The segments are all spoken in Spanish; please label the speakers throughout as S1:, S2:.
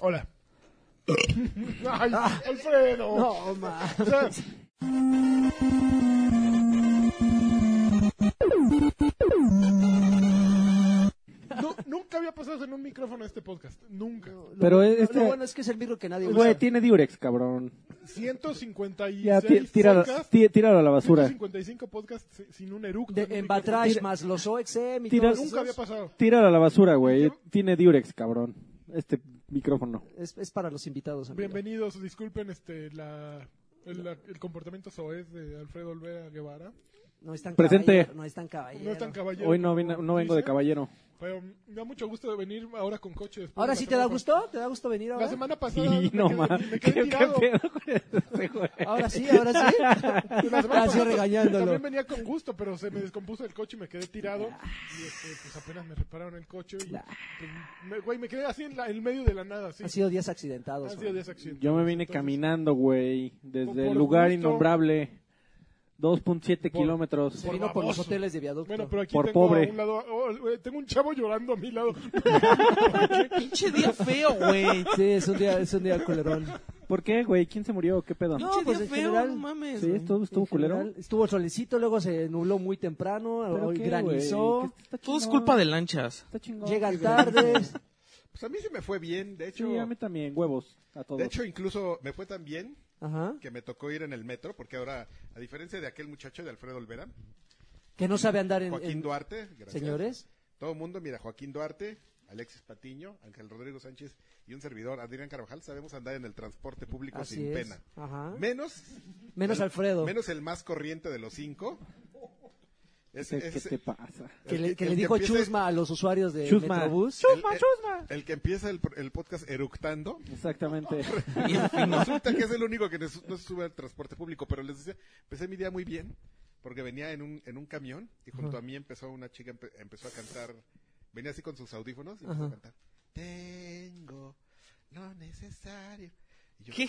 S1: Hola. Ay, Alfredo.
S2: No, ma.
S1: O sea, nu- nunca había pasado eso en un micrófono en este podcast. Nunca.
S3: Pero
S2: Lo-
S3: este-
S2: lo bueno es que es el micro que nadie usa.
S3: Güey, tiene diurex, cabrón. Ya, tí-
S1: 156
S3: tíralo,
S1: podcasts.
S3: tí- tíralo a la basura.
S1: 155 podcasts si- sin un eructo.
S2: De-
S1: en un
S2: en
S1: micrófono.
S2: Batrash más los OXM y
S3: Tira-
S2: todos
S1: Nunca había
S2: esos.
S1: pasado.
S3: Tíralo a la basura, güey. Tiene diurex, cabrón. Este micrófono.
S2: Es, es para los invitados. amigo.
S1: Bienvenidos, disculpen este la, el, la- el comportamiento soez de Alfredo Olvera Guevara.
S2: No es tan
S3: Presente.
S2: caballero, No es tan caballero.
S1: No es tan caballero.
S3: Hoy no,
S1: como
S3: vine- no vengo de
S1: dice,
S3: caballero.
S1: Pero me da mucho gusto de venir ahora con coche. después
S2: Ahora
S1: de la
S2: sí te da
S1: semana
S2: gusto, te da gusto venir
S1: pas- La
S2: ahora.
S1: semana pasada.
S3: Y
S1: me
S3: no
S1: quedé-
S3: más.
S1: me
S3: ¿Qué,
S1: quedé
S3: qué
S1: tirado.
S3: pedo con este güey?
S2: Ahora sí, ahora sí.
S1: La semana
S2: Casi
S1: pasada
S2: regañándolo.
S1: También venía con gusto, pero se me descompuso el coche y me quedé tirado. Y este, pues apenas me repararon el coche. Y,
S2: Nah.
S1: pues, me- güey, me quedé así en, la- en medio de la nada. Así.
S2: Han sido días accidentados.
S1: Han sido
S2: güey.
S1: días accidentales.
S3: Yo me vine
S1: Entonces,
S3: caminando, güey. Desde
S1: por
S3: el lugar
S1: gusto.
S3: innombrable. 2.7
S1: Por-
S3: kilómetros.
S2: Se vino por los
S1: baboso.
S2: hoteles de viaducto.
S1: Bueno, pero aquí
S3: Por
S1: tengo
S3: pobre.
S1: a un lado. oh, güey, tengo un chavo llorando a mi lado.
S4: Pinche día feo, güey.
S2: Sí, es un día, es un día culerón.
S3: ¿Por qué, güey? ¿Quién se murió? ¿Qué pedo?
S4: No,
S2: Pinche
S4: pues
S2: día
S4: en
S2: feo,
S4: general,
S2: no
S4: no mames.
S3: sí, estuvo, estuvo
S2: En
S3: culero.
S2: general, Estuvo solecito, luego se nubló muy temprano,
S3: ¿Pero
S2: hoy
S3: qué,
S2: granizó,
S3: güey? ¿Qué está
S4: Todo es
S3: chingón?
S4: culpa de lanchas.
S3: Está chingón.
S2: llegan tarde.
S5: Pues a mí se me fue bien, de hecho,
S3: Sí, a mí también, huevos. A todos.
S5: de hecho incluso me fue tan bien
S2: Ajá.
S5: que me tocó ir en el metro, porque ahora, a diferencia de aquel muchacho de Alfredo Olvera,
S2: Que no sabe andar en...
S5: Joaquín
S2: en-
S5: Duarte, gracias.
S2: Señores,
S5: Todo el mundo, mira, Joaquín Duarte, Alexis Patiño, Ángel Rodrigo Sánchez y un servidor, Adrián Carvajal, sabemos andar en el transporte público
S2: Así
S5: sin
S2: es.
S5: pena.
S2: Ajá.
S5: Menos,
S2: menos Alfredo.
S5: menos el más corriente de los cinco. Es-
S3: ¿Qué,
S5: es-
S3: qué te pasa?
S2: que
S5: el
S2: le,
S5: que-
S2: que
S5: el
S2: le
S5: que
S2: dijo
S5: empiece-
S2: chusma a los usuarios de
S3: Chusma.
S2: Metrobús.
S5: el- el- El que empieza el, pro- el podcast eructando.
S3: Exactamente.
S5: Resulta que es el único que no su- no se sube al transporte público, pero les decía, empecé mi día muy bien, porque venía en un, en un camión y junto a mí empezó una chica, empe- empezó a cantar, venía así con sus audífonos y empezó
S2: Ajá.
S5: a cantar, tengo lo necesario. Y yo,
S4: ¿Qué?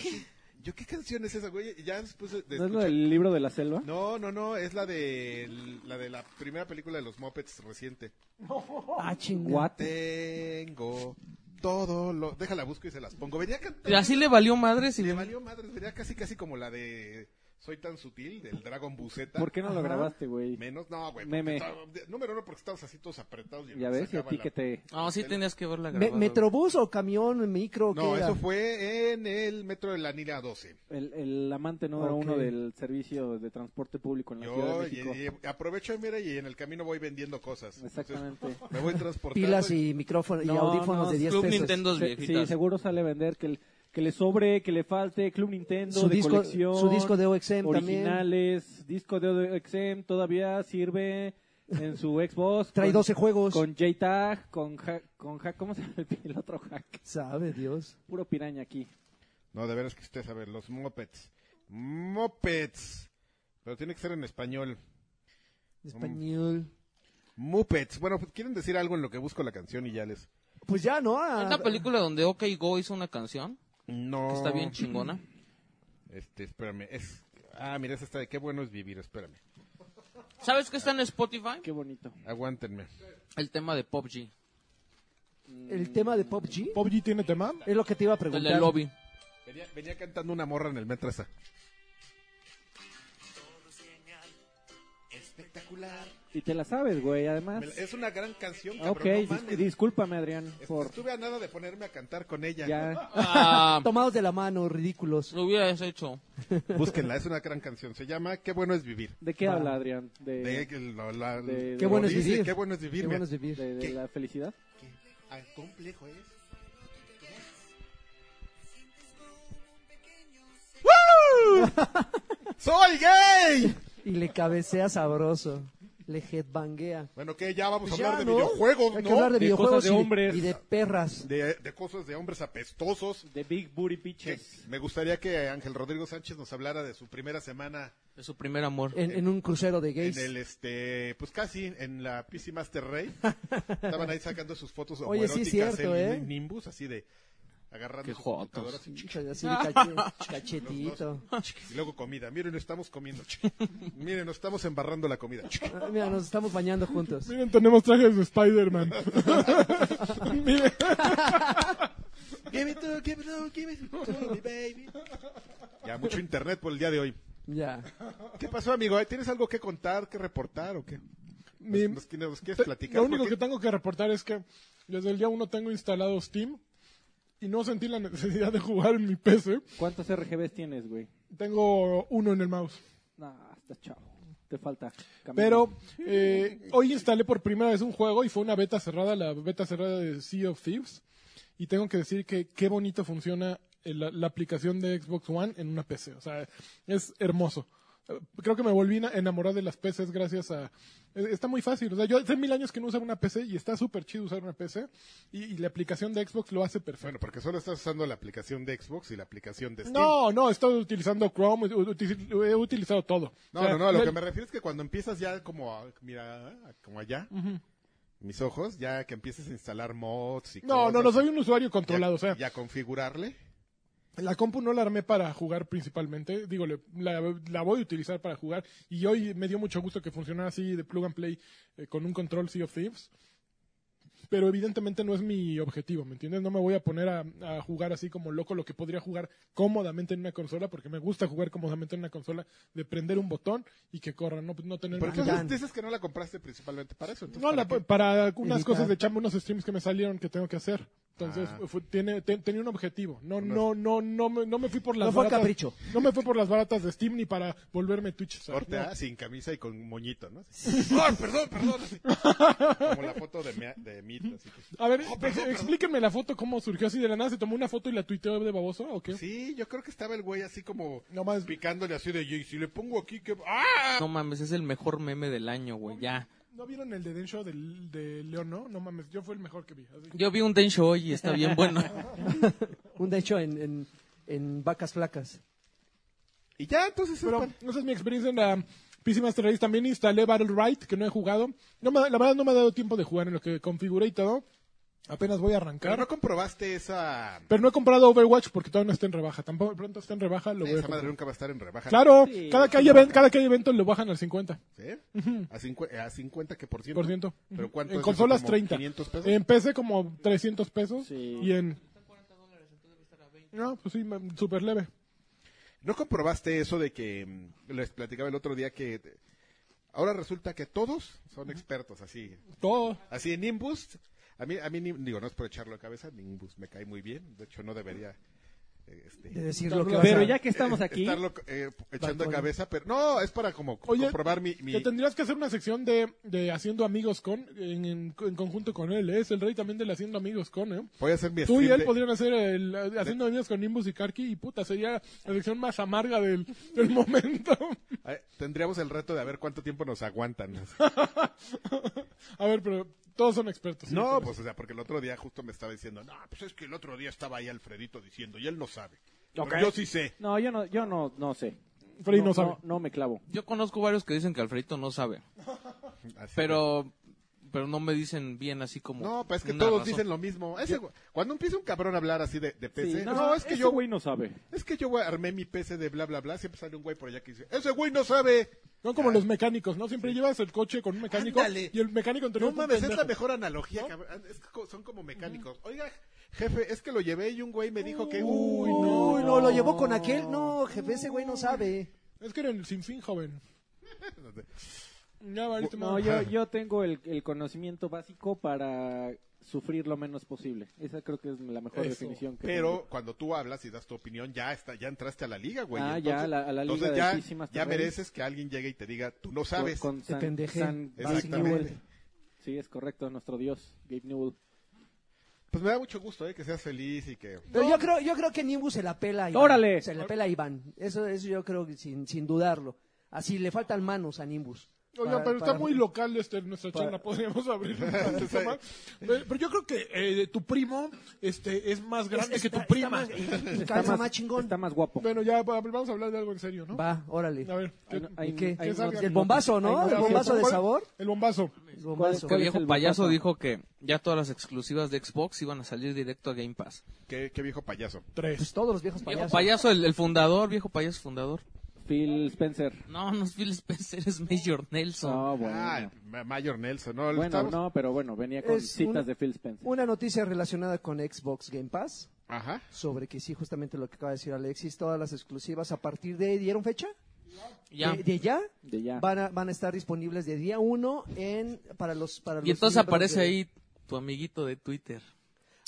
S5: Yo, ¿qué canción es esa, güey? Y ya después de de
S3: ¿No es lo
S5: escuchar-
S3: del libro de la selva?
S5: No, no, no, es la de, la de la primera película de los Muppets reciente.
S2: Ah, chingada.
S3: What?
S5: Tengo todo lo... Déjala, busco y se las pongo. Venía cantando.
S4: Y Así le valió madre. Si
S5: Le valió madre, sería casi casi como la de Soy tan sutil del Dragon Buceta.
S3: ¿Por qué no lo
S2: Ajá.
S3: grabaste, güey?
S5: Menos, no, güey. porque
S3: Meme.
S5: estaba- de- Número uno, porque estábamos así todos apretados. y
S3: Ya
S5: nos
S3: ves, y a
S5: sacaba
S3: ti
S5: la-
S3: que te...
S4: No, sí tenías que verla
S2: Me-
S4: grabada.
S2: ¿Metrobús o camión, micro?
S5: No,
S2: qué era?
S5: eso fue en el metro de la Nila 12.
S3: El, el amante número
S2: Ok.
S3: uno del servicio de transporte público en la Ciudad
S5: Yo
S3: de México.
S5: y- y aprovecho, mira, y en el camino voy vendiendo cosas.
S3: Exactamente.
S5: Entonces, me voy transportando.
S2: Pilas y micrófonos y
S3: No,
S2: audífonos
S3: no,
S2: de 10
S4: Club
S2: pesos.
S4: Nintendo
S3: Se-
S4: viejitas.
S3: sí, seguro sale a vender que, el- que le sobre, que le falte, Club Nintendo,
S2: Su
S3: de
S2: disco,
S3: colección,
S2: su disco de OXM también.
S3: originales, disco de OXM todavía sirve en su Xbox.
S2: Trae
S3: con-
S2: 12 juegos.
S3: Con JTAG, con hack, con hack, ¿cómo se llama el, el otro hack?
S2: Sabe Dios.
S3: Puro piraña aquí.
S5: No, de veras que usted sabe, los mopeds. Mopeds. Pero tiene que ser en español.
S2: Español.
S5: Muppets. Bueno, pues, ¿quieren decir algo en lo que busco la canción y ya les...
S2: Pues ya, ¿no?
S4: ¿No
S2: Ah,
S4: ¿Es la película donde OK Go hizo una canción?
S5: No.
S4: Que está bien
S3: Oh.
S4: chingona.
S5: Este, espérame, es... Ah, mira, esa está de qué bueno es vivir, espérame.
S4: ¿Sabes qué está en Spotify?
S3: Qué bonito.
S5: Aguántenme.
S4: El tema de Pop G.
S2: El tema de Pop G
S1: ¿Pop G tiene tema?
S2: es lo que te iba a
S4: El
S2: preguntar.
S4: del lobby.
S5: Venía, venía cantando una morra en el metro esa. Espectacular.
S3: Y te la sabes, güey, además.
S5: Me la- Es una gran canción,
S3: Ah,
S5: cabrón.
S3: ok,
S5: no
S3: dis-
S5: mames.
S3: discúlpame, Adrián,
S5: Est-
S3: por...
S5: Estuve a nada de ponerme a cantar con ella.
S3: Ya.
S4: Ah,
S2: Tomados de la mano, ridículos.
S4: lo hubieras hecho.
S5: Búsquenla, es una gran canción. Se llama Qué bueno es vivir.
S3: ¿De qué
S2: Va.
S3: habla, Adrián? ¿De,
S5: De- la- la-
S3: de-
S2: Qué
S5: lo
S2: bueno es
S5: dice,
S2: vivir.
S5: Qué bueno es vivir.
S2: Qué
S5: mira.
S2: bueno es vivir.
S3: de- de
S5: ¿Qué?
S3: la felicidad?
S5: Qué ah, complejo es. ¡Woo! ¡Soy gay!
S2: Y le cabecea sabroso. Le headbanguea.
S5: Bueno, que ya vamos a
S2: Pues
S5: hablar
S2: ya,
S5: de
S2: ¿no?
S5: videojuegos,
S2: Hay que
S5: ¿no?
S2: hablar de,
S3: De
S2: videojuegos
S3: cosas de
S2: y
S3: hombres.
S2: y de perras.
S5: De, de cosas de hombres apestosos.
S3: De Big Booty
S5: Que
S3: Bitches.
S5: me gustaría que Ángel Rodrigo Sánchez nos hablara de su primera semana
S4: De su primer amor.
S2: En, en un crucero de gays.
S5: en el, este, pues casi en la PC Master Rey. Estaban ahí sacando sus fotos
S2: Oye, sí,
S5: homoeróticas
S2: cierto,
S5: en
S2: ¿eh?
S5: Nimbus, así de agarrando
S4: Qué
S5: su
S4: jotos.
S5: computadora, así,
S2: Hija de así de cache- cachetito.
S5: Y luego comida. Miren, nos estamos comiendo. Miren, nos estamos embarrando la comida.
S2: Ah, Mira, nos estamos bañando juntos.
S1: Miren, tenemos trajes de Spider-Man. Miren.
S5: Give it to, give it to, give it to me, baby. Ya, mucho internet por el día de hoy.
S2: Ya.
S5: ¿Qué pasó, amigo? ¿Eh? ¿Tienes algo que contar, que reportar o qué?
S1: Mi-
S5: ¿Nos, nos- nos quieres platicar?
S1: Lo único
S5: Porque-
S1: que tengo que reportar es que desde el día uno tengo instalado Steam y no sentí la necesidad de jugar en mi PC.
S3: ¿Cuántos RGBs tienes, güey?
S1: Tengo uno en el mouse.
S3: Nah, está chavo. Te falta. camino.
S1: Pero eh, hoy instalé por primera vez un juego y fue una beta cerrada, la beta cerrada de Sea of Thieves. Y tengo que decir que qué bonito funciona el- la, la aplicación de Xbox One en una PC. O sea, es hermoso. Eh, Creo que me volví a enamorar de las PCs gracias a... eh, Está muy fácil. O sea, yo hace mil años que no usaba una PC y está súper chido usar una PC. Y, y la aplicación de Xbox lo hace perfecto.
S5: Bueno, pues, porque solo estás usando la aplicación de Xbox y la aplicación de Steam.
S1: No, no, he estado utilizando Chrome, u- util- he utilizado todo.
S5: No,
S1: O sea,
S5: no, no, a lo
S1: me-
S5: que me refiero es que cuando empiezas ya como, a- mira, a- como allá, mis ojos, ya que empieces a instalar mods y
S1: No, no, no,
S5: cosas,
S1: soy un usuario
S5: y a-
S1: controlado, o sea.
S5: Y a configurarle.
S1: La compu no la armé para jugar principalmente, digo, le- la, la voy a utilizar para jugar y hoy me dio mucho gusto que funcionara así de plug and play eh, con un control Sea of Thieves, pero evidentemente no es mi objetivo, ¿me entiendes? No me voy a poner a, a jugar así como loco lo que podría jugar cómodamente en una consola, porque me gusta jugar cómodamente en una consola, de prender un botón y que corra, no, no tener...
S5: Pero
S1: ningún-
S5: entonces
S2: Jan.
S5: dices que no la compraste principalmente para eso. entonces,
S1: no, la-
S5: Pues ¿para qué?
S1: para algunas
S2: Evitar.
S1: cosas de chamba, unos streams que me salieron que tengo que hacer. Entonces,
S5: Ah.
S1: fue- tiene, te- tenía un objetivo. No,
S5: No
S1: no, no, no, me, no me fui por las
S2: No fue a
S1: baratas.
S2: capricho.
S1: No me fui por las baratas de Steam ni para volverme Twitch. star.
S5: Corte
S1: No.
S5: A, sin camisa y con moñito, ¿no? Así. ¡Ay, perdón, perdón! así. Como la foto de, Mea- de Meat, así que-
S1: A ver, ex- explíquenme la foto, cómo surgió así de la nada. ¿Se tomó una foto y la tuiteó de baboso o qué?
S5: Sí, yo creo que estaba el güey así como
S1: Nomás-
S5: picándole así de, y si le pongo aquí, que... ¡Ah!
S4: No mames, es el mejor meme del año, güey, ya.
S1: ¿No vieron el de Den Show del- de León, no? No mames, yo fue el mejor que vi. así.
S4: Yo vi un Densho hoy y está bien bueno.
S2: Un de hecho en, en, en vacas flacas.
S5: Y ya, entonces...
S1: Pero
S5: sepan.
S1: esa es mi experiencia en la PC Master Race. También instalé Battle Right, que no he jugado. No me, la verdad no me ha dado tiempo de jugar en lo que configuré y todo. Apenas voy a arrancar.
S5: Pero no comprobaste esa...
S1: Pero no he comprado Overwatch porque todavía no está en rebaja. Tampoco pronto está en rebaja, lo voy a
S5: Esa madre
S1: comprar.
S5: nunca va a estar en rebaja.
S1: Claro,
S3: Sí.
S1: cada, que hay event- cada que hay evento lo bajan al 50.
S5: ¿Sí? a, cincu- a 50 que por ciento.
S1: Por ciento.
S5: ¿Pero
S1: Ujú.
S5: cuánto
S1: en
S5: es eso?
S1: consolas Em.
S5: ¿Como
S1: 30.
S5: 500 pesos?
S1: En PC como 300 pesos.
S3: Sí.
S1: Y en... No, pues sí, ma- súper leve.
S5: ¿No comprobaste eso de que mm, les platicaba el otro día que te- ahora resulta que todos son expertos así?
S1: Todo.
S5: Así en Nimbus, a mí, a mí Nim- digo, no es por echarlo a cabeza, Nimbus me cae muy bien, de hecho no debería eh, este,
S2: De decir lo que vas
S3: Pero
S2: a-
S3: ya que estamos aquí,
S5: estarlo eh, echando a
S2: Balcón.
S5: cabeza, pero no, es para como co-
S1: Oye,
S5: comprobar mi... mi-
S1: Que tendrías que hacer una sección de, de Haciendo Amigos con, en, en- en conjunto con él. ¿eh? Es el rey también del Haciendo Amigos con, ¿eh?
S5: voy a hacer mi
S1: Tú y
S5: stream
S1: él
S5: de-
S1: podrían hacer el eh, Haciendo Amigos con Nimbus y Karki y puta, sería la sección más amarga del, del momento.
S5: eh, tendríamos el reto de a ver cuánto tiempo nos aguantan.
S1: A ver, pero todos son expertos. ¿sí?
S5: No,
S1: Por
S5: pues o sea, porque el otro día justo me estaba diciendo, no, pues es que el otro día estaba ahí Alfredito diciendo, y él no sabe. Pero
S3: Ok.
S5: yo sí sé.
S3: no, yo no, yo no, no sé.
S1: eso. Freddy no, sabe.
S3: No, no me clavo.
S4: Yo conozco varios que dicen que Alfredito no sabe,
S5: Así
S4: pero pero no me dicen bien así
S5: que-
S4: como
S5: No, pues es que
S4: una
S5: todos
S4: razón.
S5: dicen lo mismo. Ese güey- cuando empieza un cabrón a hablar así de, de PC,
S3: Sí,
S5: no, es que yo
S3: güey no sabe.
S5: es que yo güey, armé mi PC de bla bla bla, siempre sale un güey por allá que dice, ese güey no sabe.
S1: No como los mecánicos, ¿no? Siempre llevas el coche con un mecánico
S5: Ah. Ándale.
S1: y el mecánico anterior
S5: No
S1: fue un
S5: mames, es
S1: pendejo.
S5: la mejor analogía, cabrón. Es que co- son como mecánicos. Oiga, jefe, es que lo llevé y un güey me dijo que
S1: Uy, no.
S2: Uy, no, lo llevó con aquel. No, jefe, ese güey no sabe.
S1: Es que era el sinfín, joven. Ya, valiste
S3: No,
S1: madre.
S3: yo, yo tengo el, el conocimiento básico para sufrir lo menos posible. Esa creo que es la mejor
S1: Eso.
S3: definición que
S5: Pero
S3: tengo.
S5: cuando tú hablas y das tu opinión, ya está, ya entraste a la liga, güey.
S3: Ah,
S5: Entonces-
S3: ya, a la- a la liga
S5: entonces
S3: de
S5: ya-
S3: Piscimas
S5: ya,
S3: Terrell.
S5: mereces que alguien llegue y te diga, tú no sabes.
S3: Con, con
S2: Te
S3: San,
S2: pendejé.
S3: San Basic
S5: Exactamente.
S3: Newell. Sí, es correcto, nuestro dios, Gabe Newell.
S5: Pues me da mucho gusto, eh, que seas feliz y que...
S2: Pero yo creo, yo creo que Nimbus se la pela a Iván.
S3: ¡Órale!
S2: Se la pela a Iván. Eso, eso yo creo que sin, sin dudarlo. Así le faltan manos a Nimbus.
S1: Oigan,
S2: Para-
S1: pero
S2: para-
S1: está muy local este, nuestra
S2: para-
S1: charla, podríamos abrir un poquito más. Pero pero yo creo que eh, tu primo este, es más
S2: Es-
S1: grande
S2: está-
S1: que tu
S2: está
S1: prima.
S2: más- y- y calza más, chingón.
S3: Está más guapo.
S1: Bueno, ya va- vamos a hablar de algo en serio, ¿no?
S2: Va, órale.
S1: A ver, ¿qué-
S3: Hay no- hay-
S2: ¿Y qué?
S3: hay
S1: ¿Qué salga?
S3: no-
S1: El
S2: bombazo, ¿no?
S3: hay
S2: El
S1: ¿cuál-
S2: bombazo de
S1: cuál-
S2: sabor?
S1: El bombazo.
S2: El bombazo.
S4: Que
S3: ¿Cuál es
S4: viejo
S3: el
S4: payaso
S3: bombazo?
S4: dijo que ya todas las exclusivas de Xbox iban a salir directo a Game Pass.
S5: Qué, qué viejo payaso.
S2: Pues
S1: Tres.
S2: todos los viejos
S4: Viejo
S2: payasos.
S4: payaso, el, el fundador, viejo payaso fundador.
S3: Phil Spencer.
S4: No, no es Phil Spencer, es Major Nelson.
S3: No, bueno.
S5: Ah, el Ma- Mayor Nelson, ¿no?
S3: bueno,
S5: Estamos-
S3: no, pero bueno, venía con
S2: Es
S3: citas
S2: una-
S3: de Phil Spencer.
S2: Una noticia relacionada con Xbox Game Pass.
S5: Ajá.
S2: sobre que sí, justamente lo que acaba de decir Alexis, todas las exclusivas a partir de, ¿dieron fecha?
S4: Ya.
S2: De, de ya,
S3: De ya.
S2: van a, van a estar disponibles de día uno en, para los... Para los
S4: Y entonces
S2: miembros
S4: aparece
S2: de-
S4: ahí tu amiguito de Twitter.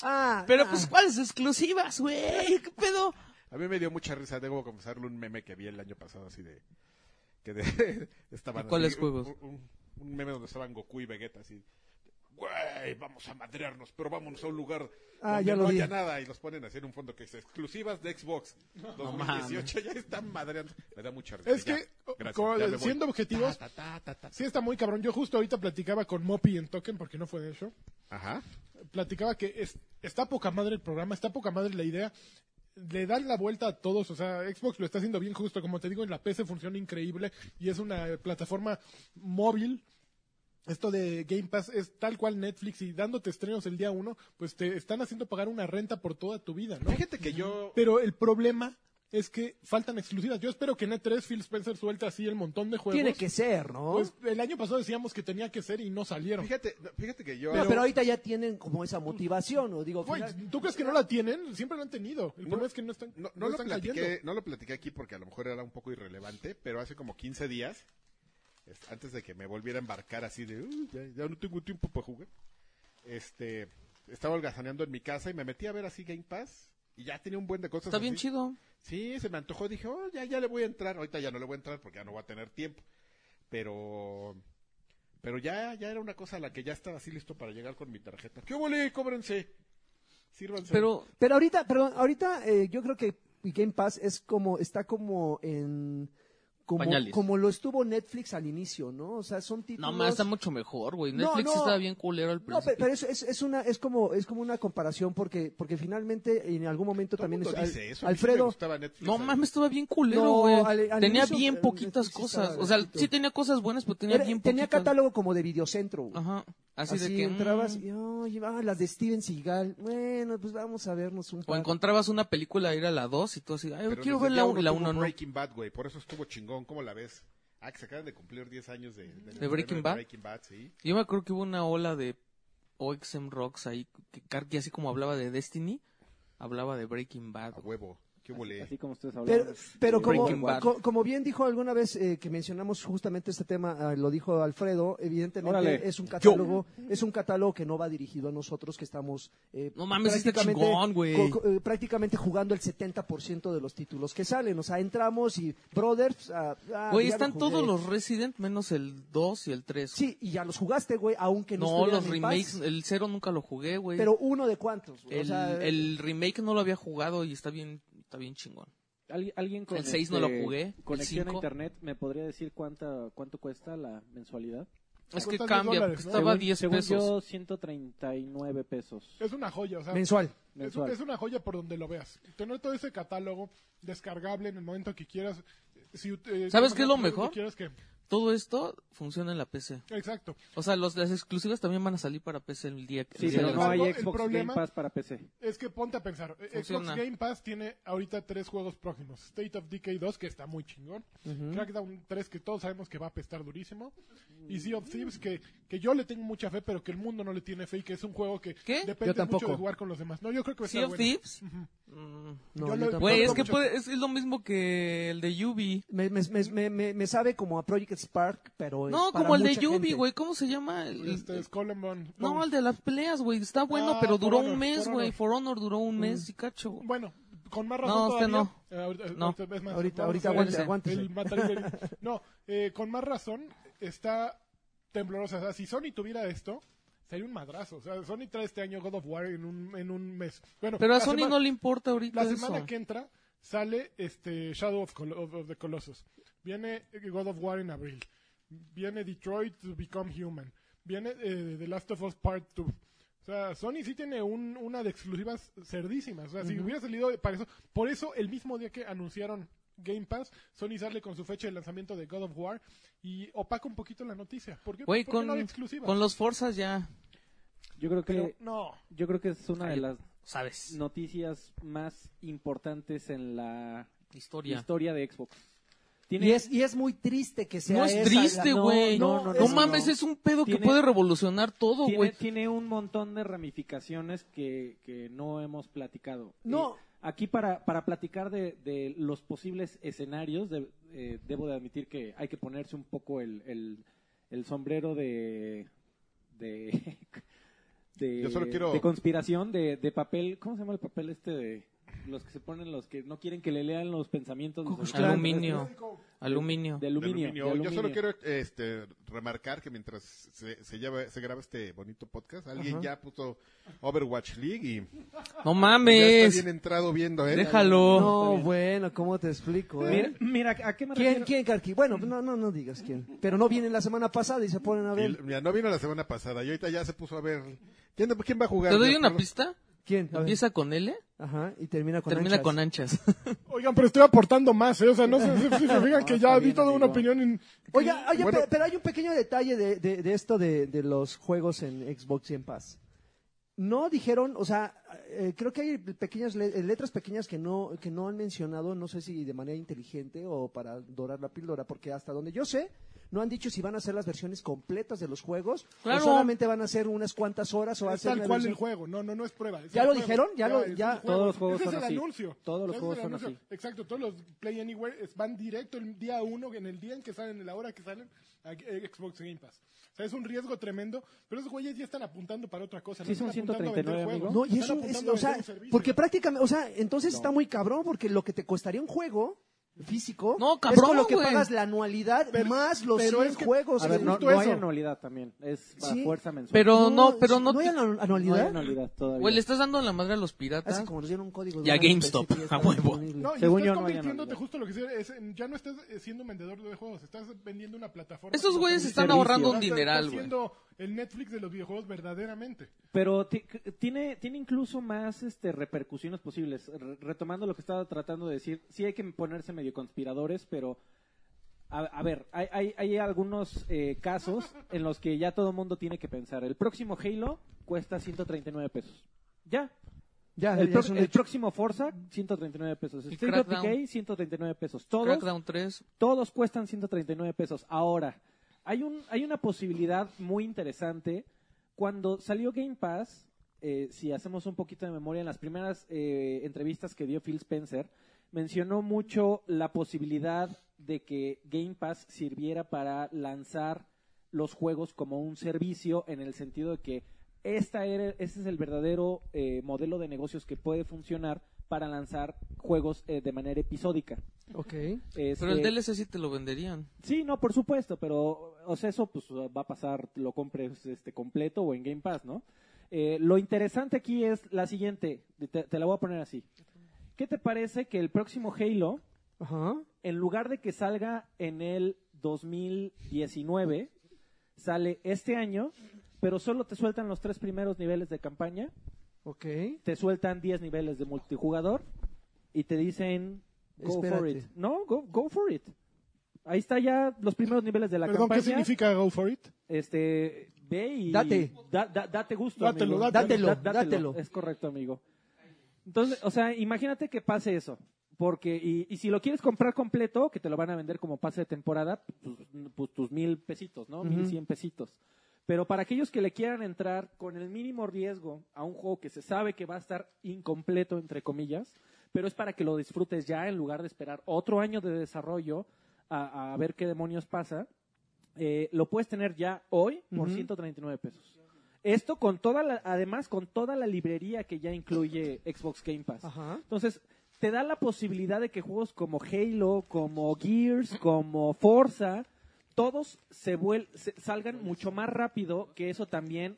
S2: Ah,
S4: Pero
S2: ah.
S4: pues, ¿cuáles exclusivas, güey? ¿Qué pedo?
S5: A mí me dio mucha risa, debo confesarle un meme que vi el año pasado así de que de estaban
S4: ¿Cuáles
S5: así,
S4: juegos?
S5: Un, un- un meme donde estaban Goku y Vegeta así. Güey, vamos a madrearnos, pero vámonos a un lugar
S2: Ah,
S5: donde
S2: ya lo
S5: no
S2: vi.
S5: haya nada y los ponen así en un fondo que dice exclusivas de Xbox 2018 ya están madreando. Me da mucha risa.
S1: Es
S5: ya,
S1: que, o-
S5: gracias,
S1: como-
S5: ya me voy.
S1: siendo objetivos,
S5: Ta, ta, ta, ta, ta.
S1: sí está muy cabrón. Yo justo ahorita platicaba con Mopi en Token, porque no fue de show.
S5: Ajá.
S1: platicaba que es- está poca madre el programa, está poca madre la idea. Le dan la vuelta a todos, o sea, Xbox lo está haciendo bien justo, como te digo, en la PC funciona increíble y es una eh, plataforma móvil. Esto de Game Pass es tal cual Netflix y dándote estrenos el día uno, pues te están haciendo pagar una renta por toda tu vida, ¿no?
S5: Fíjate que yo
S1: Pero el problema es que faltan exclusivas. Yo espero que en E3 Phil Spencer suelta así el montón de juegos.
S2: Tiene que ser, ¿no?
S1: Pues el año pasado decíamos que tenía que ser y no salieron.
S5: fíjate, fíjate que yo
S2: No, pero, ahorita ya tienen como esa motivación, o digo,
S1: Güey,
S2: final-
S1: ¿tú crees que no la tienen? Siempre lo han tenido. El problema es que no están,
S5: No, no lo
S1: están
S5: platiqué,
S1: cayendo.
S5: no lo platiqué aquí porque a lo mejor era un poco irrelevante, pero hace como 15 días, es- antes de que me volviera a embarcar así de, "Uy, ya, ya no tengo tiempo para jugar, este, estaba holgazaneando en mi casa y me metí a ver así Game Pass y ya tenía un buen de cosas.
S4: Está bien
S5: así.
S4: chido.
S5: Sí, se me antojó, dije, oh, ya, ya le voy a entrar, ahorita ya no le voy a entrar porque ya no voy a tener tiempo, pero... Pero ya, ya era una cosa a la que ya estaba así listo para llegar con mi tarjeta. ¡Qué volé! ¡Cóbrense! Sírvanse.
S4: Pero
S2: Pero ahorita, perdón, ahorita eh, yo creo que Game Pass es como, está como en... Como,
S4: Pañales.
S2: como lo estuvo Netflix al inicio, ¿no? O sea, son títulos...
S4: no más está mucho mejor, güey.
S2: pues, No,
S4: Netflix
S2: no.
S4: estaba bien culero al
S2: No,
S4: principio.
S2: pe- pero es, es, es una es como es como una comparación porque porque finalmente en algún momento
S5: Todo el
S2: también
S5: mundo
S2: es-
S5: dice
S2: al-
S5: eso. a mí sí me
S2: Alfredo
S5: gustaba Netflix.
S4: No
S5: Ahí.
S4: mames, estaba bien culero,
S2: No,
S4: güey.
S2: al- al
S4: tenía
S2: inicio,
S4: bien
S2: eh,
S4: poquitas
S2: sí
S4: cosas.
S2: estaba
S4: O sea,
S2: bastante.
S4: sí tenía cosas buenas, pero tenía
S2: era-
S4: bien
S2: tenía
S4: poquitas.
S2: catálogo como de videocentro. güey.
S4: Ajá. Así,
S2: Así,
S4: de que.
S2: entrabas
S4: mm,
S2: y "Ay, ah, las de Steven Seagal. Bueno, pues vamos a vernos un
S4: O
S2: par.
S4: encontrabas una película, era la 2 y tú así, ay,
S5: Pero
S4: quiero
S5: desde
S4: ver
S5: el
S4: la
S5: día
S4: 1, la
S5: tuvo
S4: uno, ¿no?
S5: Breaking Bad, güey, por eso estuvo chingón, ¿cómo la ves? Ah, que se acaban de cumplir 10 años de, del
S4: ¿De Breaking
S5: estreno
S4: Bad?
S5: Breaking Bad, sí.
S4: Yo me acuerdo que hubo una ola de OXM Rocks ahí, que Karki así como hablaba de Destiny, hablaba de Breaking Bad.
S5: A huevo. ¿Qué
S3: Así,
S5: volé?
S3: así como ustedes
S2: Pero,
S3: hablaban.
S2: pero
S3: de
S2: como,
S4: Breaking Bad.
S2: co- como bien dijo alguna vez eh, que mencionamos justamente este tema, eh, lo dijo Alfredo, evidentemente
S3: Órale.
S2: es un catálogo, es un catálogo que no va dirigido a nosotros que estamos eh,
S4: No mames, sí está
S2: prácticamente
S4: chingón, güey.
S2: co- co- eh, prácticamente jugando el 70% de los títulos que salen, o sea, entramos y brothers, ah, ah,
S4: Güey,
S2: ya lo
S4: están
S2: jugué.
S4: todos los Resident menos el 2 y el 3.
S2: Sí, y ya los jugaste, güey, aunque no
S4: no,
S2: estuvieran
S4: los
S2: en Pass.
S4: remakes, el 0 nunca lo jugué, güey.
S2: pero uno de cuántos, güey? O
S4: el,
S2: sea, eh,
S4: el remake no lo había jugado y está bien, está bien chingón.
S3: Al- alguien con este,
S4: El seis no lo jugué, el
S3: Conexión a
S4: cinco.
S3: internet, ¿me podría decir cuánta, cuánto cuesta la mensualidad?
S4: Es que
S1: Cuesta 10
S4: cambia,
S1: dólares,
S4: porque
S1: ¿no?
S4: estaba
S3: Según-
S4: 10
S3: según
S4: pesos.
S3: yo, 139 pesos.
S1: Es una joya, o sea, es,
S2: mensual.
S3: mensual.
S1: es una joya por donde lo veas. Tener todo ese catálogo descargable en el momento que quieras. Si, eh,
S4: ¿Sabes
S1: si
S4: qué es lo
S1: que
S4: mejor?
S1: quieras que-
S4: Todo esto funciona en la PC.
S1: Exacto.
S4: O sea, los, las exclusivas también van a salir para PC el día que
S3: Sí,
S1: Sin
S3: pero no hay
S1: embargo, el
S3: Xbox
S1: problema-
S3: Game Pass para PC.
S1: Es que ponte a pensar. eh,
S4: Funciona.
S1: Xbox Game Pass tiene ahorita tres juegos próximos. State of Decay 2, que está muy chingón. Crackdown 3, que todos sabemos que va a apestar durísimo. Y Sea of Thieves, que, que yo le tengo mucha fe, pero que el mundo no le tiene fe y que es un juego que
S4: ¿Qué?
S1: depende
S2: Yo
S1: mucho
S2: tampoco.
S1: de jugar con los demás. No, yo creo que va a estar
S4: Sea of
S1: bueno.
S4: Thieves. Mm.
S2: No,
S1: Yo lo-
S2: yo tampoco.
S4: Güey, es que
S1: mucho.
S4: puede- es, es lo mismo que el de Yubi.
S2: Me, me, me, me- me, me sabe como a Project Spark, pero. eh,
S4: No,
S2: para
S4: como el de
S2: mucha
S4: Yubi,
S2: gente.
S4: güey. ¿Cómo se llama? El-
S1: Este, Skull and Bone-
S4: eh, no, el de las peleas, güey. Está bueno,
S1: Ah,
S4: pero
S1: For
S4: duró un
S1: Honor,
S4: mes,
S1: For
S4: güey.
S1: Honor.
S4: For Honor duró un mes, y cacho. güey.
S1: Bueno, con más
S4: No,
S1: razón
S4: usted
S1: todavía.
S4: no.
S1: Eh, ahorita,
S4: No.
S1: es más,
S2: Ahorita-
S1: vamos
S2: ahorita
S1: a ver
S4: aguántese,
S1: el-
S2: aguántese.
S1: el matar y herir. no, eh, con más razón está temblorosa. O sea, si Sony tuviera esto, sería un madrazo. O sea, Sony trae este año God of War en un, en un mes. Bueno,
S4: Pero a
S1: la
S4: Sony
S1: sema-
S4: no le importa ahorita
S1: La
S4: eso.
S1: semana que entra sale este Shadow of, Col- of- of the Colossus. Viene eh, God of War en abril. Viene Detroit to Become Human. Viene eh, The Last of Us Part 2. O sea, Sony sí tiene un- una de exclusivas cerdísimas. O sea, si hubiera salido para eso. Por eso, el mismo día que anunciaron Game Pass, Sony sale con su fecha de lanzamiento de God of War y opaca un poquito la noticia. ¿Por qué,
S4: Güey,
S1: ¿Por qué
S4: con,
S1: no hay exclusivas?
S4: con los Forzas ya,
S3: Yo creo que
S1: Pero no.
S3: yo creo que es una de las
S4: sabes,
S3: noticias más importantes en la
S4: historia.
S3: historia de Xbox. Tiene-
S2: Y es, y es muy triste que sea
S4: No es
S2: esa
S4: triste,
S2: la- no,
S4: güey.
S2: No,
S4: No,
S2: no, no, no,
S4: mames,
S2: no.
S4: es un pedo que
S3: Tiene-
S4: puede revolucionar todo,
S3: tiene,
S4: güey.
S3: tiene un montón de ramificaciones que, que no hemos platicado.
S2: No.
S3: Y aquí para, para platicar de, de los posibles escenarios, de- eh, debo de admitir que hay que ponerse un poco el, el, el sombrero de... de de,
S5: Yo solo quiero-
S3: de conspiración, de, de papel, ¿cómo se llama el papel este de los que se ponen los que no quieren que le lean los pensamientos? de los
S4: Aluminio. Aluminio.
S3: De aluminio.
S5: De aluminio.
S3: de
S5: Yo solo
S3: aluminio.
S5: quiero este, remarcar que mientras se, se, lleva- se graba este bonito podcast, alguien ya puso Overwatch League y
S4: No
S5: ya está
S4: mames.
S5: bien entrado viendo, ¿eh?
S4: Déjalo.
S3: Está
S2: No,
S3: bien.
S2: bueno, ¿cómo te explico? eh?
S3: Mira, mira, ¿a qué me
S2: ¿Quién,
S3: refiero?
S2: quién, Carqui? Bueno, no, no, no digas quién. Pero no vienen la semana pasada y se ponen a
S5: Y,
S2: ver.
S5: mira, no vino la semana pasada y ahorita ya se puso a ver. ¿Quién, quién va a jugar?
S4: ¿Te doy
S5: Ya,
S4: una
S5: Carlos.
S4: pista?
S2: ¿Quién? A ver.
S4: Empieza con L,
S2: Ajá, y termina con
S4: termina
S2: anchas.
S4: con anchas.
S1: Oigan, pero estoy aportando más, ¿eh? O sea, no sé si si se fijan que
S3: está
S1: ya di
S3: bien,
S1: toda una
S3: amigo.
S1: opinión en...
S2: Oiga, oye,
S5: Bueno.
S2: pe- pero hay un pequeño detalle de, de- de esto de, de los juegos en Xbox y en Paz. No dijeron, o sea, eh, creo que hay pequeñas le- eh, letras pequeñas que no que no han mencionado, no sé si de manera inteligente o para dorar la píldora, porque hasta donde yo sé, no han dicho si van a hacer las versiones completas de los juegos
S4: Claro.
S2: o solamente van a hacer unas cuantas horas o
S1: Es
S2: hacer
S1: tal
S2: la
S1: cual
S2: versión-
S1: el juego, no, no, no es prueba. es
S2: ¿Ya
S1: el
S2: lo
S1: juego.
S2: dijeron? Ya lo-
S1: es un
S2: ya-
S1: juego.
S3: Todos los juegos
S1: Ese
S3: son
S1: es el
S3: así.
S1: anuncio.
S3: Todos los
S1: Ese es
S3: juegos
S1: el
S3: son
S1: anuncio. Exacto, todos los Play Anywhere es- van directo el día uno, en el día en que salen, en la hora que salen, a eh, Xbox Game Pass. O sea, es un riesgo tremendo, pero esos güeyes ya están apuntando para otra cosa.
S3: Sí, son
S1: están apuntando a vender
S3: 139,
S1: juegos,
S2: No,
S1: están
S2: y eso es,
S1: apuntando a
S2: o sea,
S1: vender un servicio.
S2: porque prácticamente, o sea, entonces está muy cabrón, porque lo que te costaría un juego físico
S4: No,
S2: es
S4: cabrón,
S2: con lo que
S4: güey.
S2: pagas la anualidad
S1: Pero-
S2: más los
S1: pero
S2: 100
S1: es que-
S2: juegos.
S3: A ver, no,
S1: justo
S3: no hay
S1: eso.
S3: anualidad también, es a
S2: Sí.
S3: fuerza mensual.
S4: Pero no, pero
S2: sí,
S4: no.
S2: hay
S4: te-
S2: anu-
S3: no hay
S2: anualidad.
S3: anualidad todavía.
S4: Güey, le estás dando la madre a los piratas.
S2: Así como nos dieron un código. de
S4: Y a
S2: un año
S4: GameStop,
S2: específico y ya
S4: a
S2: está
S4: huevo.
S2: disponible.
S1: No, y
S3: Mm, Según
S1: estás
S3: yo, no hay
S1: convirtiéndote
S3: anualidad.
S1: justo lo que sea, es en- ya no estás eh, siendo un vendedor de juegos, estás vendiendo una plataforma.
S4: Estos
S1: que
S4: güeyes
S1: ofrece
S4: están
S1: servicios.
S4: ahorrando un
S1: Estás-
S4: dineral,
S1: estás
S4: güey.
S1: siendo el Netflix de los videojuegos verdaderamente.
S3: Pero ti- tiene, tiene incluso más este, repercusiones posibles. Re- retomando lo que estaba tratando de decir, sí hay que ponerse medio conspiradores, pero a, a ver, hay, hay, hay algunos eh, casos en los que ya todo el mundo tiene que pensar. El próximo Halo cuesta 139 pesos. Ya.
S2: Ya,
S3: Ah, El,
S2: ya
S3: pro-
S2: es un
S3: el
S2: hecho.
S3: próximo Forza, 139 pesos.
S4: Y
S3: State of
S4: Crackdown.
S3: Decay, 139 pesos. Todos,
S4: Crackdown 3.
S3: todos cuestan 139 pesos. Ahora, hay, un, hay una posibilidad muy interesante. Cuando salió Game Pass, eh, si hacemos un poquito de memoria, en las primeras eh, entrevistas que dio Phil Spencer, mencionó mucho la posibilidad de que Game Pass sirviera para lanzar los juegos como un servicio en el sentido de que esta era, este es el verdadero eh, modelo de negocios que puede funcionar para lanzar juegos eh, de manera episódica.
S2: Ok.
S4: Pero el
S3: Este,
S4: DLC sí te lo venderían.
S3: Sí, no, por supuesto, pero o sea, eso pues va a pasar, lo compres este completo o en Game Pass, ¿no? Eh, lo interesante aquí es la siguiente, te, te la voy a poner así. ¿Qué te parece que el próximo Halo,
S2: Ajá.
S3: en lugar de que salga en el 2019, sale este año, pero solo te sueltan los tres primeros niveles de campaña,
S2: Ok.
S3: te sueltan 10 niveles de multijugador y te dicen, go for
S2: Espérate.
S3: it. No, go, go for it. Ahí está ya los primeros niveles de la
S1: Perdón,
S3: campaña.
S1: ¿qué significa go for it?
S3: Este, ve y...
S2: Date.
S3: da- da- date gusto,
S1: Dátelo,
S3: amigo.
S2: dátelo,
S3: Da-
S2: dátelo.
S3: Es correcto, amigo. Entonces, o sea, imagínate que pase eso. Porque, y, y si lo quieres comprar completo, que te lo van a vender como pase de temporada, pues, pues, tus mil pesitos, ¿no? Mil
S2: Ujú.
S3: cien pesitos. Pero para aquellos que le quieran entrar con el mínimo riesgo a un juego que se sabe que va a estar incompleto, entre comillas, pero es para que lo disfrutes ya en lugar de esperar otro año de desarrollo a, a ver qué demonios pasa, eh, lo puedes tener ya hoy por
S2: Ujú.
S3: 139 pesos. Esto con toda la, además con toda la librería que ya incluye Xbox Game Pass.
S2: Ajá.
S3: Entonces, te da la posibilidad de que juegos como Halo, como Gears, como Forza, todos se, vuel- se- salgan mucho más rápido, que eso también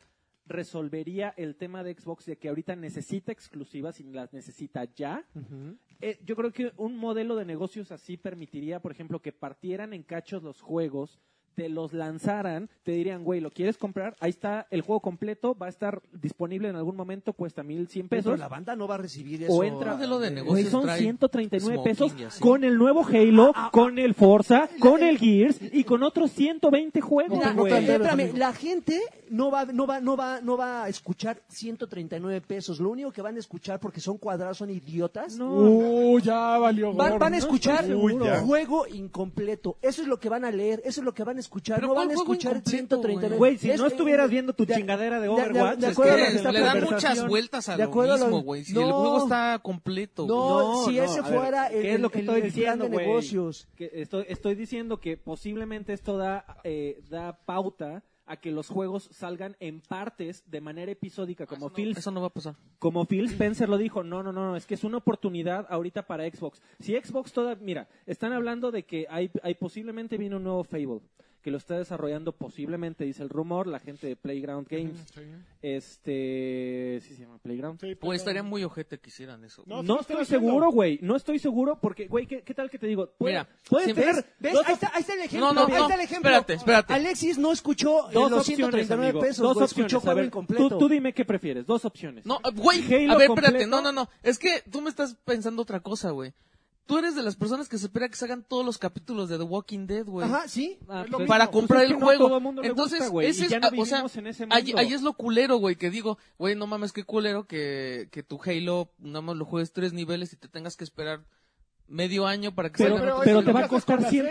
S3: resolvería el tema de Xbox de que ahorita necesita exclusivas y las necesita ya.
S2: Ujú.
S3: Eh, yo creo que un modelo de negocios así permitiría, por ejemplo, que partieran en cachos los juegos, te los lanzaran, te dirían, güey, ¿lo quieres comprar? Ahí está el juego completo, va a estar disponible en algún momento, cuesta 1100
S2: Pero
S3: pesos.
S2: la banda no va a recibir eso.
S3: O entra.
S4: Modelo de
S2: eh,
S4: negocio.
S3: Güey,
S4: negocios
S3: son
S4: trae
S3: 139
S4: smoking
S3: pesos
S4: y así. Ah,
S3: con el nuevo Halo, con el Forza, con el Gears y con otros 120 juegos,
S2: Mira, eh,
S3: güey.
S2: espérame, la gente no va, no va, no va, no va a escuchar 139 pesos. Lo único que van a escuchar porque son cuadrados, son idiotas.
S1: Uh, ya valió.
S2: Van,
S1: gorro.
S2: van a escuchar
S1: No, seguro.
S5: ya.
S2: juego incompleto. Eso es lo que van a leer, eso es lo que van a escuchar.
S4: Pero
S2: no van
S4: ¿cuál
S2: a
S4: juego
S2: escuchar
S4: incompleto,
S2: 139.
S6: Güey, si
S2: Es-
S6: no estuvieras viendo tu chingadera de Overwatch,
S2: de
S6: es
S2: acuerdo
S6: que
S2: a lo que
S4: Es que
S2: está
S4: le dan
S2: conversando.
S4: muchas vueltas a
S2: De
S4: lo
S2: acuerdo a lo-
S4: mismo, güey. Si el
S2: No.
S4: juego está completo, güey.
S2: No, si ese
S3: a ver,
S2: fuera el-
S3: ¿qué es lo que
S2: el-
S3: estoy
S2: el plan de
S3: diciendo, güey?
S2: negocios?
S3: Que estoy, estoy diciendo que posiblemente esto da, eh, da pauta a que los juegos salgan en partes de manera episódica, como
S4: eso,
S3: Phil,
S4: no, eso no va a pasar.
S3: como Phil Spencer lo dijo. No, no, no, no, es que es una oportunidad ahorita para Xbox. Si Xbox toda, mira, están hablando de que hay, hay posiblemente viene un nuevo Fable que lo está desarrollando posiblemente, dice el rumor, la gente de Playground Games.
S1: Sí.
S3: Este, ¿sí se llama Playground?
S1: Sí,
S4: Pues
S1: pues,
S4: estaría muy ojete que hicieran eso.
S1: No,
S3: No,
S1: sí lo están
S3: estoy
S1: haciendo.
S3: seguro, güey. No estoy seguro porque, güey, ¿qué, qué tal que te digo? Puede-
S4: Mira,
S3: puedes
S4: si
S3: tener
S4: ves-
S2: ¿Ves?
S3: dos
S2: ahí,
S3: op-
S2: está, ahí está el ejemplo.
S4: No, no,
S2: ahí
S4: no,
S2: está el ejemplo.
S4: espérate, espérate.
S2: Alexis no escuchó eh,
S3: dos
S2: los
S3: opciones,
S2: 139
S3: amigo.
S2: pesos,
S3: Dos
S2: güey,
S3: opciones.
S2: escuchó
S3: A
S2: juego
S3: ver,
S2: incompleto.
S3: Tú, tú dime qué prefieres. Dos opciones.
S4: No, eh, güey,
S3: Halo
S4: a ver, espérate,
S3: completo.
S4: no, no, no. Es que tú me estás pensando otra cosa, güey. Tú eres de las personas que se espera que se hagan todos los capítulos de The Walking Dead, güey.
S2: Ajá, sí.
S3: Ah,
S1: es lo
S3: pues,
S1: mismo.
S4: Para
S3: pues,
S4: comprar
S3: es que
S4: el
S3: no
S4: juego.
S3: a todo mundo le
S4: Entonces,
S3: gusta, güey,
S4: ese
S3: y
S4: es,
S3: ya no
S4: ah, o sea,
S3: vivimos en ese mundo.
S4: Ahí, ahí es lo culero, güey, que digo, güey, no mames, qué culero que, que tu Halo nada más lo juegues tres niveles y te tengas que esperar medio año para que
S3: Pero,
S4: salgan
S1: Pero
S4: otros
S3: pero
S1: eso
S3: te
S1: es
S3: va
S1: lo
S3: a
S1: que haces con
S3: costar
S1: la serie.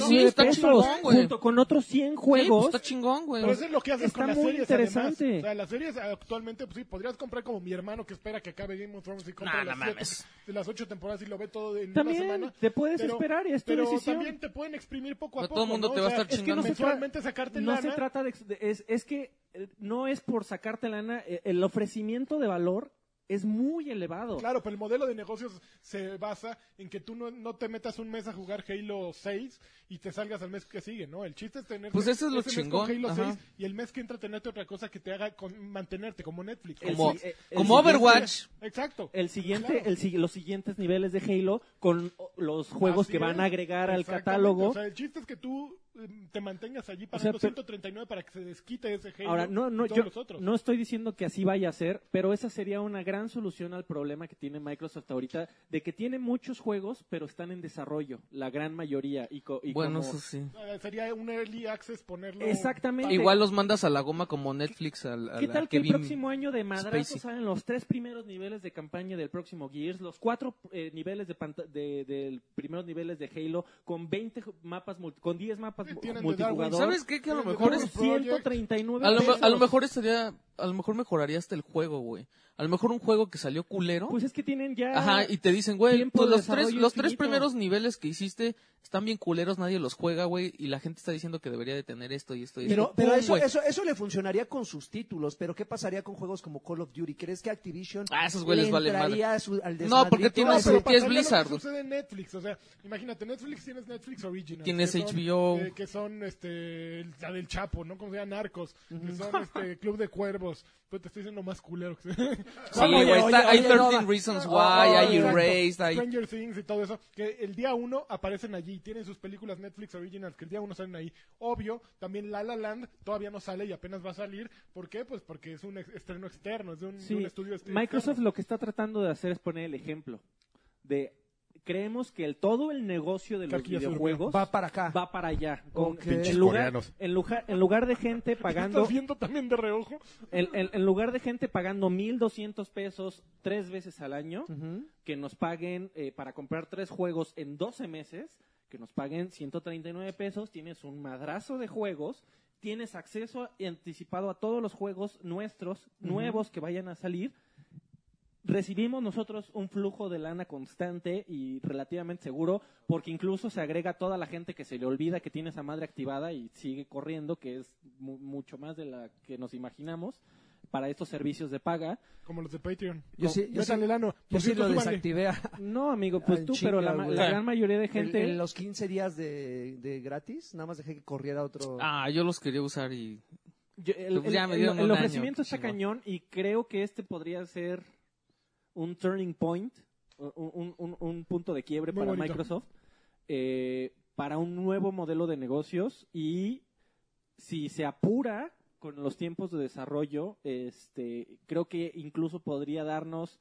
S3: 139
S4: No, sí, está
S3: pesos
S4: chingón, güey.
S3: junto con otros 100
S4: Sí, pues,
S3: juegos.
S4: está chingón, güey.
S1: Pero eso es lo que haces
S3: Está
S1: con las
S3: muy
S1: series, además.
S3: interesante.
S1: O sea, las series actualmente, pues sí, podrías comprar como mi hermano que espera que acabe Game of Thrones y compra
S4: Nah,
S1: las,
S4: no
S1: siete-
S4: mames.
S1: de las ocho temporadas y lo ve todo en
S3: También
S1: una semana.
S3: te puedes esperar y es tu
S1: pero
S3: decisión.
S1: también te pueden exprimir poco a
S4: No
S1: poco.
S4: todo el mundo
S1: ¿no?
S4: te
S1: O
S4: va a
S1: sea,
S4: estar
S1: es que no
S4: chingando.
S1: se mensualmente sacarte
S3: no
S1: lana.
S3: se trata de, de- es, es que eh, no es por sacarte lana, eh, el ofrecimiento de valor es muy elevado.
S1: Claro, pero el modelo de negocios se basa en que tú no, no te metas un mes a jugar Halo 6 y te salgas al mes que sigue, ¿no? El chiste es tener
S4: Pues eso es lo
S1: ese mes
S4: chingón,
S1: con Halo
S4: ajá.
S1: 6 y el mes que entra tenerte otra cosa que te haga con- mantenerte como Netflix.
S3: El
S4: Como,
S3: si- eh, el
S4: como
S3: siguiente-
S4: Overwatch.
S1: Exacto.
S3: el siguiente,
S1: Claro.
S3: el, si- los siguientes niveles de Halo con o, los juegos
S1: Así
S3: que van
S1: es,
S3: a agregar al
S1: exactamente.
S3: catálogo.
S1: O sea, el chiste es que tú eh, te mantengas allí pagando
S3: O sea, pero-
S1: 139 para que se desquite ese Halo
S3: Ahora, no, no,
S1: y todos
S3: yo
S1: los otros.
S3: no estoy diciendo que así vaya a ser, pero esa sería una gran solución al problema que tiene Microsoft ahorita, de que tiene muchos juegos, pero están en desarrollo, la gran mayoría. Y co- y
S4: Bueno,
S3: como-
S4: eso sí.
S1: Eh, Sería un early access ponerlo...
S3: Exactamente.
S4: Igual los mandas a la goma como Netflix al, al-
S3: ¿Qué
S4: a
S3: tal que el
S4: Kevin.
S3: próximo año de madrazo
S4: Spacey.
S3: salen los tres primeros niveles de campaña del próximo Gears, los cuatro eh, niveles de, panta- de, de primeros niveles de Halo con 20 ju- mapas, multi- con 10 mapas
S1: Sí,
S3: mu-
S1: tienen de
S3: multijugador?
S1: Darwin.
S4: ¿Sabes qué? Que a lo
S1: Pero
S4: mejor
S1: mejor
S4: es
S1: un
S3: Por 139
S4: A lo,
S3: pesos.
S4: a lo mejor estaría, a lo mejor mejoraría hasta el juego, güey. A lo mejor un juego que salió culero.
S3: Pues es que tienen ya...
S4: Ajá, y te dicen, güey,
S3: tiempo
S4: pues
S3: de
S4: los tres,
S3: desarrollo
S4: los tres
S3: infinito.
S4: primeros niveles que hiciste están bien culeros, nadie los juega, güey, y la gente está diciendo que debería de tener esto y esto y
S2: Pero,
S4: esto.
S2: pero
S4: ¡Pum,
S2: eso,
S4: güey!
S2: eso, eso le funcionaría con sus títulos, pero ¿qué pasaría con juegos como Call of Duty? ¿Crees que Activision
S4: Ah, esos güeyes
S2: le
S4: valen madre.
S2: entraría a su- al
S4: No,
S2: desmadrito?
S4: porque tiene
S2: Ah,
S4: su-
S2: pero-
S4: ¿qué es
S1: pasaría lo
S4: Blizzard?
S1: Que sucede en Netflix, o sea, imagínate, Netflix tienes Netflix Originals.
S4: Tienes
S1: que son,
S4: HBO.
S1: eh, que son, este, el- la del Chapo, ¿no? Como se llama Narcos, que son, este, Club de Cuervos. Pero te estoy diciendo más culero. que-
S4: Sí,
S2: Oye,
S4: güey, está-
S2: oye,
S4: hay
S2: oye,
S4: 13
S2: no, va.
S4: Reasons
S2: No,
S4: Why,
S2: no,
S4: hay
S1: Exacto.
S4: Erased, hay...
S1: Stranger Things y todo eso, que el día uno aparecen allí, tienen sus películas Netflix Originals, que el día uno salen ahí. Obvio, también La La Land todavía no sale y apenas va a salir. ¿Por qué? Pues porque es un ex- estreno externo, es de un, de
S3: Sí,
S1: un estudio este ex-
S3: Microsoft
S1: externo.
S3: lo que está tratando de hacer es poner el ejemplo de creemos que el todo el negocio de los
S1: Carquillas
S3: videojuegos
S2: va para acá.
S3: va para allá con
S2: Ok.
S5: Pinches
S3: en, lugar,
S5: coreanos.
S3: en lugar en lugar de gente pagando
S1: ¿Estás viendo también de reojo?
S3: en, en- en lugar de gente pagando 1200 pesos tres veces al año
S2: Ujú.
S3: que nos paguen eh, para comprar tres juegos en 12 meses, que nos paguen 139 pesos, tienes un madrazo de juegos, tienes acceso anticipado a todos los juegos nuestros, nuevos que vayan a salir. Recibimos nosotros un flujo de lana constante y relativamente seguro, porque incluso se agrega toda la gente que se le olvida que tiene esa madre activada y sigue corriendo, que es mu- mucho más de la que nos imaginamos para estos servicios de paga.
S1: Como los de Patreon.
S2: Yo sí- yo sí-
S1: Métale el ano.
S2: Yo
S1: Por
S2: sí
S1: cierto,
S2: lo
S1: súbanle.
S2: desactivé a-
S3: No, amigo, pues
S2: Ay,
S3: tú,
S2: chinga,
S3: pero la, ma-
S2: güey.
S3: la gran mayoría de
S2: en,
S3: gente...
S2: en los 15 días de, de gratis. Nada más dejé que corriera otro.
S4: Ah, yo los quería usar y...
S3: Yo- el,
S4: Pues ya
S3: el-
S4: me
S3: el-
S4: dieron
S3: el
S4: un año,
S3: ofrecimiento está
S4: chingón.
S3: cañón y creo que este podría ser un turning point, un, un- un- un punto de quiebre
S1: Muy
S3: para
S1: bonito.
S3: Microsoft, eh, para un nuevo modelo de negocios y si se apura con los tiempos de desarrollo, este, creo que incluso podría darnos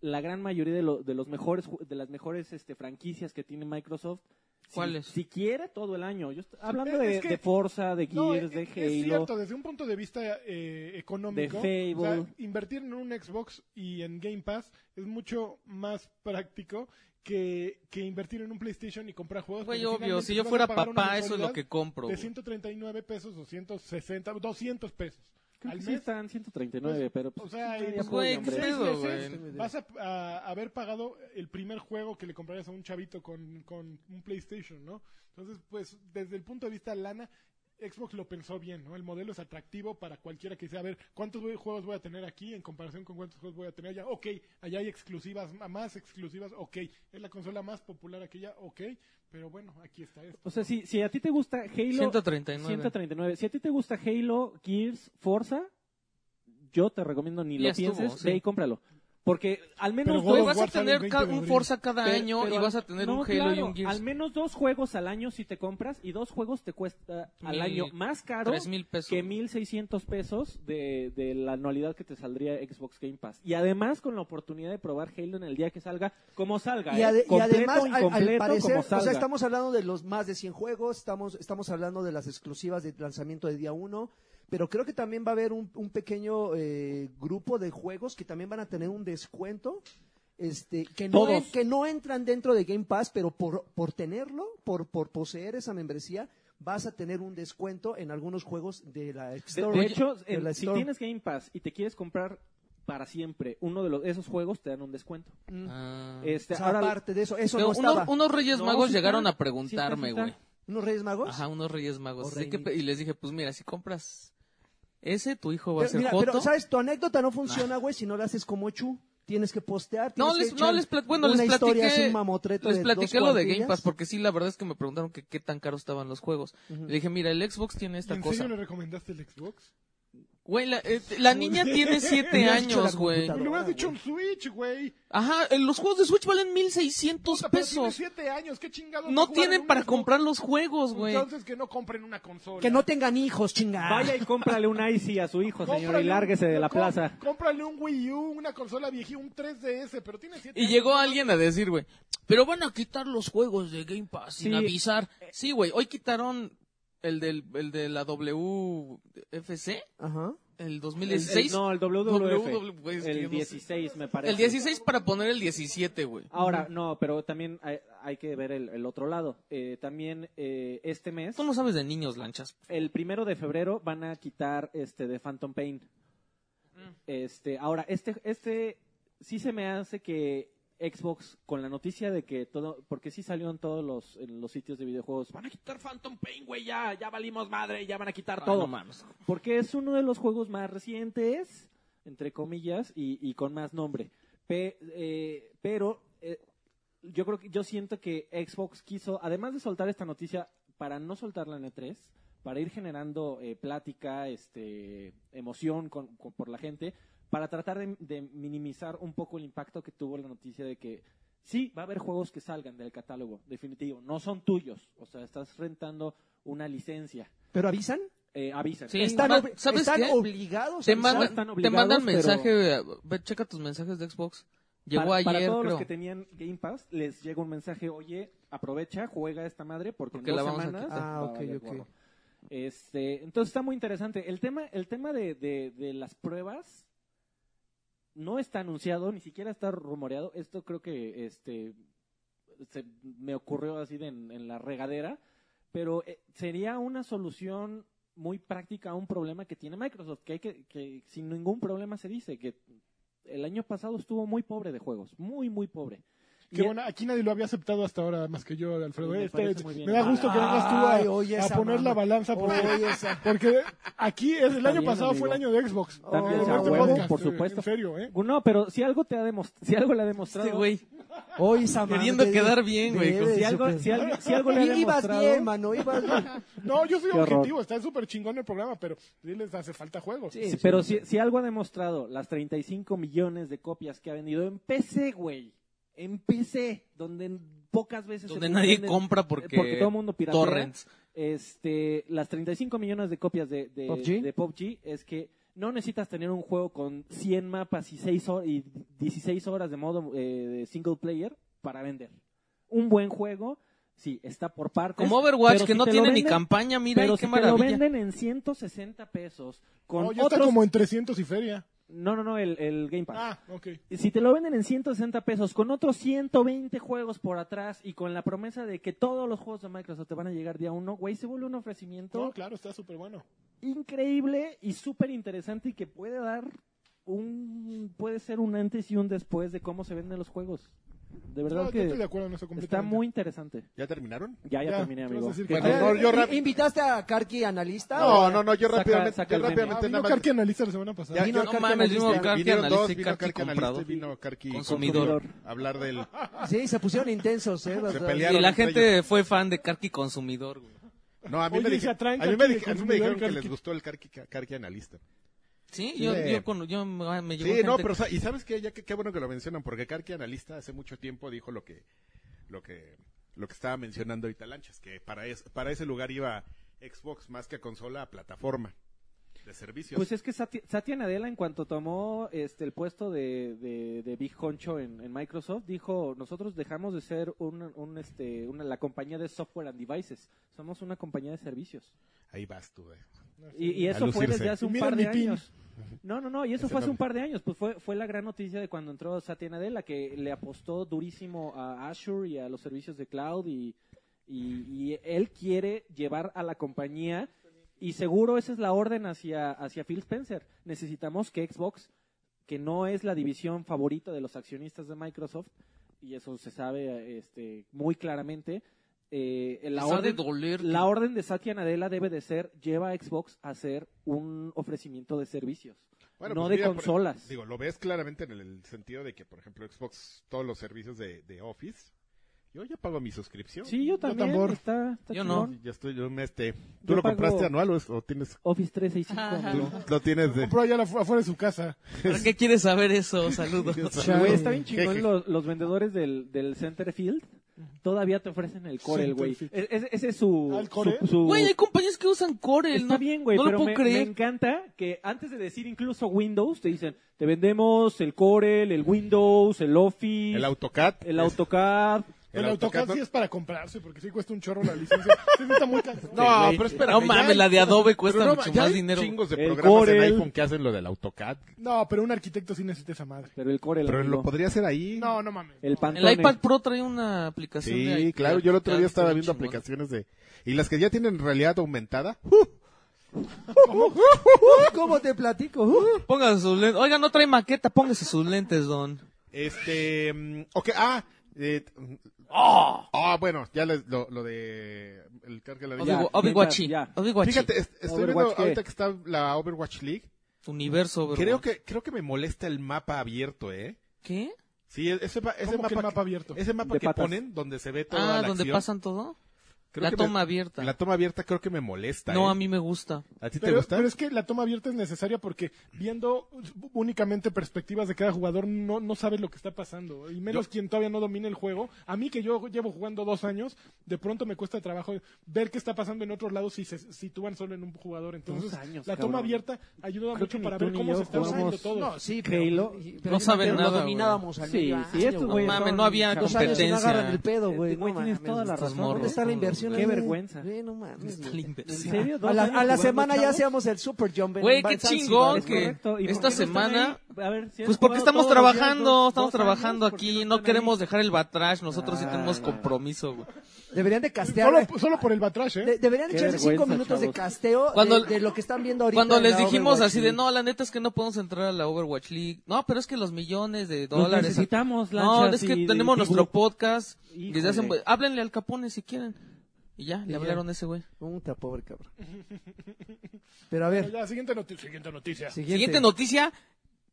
S3: la gran mayoría de, lo- de los mejores ju- de las mejores este, franquicias que tiene Microsoft. Si-
S4: ¿Cuáles?
S3: Si, quiere todo el año. Yo estoy hablando
S1: Es-
S3: de,
S1: es que-
S3: de Forza, de
S1: No, e,
S3: Gears,
S1: es, es
S3: de Halo.
S1: cierto, desde un punto de vista eh, económico,
S3: De
S1: o sea,
S3: Fable.
S1: invertir en un Xbox y en Game Pass es mucho más práctico que, que invertir en un PlayStation y comprar juegos.
S4: Güey,
S1: porque
S4: obvio,
S1: finalmente
S4: si yo
S1: vas a
S4: fuera
S1: pagar una
S4: papá, eso es lo
S1: mensualidad
S4: que compro.
S1: De
S4: güey.
S1: 139 pesos, 260, 200 pesos.
S3: Creo
S1: al
S3: que sí
S1: mes.
S3: están 139,
S1: Pues,
S3: pero
S1: O
S3: pues,
S1: sea,
S3: nadie
S1: en
S3: apoya,
S4: güey,
S3: hombre.
S4: ¿qué
S1: seis
S4: pedo,
S1: meses
S4: güey?
S1: vas a, a haber pagado el primer juego que le comprarías a un chavito con, con un PlayStation, ¿no? Entonces, pues, desde el punto de vista lana, Xbox lo pensó bien, ¿no? El modelo es atractivo para cualquiera que sea, a ver, ¿cuántos voy- juegos voy a tener aquí en comparación con cuántos juegos voy a tener allá? Ok, allá hay exclusivas, ma- más exclusivas, ok. Es la consola más popular aquella, ok. Pero bueno, aquí está esto.
S3: O sea, si, si a ti te gusta Halo,
S4: 139.
S3: 139. Si a ti te gusta Halo, Gears, Forza, yo te recomiendo ni
S4: Ya
S3: lo
S4: estuvo,
S3: pienses,
S4: sí.
S3: ve y cómpralo. Porque al menos
S1: Pero God
S4: Güey,
S1: of
S4: vas a
S1: War sale el
S4: tener ca-
S1: 20 de
S4: un
S1: abril.
S4: Forza cada
S3: Pe-
S4: año
S3: pero
S4: y
S3: al-
S4: vas a tener
S3: no,
S4: un Halo y
S3: claro,
S4: un Gears.
S3: Al menos dos juegos al año si te compras y dos juegos te cuesta al
S4: Mil-
S3: año más caro
S4: Tres mil pesos.
S3: que 1600 pesos de, de la anualidad que te saldría Xbox Game Pass. Y además con la oportunidad de probar Halo en el día que salga, como salga.
S2: Y,
S3: ¿eh?
S2: ade- y
S3: Completo,
S2: además, al- al,
S3: incompleto,
S2: parecer,
S3: como
S2: o sea,
S3: salga.
S2: estamos hablando de los más de 100 juegos, estamos, estamos hablando de las exclusivas de lanzamiento de día 1, pero creo que también va a haber un, un pequeño eh, grupo de juegos que también van a tener un descuento. Este, que, no,
S3: Todos.
S2: que no entran dentro de Game Pass, pero por, por tenerlo, por, por poseer esa membresía, vas a tener un descuento en algunos juegos de la
S3: De,
S2: Store.
S3: de hecho,
S2: de
S3: en-
S2: la
S3: si
S2: Store.
S3: tienes Game Pass y te quieres comprar para siempre uno de los, esos juegos, te dan un descuento.
S2: Mm.
S4: Ah.
S3: Este,
S2: O sea,
S3: ahora,
S2: aparte de eso, eso
S4: Pero
S2: no
S4: unos,
S2: estaba.
S4: unos Reyes
S3: No,
S4: Magos
S3: sí está,
S4: llegaron
S3: sí
S4: a
S3: está, sí
S4: preguntarme,
S3: está.
S4: güey.
S2: ¿Unos Reyes Magos?
S4: Ajá, unos Reyes Magos.
S2: O
S4: Así que
S2: Reinic.
S4: pe- y les dije, pues mira, si compras ese, tu hijo va a
S2: Pero,
S4: ser
S2: mira,
S4: Joto.
S2: pero, ¿sabes? Tu anécdota no funciona, güey, si no la haces como Chu. Tienes que postear.
S4: Ah. no,
S2: tienes
S4: les,
S2: que
S4: no
S2: echar
S4: les, plat- bueno,
S2: una
S4: les
S2: historia
S4: platiqué,
S2: así, un mamotreto
S4: les
S2: de
S4: platiqué
S2: dos
S4: lo de Game
S2: cuartillas.
S4: Pass porque sí, la verdad es que me preguntaron que qué tan caros estaban los juegos. Le dije, mira, el Xbox tiene
S1: ¿Y
S4: esta
S1: ¿En
S4: cosa.
S1: serio le recomendaste el Xbox?
S4: Güey, la, eh, la niña tiene siete
S2: Hubieras dicho la
S4: años, güey.
S2: computadora.
S1: Le hubieras
S2: güey.
S1: dicho un Switch, güey.
S4: Ajá, eh, los juegos de Switch valen 1600
S1: Puta, pero tiene
S4: pesos.
S1: siete años, qué chingados. va a
S4: No
S1: jugar en
S4: tienen
S1: un
S4: para
S1: Xbox?
S4: comprar los juegos, güey.
S1: Entonces que no compren una consola.
S2: Que no tengan hijos, chingada.
S3: Vaya y cómprale un IC a su hijo, señor, y lárguese de la
S1: com-
S3: plaza.
S1: Cómprale un Wii U, una consola viejita, un 3DS, pero tiene siete
S4: Y
S1: años.
S4: llegó alguien a decir, güey, pero van a quitar los juegos de Game Pass sin
S3: Sí.
S4: avisar. Sí, güey, hoy quitaron el, del, el de la WFC,
S2: Ajá.
S4: el
S3: El-
S4: 2016.
S3: el- no, el WWF.
S4: WWF, güey, es que pues, yo
S3: el
S4: no sé.
S3: 16, me parece.
S4: el 16 para poner el 17, güey.
S3: Ahora, no, pero también hay, hay que ver el, el otro lado. Eh, también eh, este mes,
S4: Tú no sabes de niños, lanchas.
S3: el primero de febrero, van a quitar este de Phantom Pain.
S4: Mm.
S3: Este, ahora, este, este sí se me hace que Xbox, con la noticia de que todo, porque sí salió en todos los, en los sitios de videojuegos, van a quitar Phantom Pain, güey, ya, ya valimos madre, ya van a quitar todo.
S4: Ah, no mames.
S3: Porque es uno de los juegos más recientes, entre comillas, y, y con más nombre. Pe- eh, pero eh, yo creo que yo siento que Xbox quiso, además de soltar esta noticia, para no soltarla en E E3, para ir generando eh, plática, este, emoción con- con- por la gente, para tratar de, de minimizar un poco el impacto que tuvo la noticia de que sí, va a haber juegos que salgan del catálogo, definitivo, no son tuyos, o sea, estás rentando una licencia.
S2: ¿Pero avisan?
S3: Eh, avisan.
S4: Sí,
S2: ¿Están,
S4: ma-
S2: obli-
S4: ¿sabes
S2: están
S4: qué?
S2: obligados a
S4: Te
S2: avisar?
S4: mandan,
S3: están
S4: te
S3: obligados,
S4: mandan
S3: pero-
S4: mensaje, güey, ve, checa tus mensajes de Xbox. Llegó
S3: para,
S4: ayer,
S3: para todos
S4: creo.
S3: los que tenían Game Pass, les llega un mensaje, oye, aprovecha, juega esta madre porque,
S4: Porque
S3: en
S4: la
S3: dos
S4: vamos a
S3: semanas...
S4: quitar.
S2: Ah,
S3: va a
S2: ok,
S3: valer
S2: ok.
S3: gorro". Este, entonces está muy interesante. El tema, el tema de, de- de las pruebas no está anunciado, ni siquiera está rumoreado. Esto creo que este, se me ocurrió así de en, en la regadera, pero eh, sería una solución muy práctica a un problema que tiene Microsoft, que hay que, que sin ningún problema se dice, que el año pasado estuvo muy pobre de juegos, muy, muy pobre.
S1: Qué
S3: Y-
S1: bueno, aquí nadie lo había aceptado hasta ahora, más que yo, Alfredo.
S3: Me
S1: Este-
S3: parece muy
S1: me,
S3: bien.
S1: da gusto que vengas tú a,
S2: Ay, oye,
S1: a
S2: esa
S1: poner la
S2: mamá.
S1: balanza, porque,
S2: Oye, esa-
S1: porque aquí es, el
S3: Está
S1: año
S3: bien,
S1: pasado fue el
S3: amigo.
S1: año de Xbox.
S3: También
S1: Oh,
S2: se
S1: de
S2: huevo,
S3: por supuesto.
S1: En serio, ¿eh?
S3: No, pero si algo te ha demostrado, si algo le ha demostrado,
S4: Este güey.
S2: Oye, esa madre
S4: Queriendo
S2: de-
S4: quedar bien, güey,
S2: de-
S4: con-
S3: si
S2: de-
S3: algo, si algo, si algo le ha
S2: I- Ibas
S3: demostrado,
S2: bien, mano, ibas bien.
S1: No, yo soy
S3: Qué horror.
S1: objetivo, está súper chingón el programa, pero sí les hace falta juegos.
S3: Sí, pero si, si algo ha demostrado las 35 millones de copias que ha vendido en PC, güey. en PC, donde pocas veces...
S4: Donde
S3: se
S4: nadie
S3: venden, eh,
S4: compra porque,
S3: porque todo el mundo piratea.
S4: torrents.
S3: este, las 35 millones de copias de, de,
S2: PUBG.
S3: de PUBG es que no necesitas tener un juego con 100 mapas y, seis hor- y 16 horas de modo eh, de single player para vender. Un buen juego, sí, está por partes.
S4: Como Overwatch,
S3: pero
S4: que
S3: si
S4: no
S3: te lo
S4: tiene ni
S3: venden-
S4: campaña, mira, y
S3: pero
S4: qué
S3: si te lo
S4: maravilla.
S3: venden en 160 pesos con
S1: No, ya está
S3: otros...
S1: como en 300 y feria.
S3: No, no, no, el, el Game Pass.
S1: Ah, ok.
S3: Si te lo venden en 160 pesos con otros 120 juegos por atrás y con la promesa de que todos los juegos de Microsoft te van a llegar día uno, güey, se vuelve un ofrecimiento
S1: No, claro, está súper bueno.
S3: increíble y súper interesante y que puede dar un puede ser un antes y un después de cómo se venden los juegos. De verdad
S1: No, yo estoy de
S3: que
S1: acuerdo en eso
S3: está
S1: completamente.
S3: muy interesante.
S5: ¿Ya terminaron?
S3: Ya ya,
S1: Ya,
S3: terminé,
S1: ¿qué vas
S3: amigo.
S1: a decir?
S3: ¿Qué
S1: Bueno,
S3: tal?
S5: no, yo rap-
S2: ¿Invitaste a Karki analista?
S5: No, no, no, yo
S3: Ah, Saca-
S5: rápidamente,
S3: saca el
S5: yo
S3: meme.
S1: Ah,
S5: rápidamente
S1: vino
S5: nada más.
S1: Karki analista la semana pasada.
S2: Vino
S4: No
S2: Karki
S4: mames, vino
S2: analista.
S4: Karki
S5: Vinieron dos,
S4: analista y
S5: vino
S4: Karki
S5: Karki analista y
S4: comprador.
S5: vino Karki
S4: Consumidor.
S5: a hablar del...
S2: Sí, se pusieron intensos, ¿eh?
S5: Se
S4: Y
S5: pelearon.
S4: la
S5: entre
S4: gente fue fan de Karki Consumidor, güey.
S5: No, a mí
S1: Oye,
S5: me,
S1: ¿y
S5: dije-
S1: se atraen
S5: a mí me
S1: Karki de
S5: dije- a mí me
S1: consumidor,
S5: dijeron
S1: Karki?
S5: que les gustó el Karki, Karki analista.
S4: Sí, yo,
S5: Sí.
S4: yo, con- yo me ah, me llegó
S5: Sí, no,
S4: gente-
S5: pero o sea, y sabes que ya que- qué bueno que lo mencionan porque Karki analista hace mucho tiempo dijo lo que lo que lo que estaba mencionando ahorita Lanchas, que para es- para ese lugar iba Xbox más que a consola a plataforma de servicios.
S3: Pues es que Sati- Satya Nadella, en cuanto tomó este, el puesto de, de- de Big Honcho en, en Microsoft, dijo, nosotros dejamos de ser un, un, este, una, la compañía de software and devices, somos una compañía de servicios.
S5: Ahí vas tú. eh.
S3: Y, y
S1: Ah.
S3: eso
S5: A
S3: fue
S5: lucirse.
S3: desde hace
S1: Y
S3: un
S1: mira
S3: par
S1: mi
S3: de
S1: pin.
S3: años. No, no, no, y eso
S5: Ese
S3: fue hace
S5: no.
S3: un par de años. Pues fue, fue la gran noticia de cuando entró Satya Nadella, que le apostó durísimo a Azure y a los servicios de cloud y, y- y él quiere llevar a la compañía y seguro esa es la orden hacia, hacia Phil Spencer. Necesitamos que Xbox, que no es la división favorita de los accionistas de Microsoft, y eso se sabe este, muy claramente, eh, la
S4: Les ha de
S3: orden,
S4: doler.
S3: la orden de Satya Nadella debe de ser lleva a Xbox a hacer un ofrecimiento de servicios, no
S5: pues
S3: de
S5: mira, por-
S3: consolas.
S5: digo, lo ves claramente en el, el sentido de que, por ejemplo, Xbox, todos los servicios de, de Office, yo ya pago mi suscripción.
S3: sí, yo también.
S1: tambor.
S3: está, está
S4: Yo no.
S3: chingón.
S5: Ya estoy yo en este. ¿Tú
S3: Yo
S5: lo
S3: pago-
S5: compraste anual o, es- o tienes,
S3: Office 365. amigo.
S5: lo tienes de...
S1: Compró allá afu- afuera de su casa.
S4: ¿Para qué quieres saber eso? Saludos.
S3: Güey, está bien chingón
S5: Jeje.
S3: los, los vendedores del, del Center Field. Todavía te ofrecen el Corel, güey.
S1: Center
S3: E- Ese, ese es su...
S1: ¿Ah, el Corel?
S3: su- su-
S4: Güey, hay compañías que usan Corel.
S3: Está
S4: no,
S3: bien, güey,
S4: no lo
S3: pero
S4: puedo
S3: me, me
S4: creer.
S3: encanta que antes de decir incluso Windows, te dicen, te vendemos el Corel, el Windows, el Office,
S5: El
S3: el,
S5: AutoCAD. Este,
S3: AutoCAD.
S1: El, AutoCAD, sí es para comprarse, porque sí cuesta un chorro la licencia. sí está muy cansado.
S5: No,
S4: Güey,
S5: pero espera.
S4: no mames, la de Adobe cuesta mucho más dinero.
S5: chingos de
S3: El
S5: programas en
S3: Corel.
S5: iPhone que hacen lo del AutoCAD.
S1: No, pero un arquitecto sí necesita esa madre.
S3: Pero el Corel,
S5: Pero
S3: amigo.
S5: lo podría hacer ahí.
S1: No, no mames.
S3: el Pantone.
S4: El iPad Pro trae una aplicación. de
S5: Sí,
S4: iPad,
S5: claro. Yo el otro día
S4: está
S5: estaba
S4: bien
S5: viendo
S4: chingona.
S5: aplicaciones de... Y las que ya tienen realidad aumentada.
S2: ¿Cómo te platico? Uh.
S4: Póngase sus lentes. Oiga, no trae maqueta, póngase sus lentes, don.
S5: Este... mm, Ok, ah... eh, mm, Ah, bueno, ya les- lo, lo de... El carga la
S3: Ya,
S4: Obi-
S3: mientras,
S4: Overwatch.
S3: ya.
S4: Overwatch.
S5: Fíjate, es- estoy
S3: Overwatch,
S5: viendo
S3: ¿qué?
S5: ahorita que está la Overwatch League.
S4: Universo, Overwatch.
S5: Creo que, creo que me molesta el mapa abierto, ¿eh?
S4: ¿Qué?
S5: Sí, e-, ese, ma- ese
S1: ¿Cómo
S5: mapa,
S1: que el mapa abierto?
S5: Ese mapa
S3: De
S5: que
S3: patas.
S5: ponen donde se ve toda
S4: Ah,
S5: la
S4: donde
S5: acción.
S4: pasan todo.
S5: creo
S4: la
S5: que me-
S4: toma abierta.
S5: La toma abierta creo que me molesta.
S4: No,
S5: ¿eh?
S4: a mí me gusta.
S5: ¿A ti te
S1: Pero,
S5: gusta?
S1: pero es que la toma abierta es necesaria porque viendo únicamente perspectivas de cada jugador no, no sabes lo que está pasando. Y menos
S5: Yo-
S1: quien todavía no domina el juego. A mí que yo llevo jugando dos años, de pronto me cuesta trabajo ver qué está pasando en otros lados si se sitúan solo en un jugador. Entonces,
S3: Dos años,
S1: la toma
S3: cabrón.
S1: abierta ayuda
S3: Creo
S1: mucho
S3: que ni
S1: para
S3: tú
S1: ver
S3: ni
S1: cómo
S3: yo
S1: se está usando
S3: jugamos.
S1: todo.
S2: No, sí,
S3: Halo.
S2: pero, pero
S4: No saben
S2: pero
S4: nada,
S2: Lo dominábamos al
S3: Sí,
S2: medio
S3: sí,
S2: año,
S3: estos
S4: No
S2: güey.
S3: güeyes
S4: mames,
S3: son
S4: no había
S3: chavos.
S2: Dos años y no
S4: competencia.
S2: agarran el pedo, güey.
S3: Güey,
S2: no
S3: tienes
S2: mames.
S3: toda la
S4: estos
S3: razón.
S4: morros.
S2: ¿Dónde está la inversión?
S3: Qué
S2: ahí?
S3: vergüenza.
S2: Güey, no mames.
S4: Está
S2: güey.
S4: la inversión.
S3: ¿En serio? ¿Dos
S2: A la,
S3: años
S2: a la
S3: jugando,
S2: semana ya
S3: chavos?
S2: hacíamos el Super Jump. en-
S4: Güey,
S2: en
S4: qué
S2: Zanzibar.
S4: chingón
S3: Es
S4: que
S3: correcto. ¿Y por
S4: esta
S3: qué no están
S4: semana-
S3: ahí? A ver, si han
S4: Pues
S3: jugado
S4: porque estamos
S3: todos los días,
S4: trabajando,
S3: dos-
S4: estamos
S3: dos años,
S4: trabajando
S3: ¿por qué
S4: aquí, no
S3: están ahí?
S4: queremos dejar el batrash, nosotros sí
S3: Ah.
S4: tenemos compromiso, güey.
S2: Deberían de
S3: este,
S2: castear.
S1: Mm, Solo, solo por el batrash, ¿eh?
S2: de- deberían
S3: Qué
S2: echarse cinco
S3: vergüenza,
S2: minutos de
S3: chavos.
S2: casteo de-
S4: Cuando-
S2: de, lo que están viendo ahorita.
S4: Cuando
S2: en la
S4: les dijimos
S2: Overwatch
S4: así de,
S2: League.
S4: no, la neta es que no podemos entrar a la Overwatch League. No, pero es que los millones de
S3: Los
S4: dólares.
S3: necesitamos,
S4: No,
S3: lanchas
S4: es que
S3: y-
S4: tenemos
S3: y
S4: nuestro
S3: Facebook.
S4: podcast. Desde hace...
S3: Híjole.
S4: Háblenle al Capone si quieren. Y ya, le
S2: ya.
S4: hablaron a ese güey.
S2: Puta, pobre cabrón. Pero a ver,
S1: Ya, siguiente, noti- siguiente noticia.
S2: siguiente.
S4: Siguiente noticia.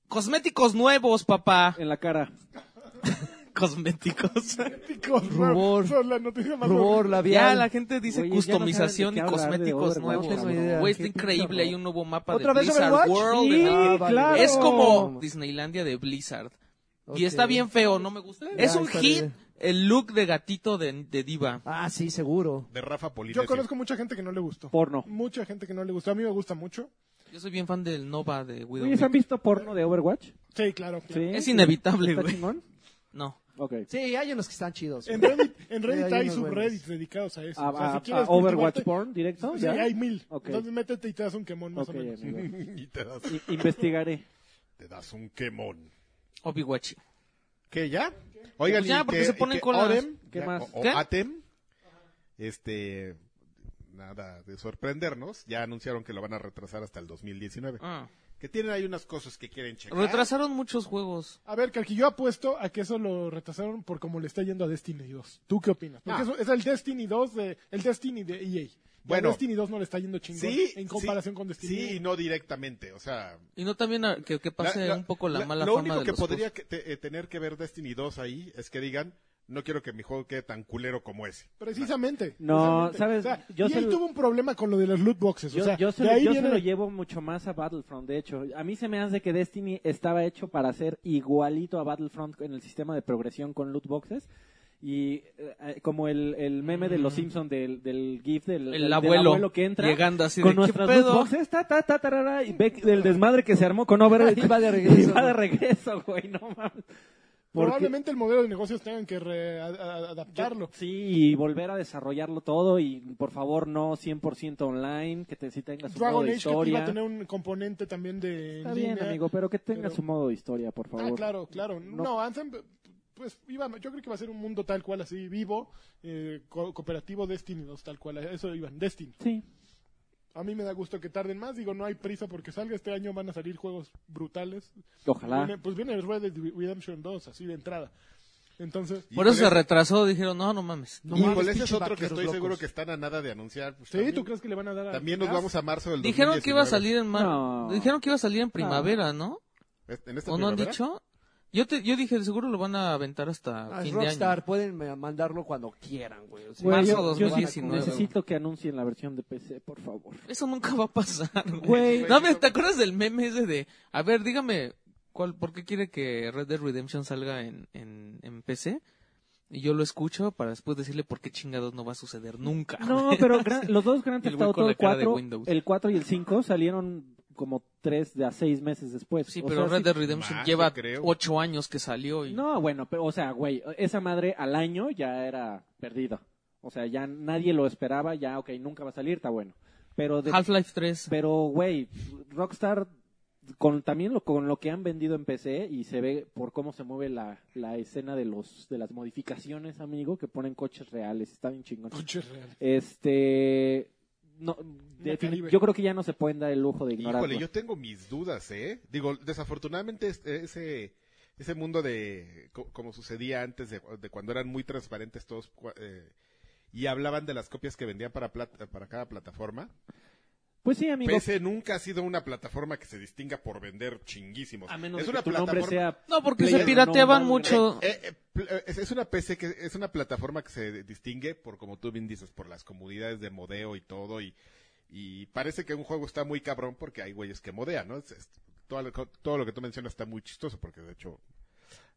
S4: Cosméticos nuevos, papá.
S3: En la cara.
S4: Cosméticos.
S1: Chicos,
S2: Rubor.
S1: Son las noticias más
S2: Rubor
S4: ya
S2: labial.
S4: la gente dice
S3: Güey, ya no saben
S4: customización
S3: de
S4: y
S3: qué hablar de
S4: cosméticos
S3: Overwatch,
S4: nuevos.
S2: no tengo idea.
S4: Güey, está
S2: Qué
S4: increíble.
S2: pinche
S4: Hay un nuevo mapa de
S2: ¿Otra vez
S4: Blizzard
S2: Overwatch?
S4: World.
S3: Sí,
S2: Ah, vale.
S3: claro.
S4: Es como Disneylandia de Blizzard.
S2: Ok.
S4: Y está bien feo, no me gusta.
S2: Ya,
S4: es un
S2: está
S4: hit
S2: bien.
S4: el look de gatito de, de diva.
S2: Ah, sí, seguro.
S5: De Rafa Polinesio.
S1: Yo conozco mucha gente que no le gustó.
S3: Porno.
S1: Mucha gente que no le gustó. A mí me gusta mucho.
S4: Yo soy bien fan del Nova
S3: Oye, ¿se
S4: de
S3: han
S4: Widowmaker.
S3: visto porno de Overwatch?
S1: Sí, claro. claro.
S3: Sí.
S4: Es inevitable,
S3: ¿Está
S4: güey.
S3: chingón?
S4: No.
S3: Ok.
S2: Sí, hay unos que están chidos.
S1: En Reddit, en
S2: Sí,
S1: Reddit
S2: hay
S1: hay,
S2: unos
S1: subreddits
S2: buenos.
S1: dedicados a eso.
S3: ¿A,
S1: O sea,
S3: a-
S1: si
S3: a
S1: quieres
S3: Ah, Overwatch
S1: cultivarte-
S3: porn directo?
S1: Sí,
S3: ¿ya?
S1: hay mil.
S3: Ok.
S1: Entonces métete y te das un quemón más
S3: Ok,
S1: o menos.
S3: amigo.
S5: y te das,
S3: I- Investigaré.
S5: te das un quemón.
S4: Obi-Watch.
S5: ¿Qué ya? Oigan,
S4: Pues ya,
S5: y
S4: porque
S5: que-
S4: se
S5: y
S4: ponen
S5: que
S4: con las-
S5: Odem,
S3: ¿Qué
S5: ya,
S3: más?
S5: O, o
S4: ¿Qué?
S5: Atem, este, nada de sorprendernos, ya anunciaron que lo van a retrasar hasta el 2019.
S4: Ah.
S5: Que tienen ahí unas cosas que quieren checar.
S4: Retrasaron muchos juegos.
S1: A ver, Carqui, yo apuesto a que eso lo retrasaron por como le está yendo a Destiny 2. ¿Tú qué opinas? Porque
S5: Ah.
S1: eso es el Destiny 2 de, el Destiny de EA. Y
S5: Bueno.
S1: a Destiny 2 no le está yendo chingón
S5: Sí,
S1: en comparación
S5: sí,
S1: con Destiny
S5: Sí, y no directamente, o sea...
S4: Y no también a- que, que pase
S5: la- la-
S4: un poco la,
S5: la-
S4: mala
S5: Lo
S4: fama
S5: único
S4: de
S5: que
S4: los
S5: podría
S4: juegos.
S5: que te- eh, tener que ver Destiny 2 ahí es que digan, no quiero que mi juego quede tan culero como ese.
S1: Precisamente.
S3: No,
S1: precisamente.
S3: ¿sabes?
S1: O sea,
S3: Yo
S1: EA
S3: se-
S1: tuvo un problema con lo de los loot boxes.
S3: Yo,
S1: o sea,
S3: yo se,
S1: de
S3: lo-
S1: ahí
S3: yo se
S1: viene...
S3: lo llevo mucho más a Battlefront, de hecho. A mí se me hace que Destiny estaba hecho para ser igualito a Battlefront en el sistema de progresión con loot boxes. Y eh, eh, como el, el meme de
S1: Mm.
S3: los Simpsons del, del GIF del,
S4: El
S3: del- del
S4: abuelo
S3: que entra.
S4: llegando así de,
S3: con
S4: "¿Qué
S3: nuestras
S4: pedo?".
S3: loot boxes, ta, ta, ta, tarara, y ve el desmadre que se armó con Over.
S2: Y va de regreso.
S3: Y va de regreso, güey, no mames. Porque-
S1: Probablemente el modelo de negocios tengan que re- a- a- adaptarlo.
S3: Sí, y volver a desarrollarlo todo y por favor no 100% online, que te, si tenga su modo
S1: Dragon
S3: de
S1: Age que iba a
S3: historia.
S1: tener un componente también de
S3: Está
S1: en
S3: bien,
S1: línea.
S3: amigo, pero que tenga
S1: pero-
S3: su modo de historia, por favor.
S1: Ah, claro, claro. No, Anthem, pues iba, yo creo que va a ser un mundo tal cual así, vivo, eh, co- cooperativo Destiny 2, tal cual. Eso iban, Destiny.
S3: Sí.
S1: A mí me da gusto que tarden más, digo, no hay prisa porque salga este año, van a salir juegos brutales. Viene-
S3: Ojalá.
S1: pues viene el Red Dead Redemption 2 así de entrada. Entonces,
S5: Y
S4: Por eso
S5: con
S4: se
S5: ese-
S4: retrasó, dijeron, no, no mames.
S2: No
S5: y
S2: mames,
S5: con ese es
S2: pinches
S5: otro que
S2: vaqueros
S5: estoy seguro
S2: locos.
S5: que están a nada de anunciar. pues,
S1: ¿sí?
S5: también,
S1: ¿Tú crees que le van a dar a...
S5: también nos vamos a marzo del
S4: Dijeron que iba a
S5: 2019.
S4: salir en mar...
S3: No.
S4: Dijeron que iba a salir en primavera, ¿no?
S5: Este- en esta
S4: ¿O no han
S5: primavera.
S4: dicho? Yo te, yo dije, de seguro lo van a aventar hasta
S2: Ah, es
S4: fin de
S2: Rockstar,
S4: año.
S2: pueden eh, mandarlo cuando quieran, güey. O sea,
S3: Güey,
S4: Marzo
S3: yo- yo sí
S4: 2019.
S3: necesito que anuncien la versión de PC, por favor.
S4: Eso nunca va a pasar,
S3: Güey.
S4: güey. No, mames, ¿te acuerdas del meme ese de... A ver, dígame, ¿cuál, ¿por qué quiere que Red Dead Redemption salga en, en, en PC? Y yo lo escucho para después decirle por qué chingados no va a suceder nunca.
S3: No,
S4: güey.
S3: pero gran- los dos Grand Theft
S4: El güey con
S3: Auto
S4: la cara de
S3: 4,
S4: Windows.
S3: el 4 y el 5 salieron como 3 de a 6 meses después.
S4: Sí,
S3: O
S4: pero
S3: sea,
S4: Red Dead Redemption
S5: Más,
S4: lleva
S5: yo creo.
S4: ocho años que salió y...
S3: No, bueno, pero, o sea, güey, esa madre al año ya era perdida. O sea, ya nadie lo esperaba, ya, ok, nunca va a salir, está bueno. Pero, de-
S4: Half-Life 3.
S3: pero güey, Rockstar, con también lo, con lo que han vendido en PC y se ve por cómo se mueve la, la escena de los de las modificaciones, amigo, que ponen coches reales, está bien chingón.
S1: Coche real.
S3: Este, no, defini-
S1: Caribe.
S3: yo creo que ya no se pueden dar el lujo de ignorarlo.
S5: Híjole, yo tengo mis dudas, ¿eh? Digo, desafortunadamente es- eh, ese, ese mundo de, co- como sucedía antes, de, de cuando eran muy transparentes todos cua- eh, y hablaban de las copias que vendían para, plat- para cada plataforma,
S3: Pues sí, amigo.
S5: PC nunca ha sido una plataforma que se distinga por vender chinguísimos.
S3: a menos
S5: es
S3: de
S5: una
S3: que tu nombre
S5: plataforma-
S3: sea
S4: No, porque
S3: Player
S4: se pirateaban
S3: Unknown
S4: mucho.
S5: Eh, eh, pl- eh, es, es una PC que es una plataforma que se distingue por como tú bien dices por las comunidades de modeo y todo y, y parece que un juego está muy cabrón porque hay güeyes que modean, ¿no? Es- es- todo, lo, que- todo lo que tú mencionas está muy chistoso porque de hecho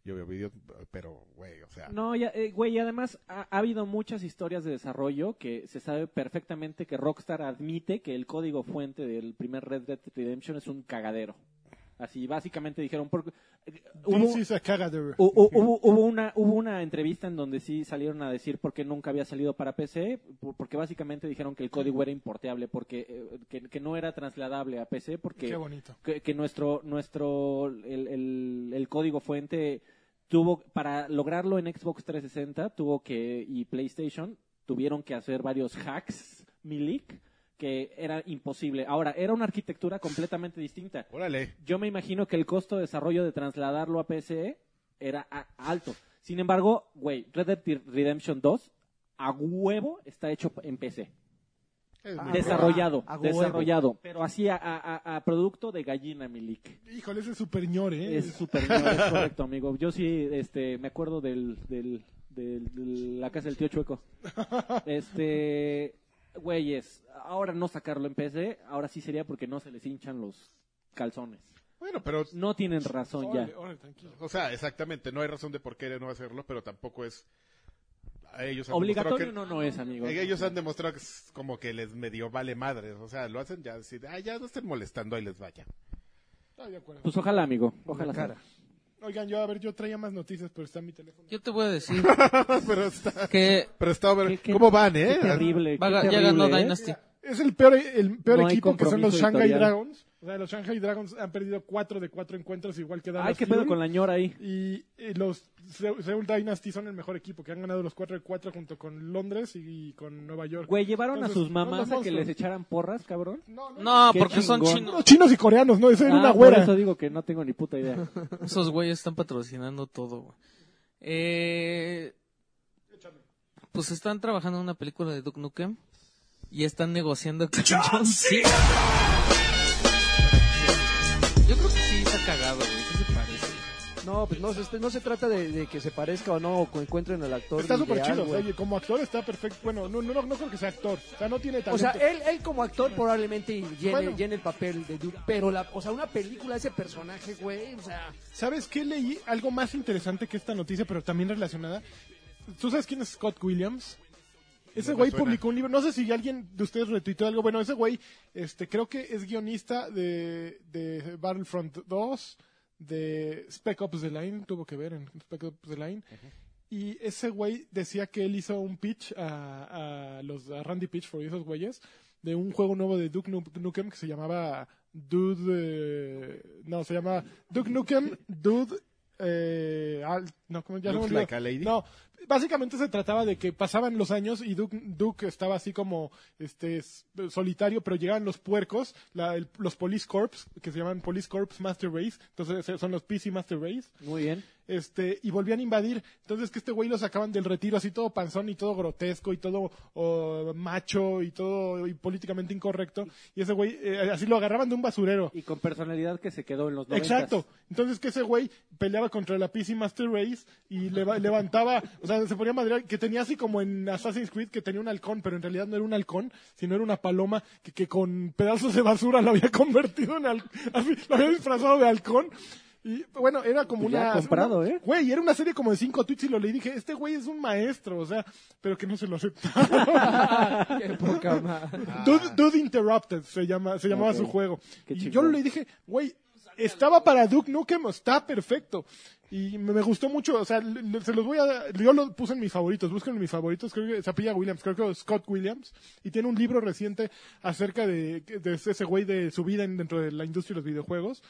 S5: yo veo videos, pero güey, o sea,
S3: No, ya, eh, güey, y además ha, ha habido muchas historias de desarrollo que se sabe perfectamente que Rockstar admite que el código fuente del primer Red Dead Redemption es un cagadero. Así, básicamente dijeron, porque eh, hubo,
S1: This is a cagadero.
S3: hu- hu- hubo- hubo una, hubo una entrevista en donde sí salieron a decir por qué nunca había salido para PC, por- porque básicamente dijeron que el código era importeable, porque eh, que, que no era trasladable a PC, porque
S1: Qué bonito.
S3: que, que nuestro nuestro el, el- el código fuente tuvo para lograrlo en Xbox 360 tuvo que y PlayStation tuvieron que hacer varios hacks milik que era imposible. Ahora era una arquitectura completamente distinta.
S5: órale.
S3: Yo me imagino que el costo de desarrollo de trasladarlo a PC era a- alto. Sin embargo, güey, Red Dead Redemption 2 a huevo está hecho en PC.
S5: es
S2: Ah,
S5: muy
S3: Desarrollado,
S2: a huevo.
S3: desarrollado, pero así a, a- a- a producto de gallina, Milik.
S1: Híjole, ese es super ñor, ¿eh?
S3: Es súper no, es correcto, amigo. Yo sí este, me acuerdo del, del, del- de la casa del tío Chueco. Este, güeyes, ahora no sacarlo en PC, ahora sí sería porque no se les hinchan los calzones.
S5: Bueno, pero,
S3: No tienen razón ya.
S1: Órale, órale, tranquilo.
S5: o sea, exactamente, no hay razón de por qué no hacerlo, pero tampoco es... a Ellos han demostrado
S3: Obligatorio
S5: que,
S3: no, no es, amigo.
S5: Eh, Ellos han demostrado que es como que les medio vale madres. O sea, lo hacen ya decir, ah, ya no estén molestando, ahí les vaya.
S1: Estoy de acuerdo.
S3: Pues ojalá, amigo. Ojalá.
S1: Oigan, yo, a ver, yo traía más noticias, pero está en mi teléfono.
S4: Yo te voy a decir
S5: pero está,
S4: que
S5: pero está over-
S3: Qué- qué-
S5: ¿Cómo van, eh?
S3: Qué terrible.
S4: Vaga-
S3: qué
S4: ya
S3: terrible,
S4: ganó
S3: ¿eh?
S4: Dynasty.
S1: Es el peor, el peor
S3: No hay
S1: equipo que son los
S3: compromiso
S1: Shanghai
S3: editorial.
S1: Dragons. O sea, los Shanghai Dragons han perdido cuatro de cuatro encuentros, igual que Dallas
S3: ¿eh? Ay, qué pedo
S1: Fury.
S3: con la ñora ahí.
S1: Y, eh, los Se- Seoul Dynasty son el mejor equipo, que han ganado los cuatro de cuatro junto con Londres y, y con Nueva York.
S3: Güey, llevaron a
S1: Entonces,
S3: sus mamás
S1: no, no,
S3: a que
S1: monstruos.
S3: les echaran porras, cabrón.
S1: No, no,
S4: No,
S3: Qué
S4: porque son
S3: chingón.
S4: chinos.
S1: Los chinos y coreanos, ¿no? Esa era
S3: Ah,
S1: una
S3: Por
S1: güera.
S3: eso digo que no tengo ni puta idea.
S4: Esos güeyes están patrocinando todo, güey. Eh, pues están trabajando en una película de Duke Nukem y están negociando con John Cena. Yo creo que sí está cagado, güey. ¿Qué se parece?
S2: No, pues no, se- no se trata de, de que se parezca o no, o que encuentren al actor.
S1: Está súper
S2: ideal,
S1: chido.
S2: güey.
S1: Oye, como actor está perfecto. Bueno, no, no, no, no creo que sea actor. O sea, no tiene talento.
S2: O sea, él, él como actor probablemente llene,
S1: Bueno.
S2: llene el papel de Duke, pero la, o sea, una película de ese personaje, güey, o sea,
S1: ¿Sabes qué leí? Algo más interesante que esta noticia, pero también relacionada. ¿Tú sabes quién es Scott Williams? Ese
S5: No me
S1: güey
S5: suena.
S1: publicó un libro, no sé si alguien de ustedes retuiteó algo, bueno, ese güey este, creo que es guionista de, de Battlefront 2, de Spec Ops The Line, tuvo que ver en Spec Ops The Line, y ese güey decía que él hizo un pitch a, a los a Randy Pitchford y esos güeyes de un juego nuevo de Duke Nu- Nukem que se llamaba Dude. eh, no, se llama Duke Nukem Dude. Eh, al- no, ¿cómo ya se me
S5: Looks
S1: olvidó.
S5: like a lady.
S1: No, básicamente se trataba de que pasaban los años y Duke, Duke estaba así como este s- solitario, pero llegaban los puercos, la- el- los Police Corps, que se llaman Police Corps Master Race, entonces eh, son los PC Master Race
S3: Muy bien.
S1: este, y volvían a invadir. Entonces que este güey lo sacaban del retiro así todo panzón y todo grotesco y todo oh, macho y todo y políticamente incorrecto. Y ese güey eh, así lo agarraban de un basurero.
S3: Y con personalidad que se quedó en los 90.
S1: Exacto. Entonces que ese güey peleaba contra la PC Master Race y leva- levantaba, o sea, se ponía a madrear, que tenía así como en Assassin's Creed que tenía un halcón, pero en realidad no era un halcón, sino era una paloma que, que con pedazos de basura lo había convertido en halcón, lo había disfrazado de halcón. Y bueno, era como
S3: Pues ya
S1: una...
S3: comprado,
S1: una-
S3: ¿eh?
S1: Güey, era una serie como de cinco tweets y lo leí y dije, este güey es un maestro, o sea, pero que no se lo acepta.
S2: qué poca madre.
S1: Dude, Dude Interrupted se, llama, se llamaba
S3: Ok.
S1: su juego.
S3: Qué
S1: y
S3: chingón.
S1: yo le dije, güey, estaba para Duke Nukem, está perfecto. Y me, me gustó mucho, o sea, le- le- se los voy a, yo lo puse en mis favoritos, busquen en mis favoritos, creo que se apellida Williams, creo que es Scott Williams, y tiene un libro reciente acerca de, de ese güey de su vida en- dentro de la industria de los videojuegos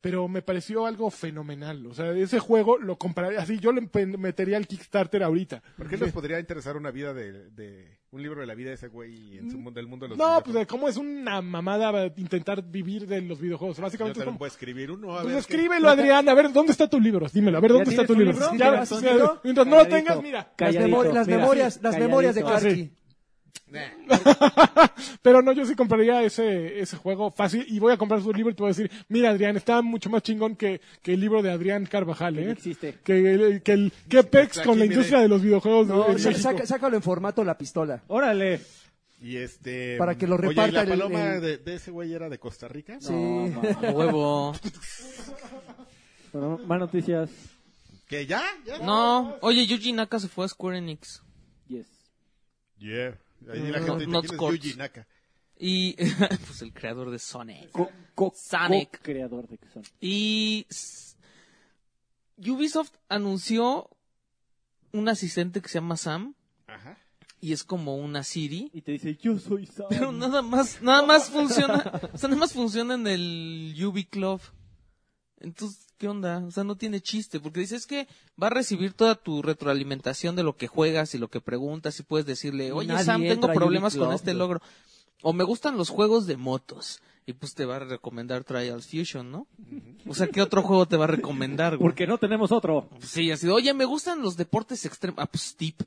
S1: pero me pareció algo fenomenal. O sea, ese juego lo compraría, así yo le empe- metería al Kickstarter ahorita.
S5: ¿Por qué les podría interesar una vida de, de- un libro de la vida de ese güey en su mundo, del mundo de los
S1: No, pues
S5: videojuegos?
S1: de cómo es una mamada eh, intentar vivir de los videojuegos.
S5: Yo
S1: Básicamente es
S5: también
S1: como...
S5: puedo escribir uno. A
S1: Pues
S5: ver, qué-
S1: escríbelo, Adrián. A ver, ¿dónde está tu libro? Dímelo, a ver,
S3: ¿Ya
S1: ¿dónde está tu
S3: tienes
S1: libro?
S3: tu libro?
S1: Ya,
S2: ¿Tienes
S1: sí,
S2: tu
S1: mira,
S2: libro?
S1: mientras no lo
S3: Calladito.
S1: tengas, mira.
S2: Las,
S3: Calladito,
S2: memorias- las
S3: mira,
S2: memorias, las
S3: calladito.
S2: memorias de
S1: Ah, sí.
S2: Karki.
S1: Pero no, yo sí compraría ese, ese juego fácil y voy a comprar su libro y te voy a decir, mira, Adrián, está mucho más chingón que, que el libro de Adrián Carvajal,
S3: Que no
S1: ¿eh?
S3: existe.
S1: Que, el- que el, que pex
S5: Aquí,
S1: con la
S5: mire.
S1: industria de los videojuegos
S2: No,
S1: en
S2: sa-
S1: México.
S2: saca- sácalo en formato la pistola.
S3: Órale.
S5: Y este...
S2: Para que lo
S5: oye, ¿y
S2: reparta el-
S5: la paloma
S2: el-
S5: De, de ese güey era de Costa Rica?
S2: Sí.
S3: No,
S4: A huevo.
S3: Bueno, más noticias.
S5: ¿Que ya? ¿Ya?
S4: No, oye, Yuji Naka se fue a Square Enix.
S3: Yes.
S5: Yeah. Ahí la
S4: No,
S5: gente
S4: not
S5: dice, ¿quién
S4: Scorch.
S5: es Yuji Naka?
S4: Y, pues el creador de Sonic. Sonic.
S3: creador de que son.
S4: Y s- Ubisoft anunció un asistente que se llama Sam
S5: Ajá.
S4: y es como una Siri. Mm.
S3: Y te dice, yo soy Sam.
S4: Pero nada más, nada más funciona, o sea, nada más funciona en el Ubi Club. Entonces, ¿qué onda? O sea, no tiene chiste, porque dices que va a recibir toda tu retroalimentación de lo que juegas y lo que preguntas y puedes decirle, oye
S2: Nadie
S4: Sam, tengo
S2: entra a
S4: problemas con
S2: Ubi
S4: este
S2: Club,
S4: logro. O me gustan los juegos de motos. Y pues te va a recomendar Trials Fusion, ¿no? O sea, ¿qué otro juego te va a recomendar, güey?
S3: Porque no tenemos otro.
S4: Sí, así de, oye, me gustan los deportes extremos. Ah, pues, tip.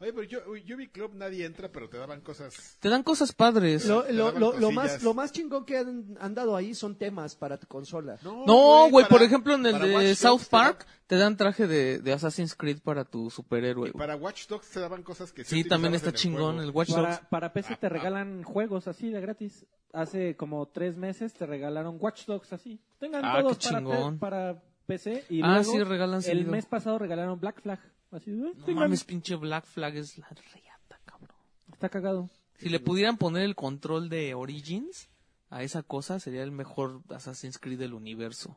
S5: Oye, pero yo, yo vi Club, nadie entra, pero te daban cosas.
S4: Te dan cosas padres.
S2: Lo,
S5: Te
S2: lo-
S5: daban
S2: lo- lo
S5: cosillas.
S2: más, lo más chingón que han, han dado ahí son temas para tu consola.
S4: No, güey,
S5: para-
S4: por ejemplo, en el
S5: para
S4: de
S5: Watch
S4: South
S5: Dogs te daban-
S4: Park te dan traje de, de Assassin's Creed para tu superhéroe. güey.
S5: y para Watch Dogs te daban cosas que
S4: Sí, también
S5: utilizabas
S4: está
S5: en el
S4: chingón
S5: juego.
S4: el Watch Dogs.
S3: Para, para PC te
S5: Ah, ah.
S3: regalan juegos así de gratis. Hace como tres meses te regalaron Watch Dogs así. Tengan
S4: Ah,
S3: todos
S4: qué
S3: para,
S4: chingón.
S3: te- para PC. Y
S4: Ah,
S3: luego
S4: sí, regalan
S3: El
S4: seguido.
S3: mes pasado regalaron Black Flag. Así, eh,
S4: No
S3: tengan-
S4: mames, pinche Black Flag es la riata, cabrón.
S3: Está cagado.
S4: Si le pudieran poner el control de Origins a esa cosa, sería el mejor Assassin's Creed del universo.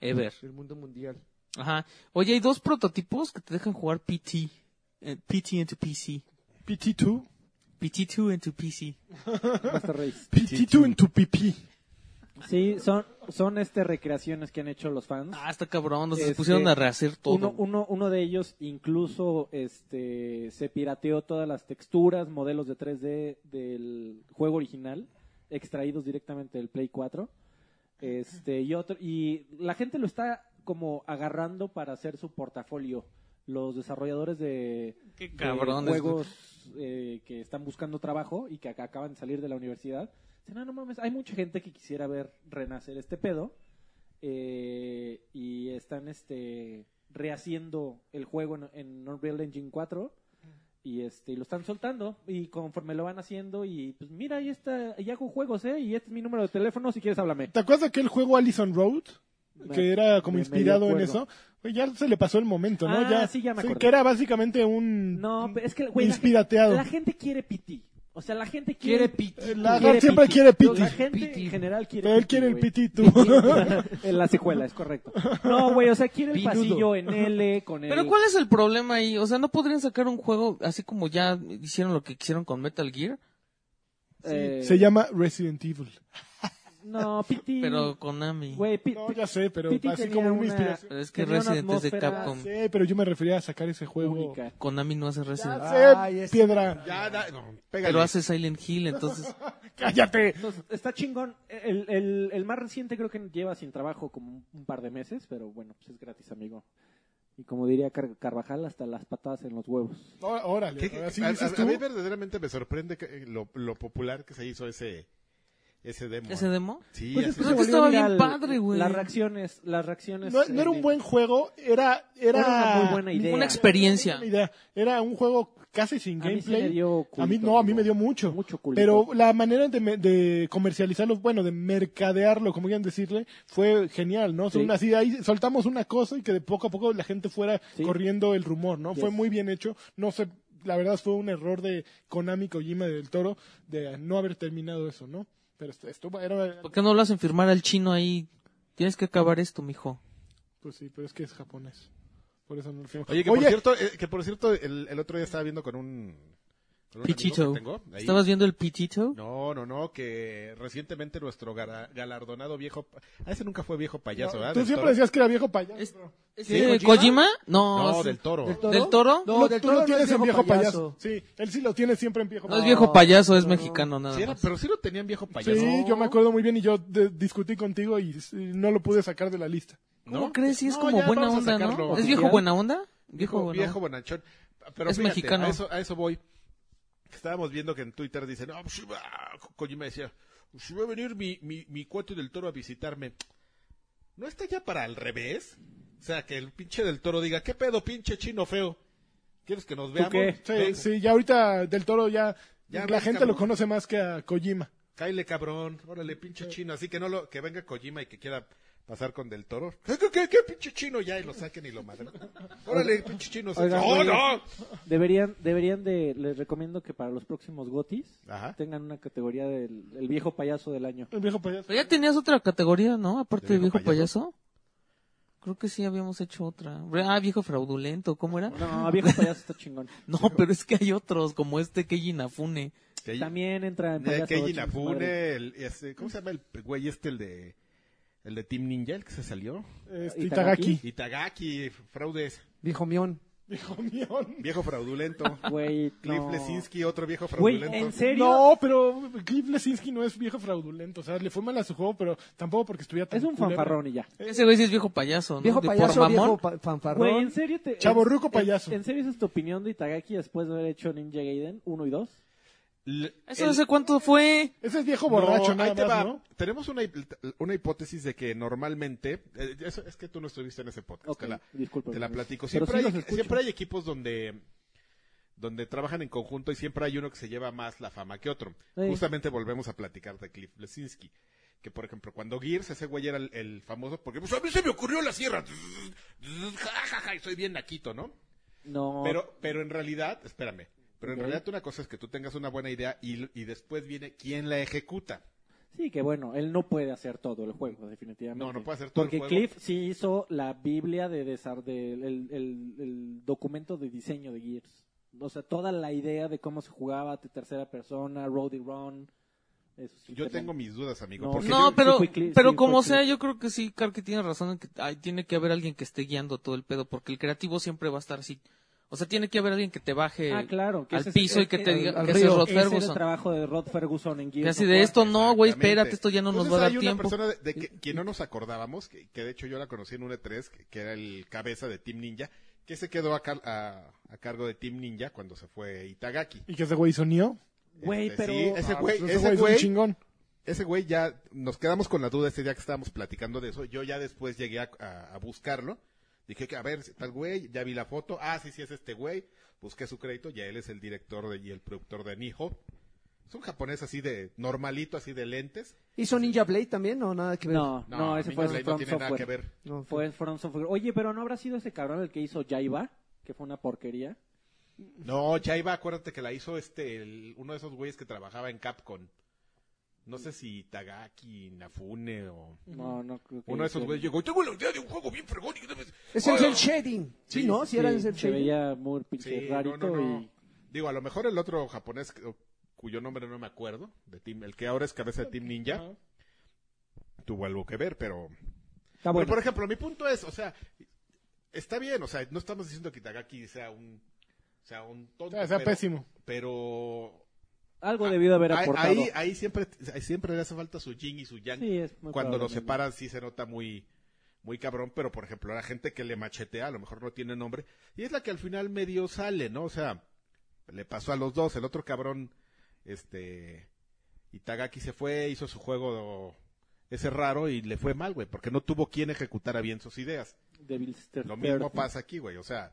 S4: Ever.
S2: El mundo mundial.
S4: Ajá. Oye, hay dos prototipos que te dejan jugar PT. Eh, PT into PC.
S1: PT2.
S4: PT2 into PC.
S3: Master Race.
S1: PT2 en tu pipí.
S3: Sí, son, son este recreaciones que han hecho los fans.
S4: Ah, está cabrón. Nos
S3: Este,
S4: pusieron a rehacer todo.
S3: Uno, uno, uno de ellos incluso este, se pirateó todas las texturas, modelos de 3D del juego original, extraídos directamente del Play 4. Este, y, otro, y la gente lo está como agarrando para hacer su portafolio. Los desarrolladores de,
S4: Qué
S3: de
S4: cabrones,
S3: juegos eh, que están buscando trabajo y que ac- acaban de salir de la universidad. Dicen, "Ah, no mames, hay mucha gente que quisiera ver renacer este pedo. eh, y están este rehaciendo el juego en, en Unreal Engine 4 y este y lo están soltando y conforme lo van haciendo y pues mira ahí está y hago juegos eh y este es mi número de teléfono si quieres háblame
S1: ¿Te acuerdas de aquel juego Allison Road? Que era como
S3: me-
S1: inspirado
S3: medio
S1: en
S3: acuerdo.
S1: eso. Pues ya se le pasó el momento, ¿no?
S3: Ah,
S1: ya,
S3: sí, ya me acordé.
S1: que era básicamente un.
S3: no pero es que güey, la-
S1: Inspirateado.
S3: la, gente quiere PT o sea la gente
S4: Quiere
S3: quiere,
S4: PT.
S1: La- siempre quiere PT.
S3: La gente
S4: PT.
S3: en general quiere
S1: Pero él quiere el
S3: güey.
S1: PT, tú.
S3: En la secuela, es correcto. No, güey, o sea, quiere el
S4: Pinudo.
S3: pasillo en L con el...
S4: Pero ¿cuál es el problema ahí? O sea, ¿no podrían sacar un juego así como ya hicieron lo que quisieron con Metal Gear?
S3: eh,
S1: Se llama Resident Evil.
S3: No, PT...
S4: Pero Konami.
S3: Güey, P-
S1: No, ya sé, pero
S3: PT
S1: así
S3: tenía
S1: como una,
S3: una-
S1: inspiración.
S4: Pero es que
S3: tenía una
S4: Resident es de
S3: atmósfera
S4: Capcom.
S1: Sí, pero yo me refería a sacar ese juego.
S3: única.
S4: Konami no hace Resident
S1: Ya sé,
S2: Ay, ese-
S1: piedra.
S5: Ya, da, no, pégale.
S4: Pero hace Silent Hill, entonces.
S1: ¡Cállate!
S3: Entonces, está chingón. El, el- el más reciente creo que lleva sin trabajo como un, un par de meses, pero bueno, pues es gratis, amigo. Y como diría Car- Carvajal, hasta las patadas en los huevos.
S1: Ó- Órale,
S5: ¿Qué- qué-
S1: así
S5: a,
S1: dices
S5: a-
S1: tú.
S5: a mí verdaderamente me sorprende que, eh, lo, lo popular que se hizo ese, ese demo.
S4: ¿Ese demo?
S5: Sí,
S3: Pues es
S5: así-
S4: Creo que
S3: se
S4: estaba
S3: volvió
S4: bien padre, güey.
S3: Las reacciones, las reacciones...
S1: No, no era
S3: eh,
S1: un buen juego, era. Era,
S3: Era una muy buena idea.
S4: Una experiencia.
S1: Una idea. Era un juego casi sin
S3: A mí sí
S1: gameplay.
S3: me dio culito,
S1: a mí no, a mí me dio mucho.
S3: Mucho culito.
S1: Pero la manera de, me- de comercializarlo, bueno, de mercadearlo, como quieran decirle, fue genial, ¿no?
S3: Sí.
S1: Son así, ahí soltamos una cosa y que de poco a poco la gente fuera
S3: Sí.
S1: corriendo el rumor, ¿no?
S3: Yes.
S1: Fue muy bien hecho. No sé, la verdad fue un error de Konami Kojima del Toro de no haber terminado eso, ¿no? Pero esto, esto era...
S4: ¿Por qué no lo hacen firmar al chino ahí? Tienes que acabar esto, mijo.
S1: Pues sí, pero es que es japonés. Por eso no lo firmó.
S5: Oye, que por cierto, eh, que por cierto el, el otro día estaba viendo con un... Con un amigo
S4: Pichito.
S5: que tengo ahí.
S4: ¿Estabas viendo el Pichito?
S5: No, no, no, que recientemente nuestro gara- galardonado viejo... pa- Ah, ese nunca fue viejo payaso, ¿verdad?
S1: tú
S5: Del
S1: siempre
S5: Toro.
S1: decías que era viejo payaso.
S4: Es-
S1: bro.
S4: ¿Ese
S5: ¿Kojima?
S4: ¿Kojima? No.
S5: No,
S4: sí.
S5: del toro.
S2: ¿Del toro?
S4: ¿Del toro?
S2: No,
S1: Lo-
S2: del
S1: tú
S2: toro
S1: lo
S2: no es
S1: tienes en viejo payaso.
S2: payaso.
S1: Sí, él sí lo tiene siempre en viejo
S4: No es
S1: payaso.
S4: viejo payaso, es
S2: No.
S4: mexicano nada
S5: Sí, era-
S4: más.
S5: pero sí lo tenían viejo payaso.
S1: Sí, yo me acuerdo muy bien y yo de- discutí contigo y, s- y no lo pude sacar de la lista.
S5: ¿no?
S4: ¿Cómo crees? Sí, es
S5: No,
S4: como
S5: ya,
S4: buena
S5: vamos a
S4: onda,
S5: sacarlo.
S4: ¿no? ¿Es
S5: Oficial.
S4: viejo buena onda? Viejo
S5: viejo,
S4: buena
S5: viejo
S4: onda.
S5: bonachón. Pero
S4: Es
S5: fíjate,
S4: mexicano.
S5: A eso, a eso voy. Estábamos viendo que en Twitter dicen, no, pues, ah, Ko- Kojima decía, "Pues, si va a venir mi, mi, mi cuate del toro a visitarme. ¿No está ya para al revés? O sea, que el pinche del toro diga, ¿qué pedo, pinche chino feo? ¿Quieres que nos veamos?
S3: qué?
S1: Sí,
S5: Ven,
S1: sí, ya ahorita Del Toro ya,
S5: Ya
S1: la
S5: ves,
S1: gente
S5: cabrón.
S1: lo conoce más que a Kojima.
S5: Cáele, cabrón. Órale, pinche chino. Así que no lo, que venga Kojima y que quiera pasar con del toro. ¿Qué, qué, qué, qué pinche chino? Ya, y lo saquen y lo madren. Órale, pinche chino.
S3: Oigan,
S5: ¡Oh,
S3: güeyes.
S5: no!
S3: Deberían, deberían de, les recomiendo que para los próximos gotis
S5: Ajá.
S3: tengan una categoría del el viejo payaso del año.
S1: El viejo payaso.
S4: Pero ya tenías otra categoría, ¿no? Aparte de
S5: ¿De viejo
S4: viejo payaso. Creo que sí habíamos hecho otra. Ah, viejo fraudulento, ¿cómo era?
S3: No, viejo payaso está chingón.
S4: No, pero es que hay otros, como este Keiji Nafune.
S5: Que ahí-
S3: También entra en
S5: Eh,
S3: payaso.
S5: Keiji
S3: chingue su madre.
S5: Inafune, el, ese- ¿cómo se llama el güey este, el de, el de Team Ninja, el que se salió?
S1: Este,
S3: Itagaki.
S1: Itagaki.
S5: Itagaki, fraudes.
S2: Viejo mión.
S1: Viejo mión.
S5: Viejo fraudulento.
S3: Güey,
S5: Cliff
S3: no.
S5: Lesinski, otro viejo
S6: Güey,
S5: fraudulento.
S6: ¿en serio?
S1: No, pero Cliff Lesinski no es viejo fraudulento. O sea, le fue mal a su juego, pero tampoco porque estuviera tan
S3: Es un
S1: culero.
S3: fanfarrón y ya.
S4: Ese güey sí es viejo payaso, ¿no?
S2: Viejo
S4: De
S2: payaso,
S4: por
S2: viejo
S4: mamón.
S2: pa- fanfarrón.
S3: Güey, ¿en serio te...
S1: Chavorruco
S3: en-
S1: payaso.
S3: ¿En serio esa es tu opinión de Itagaki después de haber hecho Ninja Gaiden 1 y 2?
S5: Le-
S4: ¿Eso hace cuánto fue?
S1: Ese es viejo borracho,
S5: No,
S1: nada
S5: ahí te
S1: más,
S5: va.
S1: ¿no?
S5: Tenemos una, hip- una hipótesis de que normalmente. eh, eso- es que tú no estuviste en ese podcast.
S3: Ok,
S5: Te, la,
S3: disculpa.
S5: te la platico.
S3: Pues, eh, Pero
S5: Siempre,
S3: sí los
S5: hay,
S3: escucho.
S5: siempre hay equipos donde donde trabajan en conjunto y siempre hay uno que se lleva más la fama que otro.
S3: Sí.
S5: Justamente volvemos a platicar de Cliff Lesinski. Que, por ejemplo, cuando Gears, ese güey era el, el famoso, porque pues a mí se me ocurrió la sierra. Ja, ja, ja, y soy bien naquito, ¿no?
S3: No.
S5: Pero, pero en realidad, espérame, pero en
S3: Ok.
S5: realidad una cosa es que tú tengas una buena idea y, y después viene quién la ejecuta.
S3: Sí, que bueno, él no puede hacer todo el juego, definitivamente.
S5: No, no puede hacer todo el
S3: Porque
S5: juego.
S3: Cliff sí hizo la Biblia de desar del el, el- el documento de diseño de Gears. O sea, toda la idea de cómo se jugaba, de tercera persona, road y run. eso sí
S5: Yo
S3: te
S5: tengo
S3: mando.
S5: mis dudas, amigo.
S3: No,
S5: porque
S3: yo-
S4: No,
S5: yo-
S4: pero,
S3: sí fui cli-
S4: pero
S3: sí fui
S4: como
S3: cli-
S4: sea, yo creo que sí, Karki tiene razón en que ay, tiene que haber alguien que esté guiando todo el pedo, porque el creativo siempre va a estar así. O sea, tiene que haber alguien que te baje
S3: Ah, claro.
S4: al
S3: ese es-
S4: piso y
S3: es-
S4: que te
S3: es-
S4: diga
S2: al
S4: que ese es
S2: río.
S4: Rod
S3: ese era el
S4: Ferguson.
S3: trabajo de Rod Ferguson en
S4: Que
S3: Gears.
S4: así
S3: of
S4: de
S3: War.
S4: esto no, güey,
S5: Exactamente.
S4: espérate, esto ya no nos
S5: Entonces
S4: va a dar
S5: hay una
S4: tiempo.
S5: persona de, de que, que no nos acordábamos, que, que de hecho yo la conocí en un E3, que, que era el cabeza de Team Ninja, que se quedó a, car- a- a cargo de Team Ninja cuando se fue Itagaki.
S1: Y que ese güey hizo Neo.
S3: Güey,
S5: Este,
S3: pero...
S5: sí, ese
S1: Ah,
S5: güey,
S1: pues
S5: ese
S1: es un
S5: güey,
S1: chingón.
S5: ese güey ya, nos quedamos con la duda ese día que estábamos platicando de eso. Yo ya después llegué a, a- a buscarlo. Dije que a ver, tal güey, ya vi la foto. Ah, sí, sí, es este güey. Busqué su crédito, ya él es el director de- y el productor de Nijo. Es un japonés así de normalito, así de lentes.
S2: ¿Hizo Ninja Blade también o nada que ver?
S3: No, no, ese
S5: Ninja
S3: fue
S5: Blade
S3: el
S5: no
S3: From
S5: tiene
S3: Software.
S5: nada que ver.
S2: No, fue-
S3: Fue From Software. Oye, pero ¿no habrá sido ese cabrón el que hizo Jaiba? Que fue una porquería.
S5: No, Chaiba, acuérdate que la hizo este, el- uno de esos güeyes que trabajaba en Capcom. No sé si Tagaki, Nafune o...
S3: No, no creo que...
S5: Uno de esos
S3: que-
S5: güeyes llegó y tengo la idea de un juego bien fregón. y-
S2: Es el
S5: Ah,
S2: cel shading. Sí, ¿no? Sí, era el
S3: se
S2: cel shading.
S3: veía muy pinche
S5: Sí,
S3: rarito
S5: no, no, no.
S3: y...
S5: Digo, a lo mejor el otro japonés cu- cuyo nombre no me acuerdo, de Team, el que ahora es cabeza de Team Ninja, tuvo algo que ver, pero...
S3: Está
S5: Pero,
S3: bueno.
S5: por ejemplo, mi punto es, o sea, está bien, o sea, no estamos diciendo que Tagaki sea un... Sea un
S1: O
S5: tonto.
S1: sea, sea
S5: pero-
S1: pésimo.
S5: Pero
S3: Algo debido haber
S5: Ahí-
S3: aportado.
S5: Ahí, ahí siempre, ahí siempre le hace falta su yin y su yang.
S3: Sí, es muy
S5: Cuando
S3: probable,
S5: los
S3: amigo.
S5: separan sí se nota muy, muy cabrón, pero por ejemplo, la gente que le machetea, a lo mejor no tiene nombre, y es la que al final medio sale, ¿no? O sea, le pasó a los dos, el otro cabrón, este, Itagaki se fue, hizo su juego ese raro y le fue mal, güey, porque no tuvo quien ejecutara bien sus ideas.
S3: Devil's Third
S5: Lo mismo
S3: Third.
S5: pasa aquí, güey, o sea,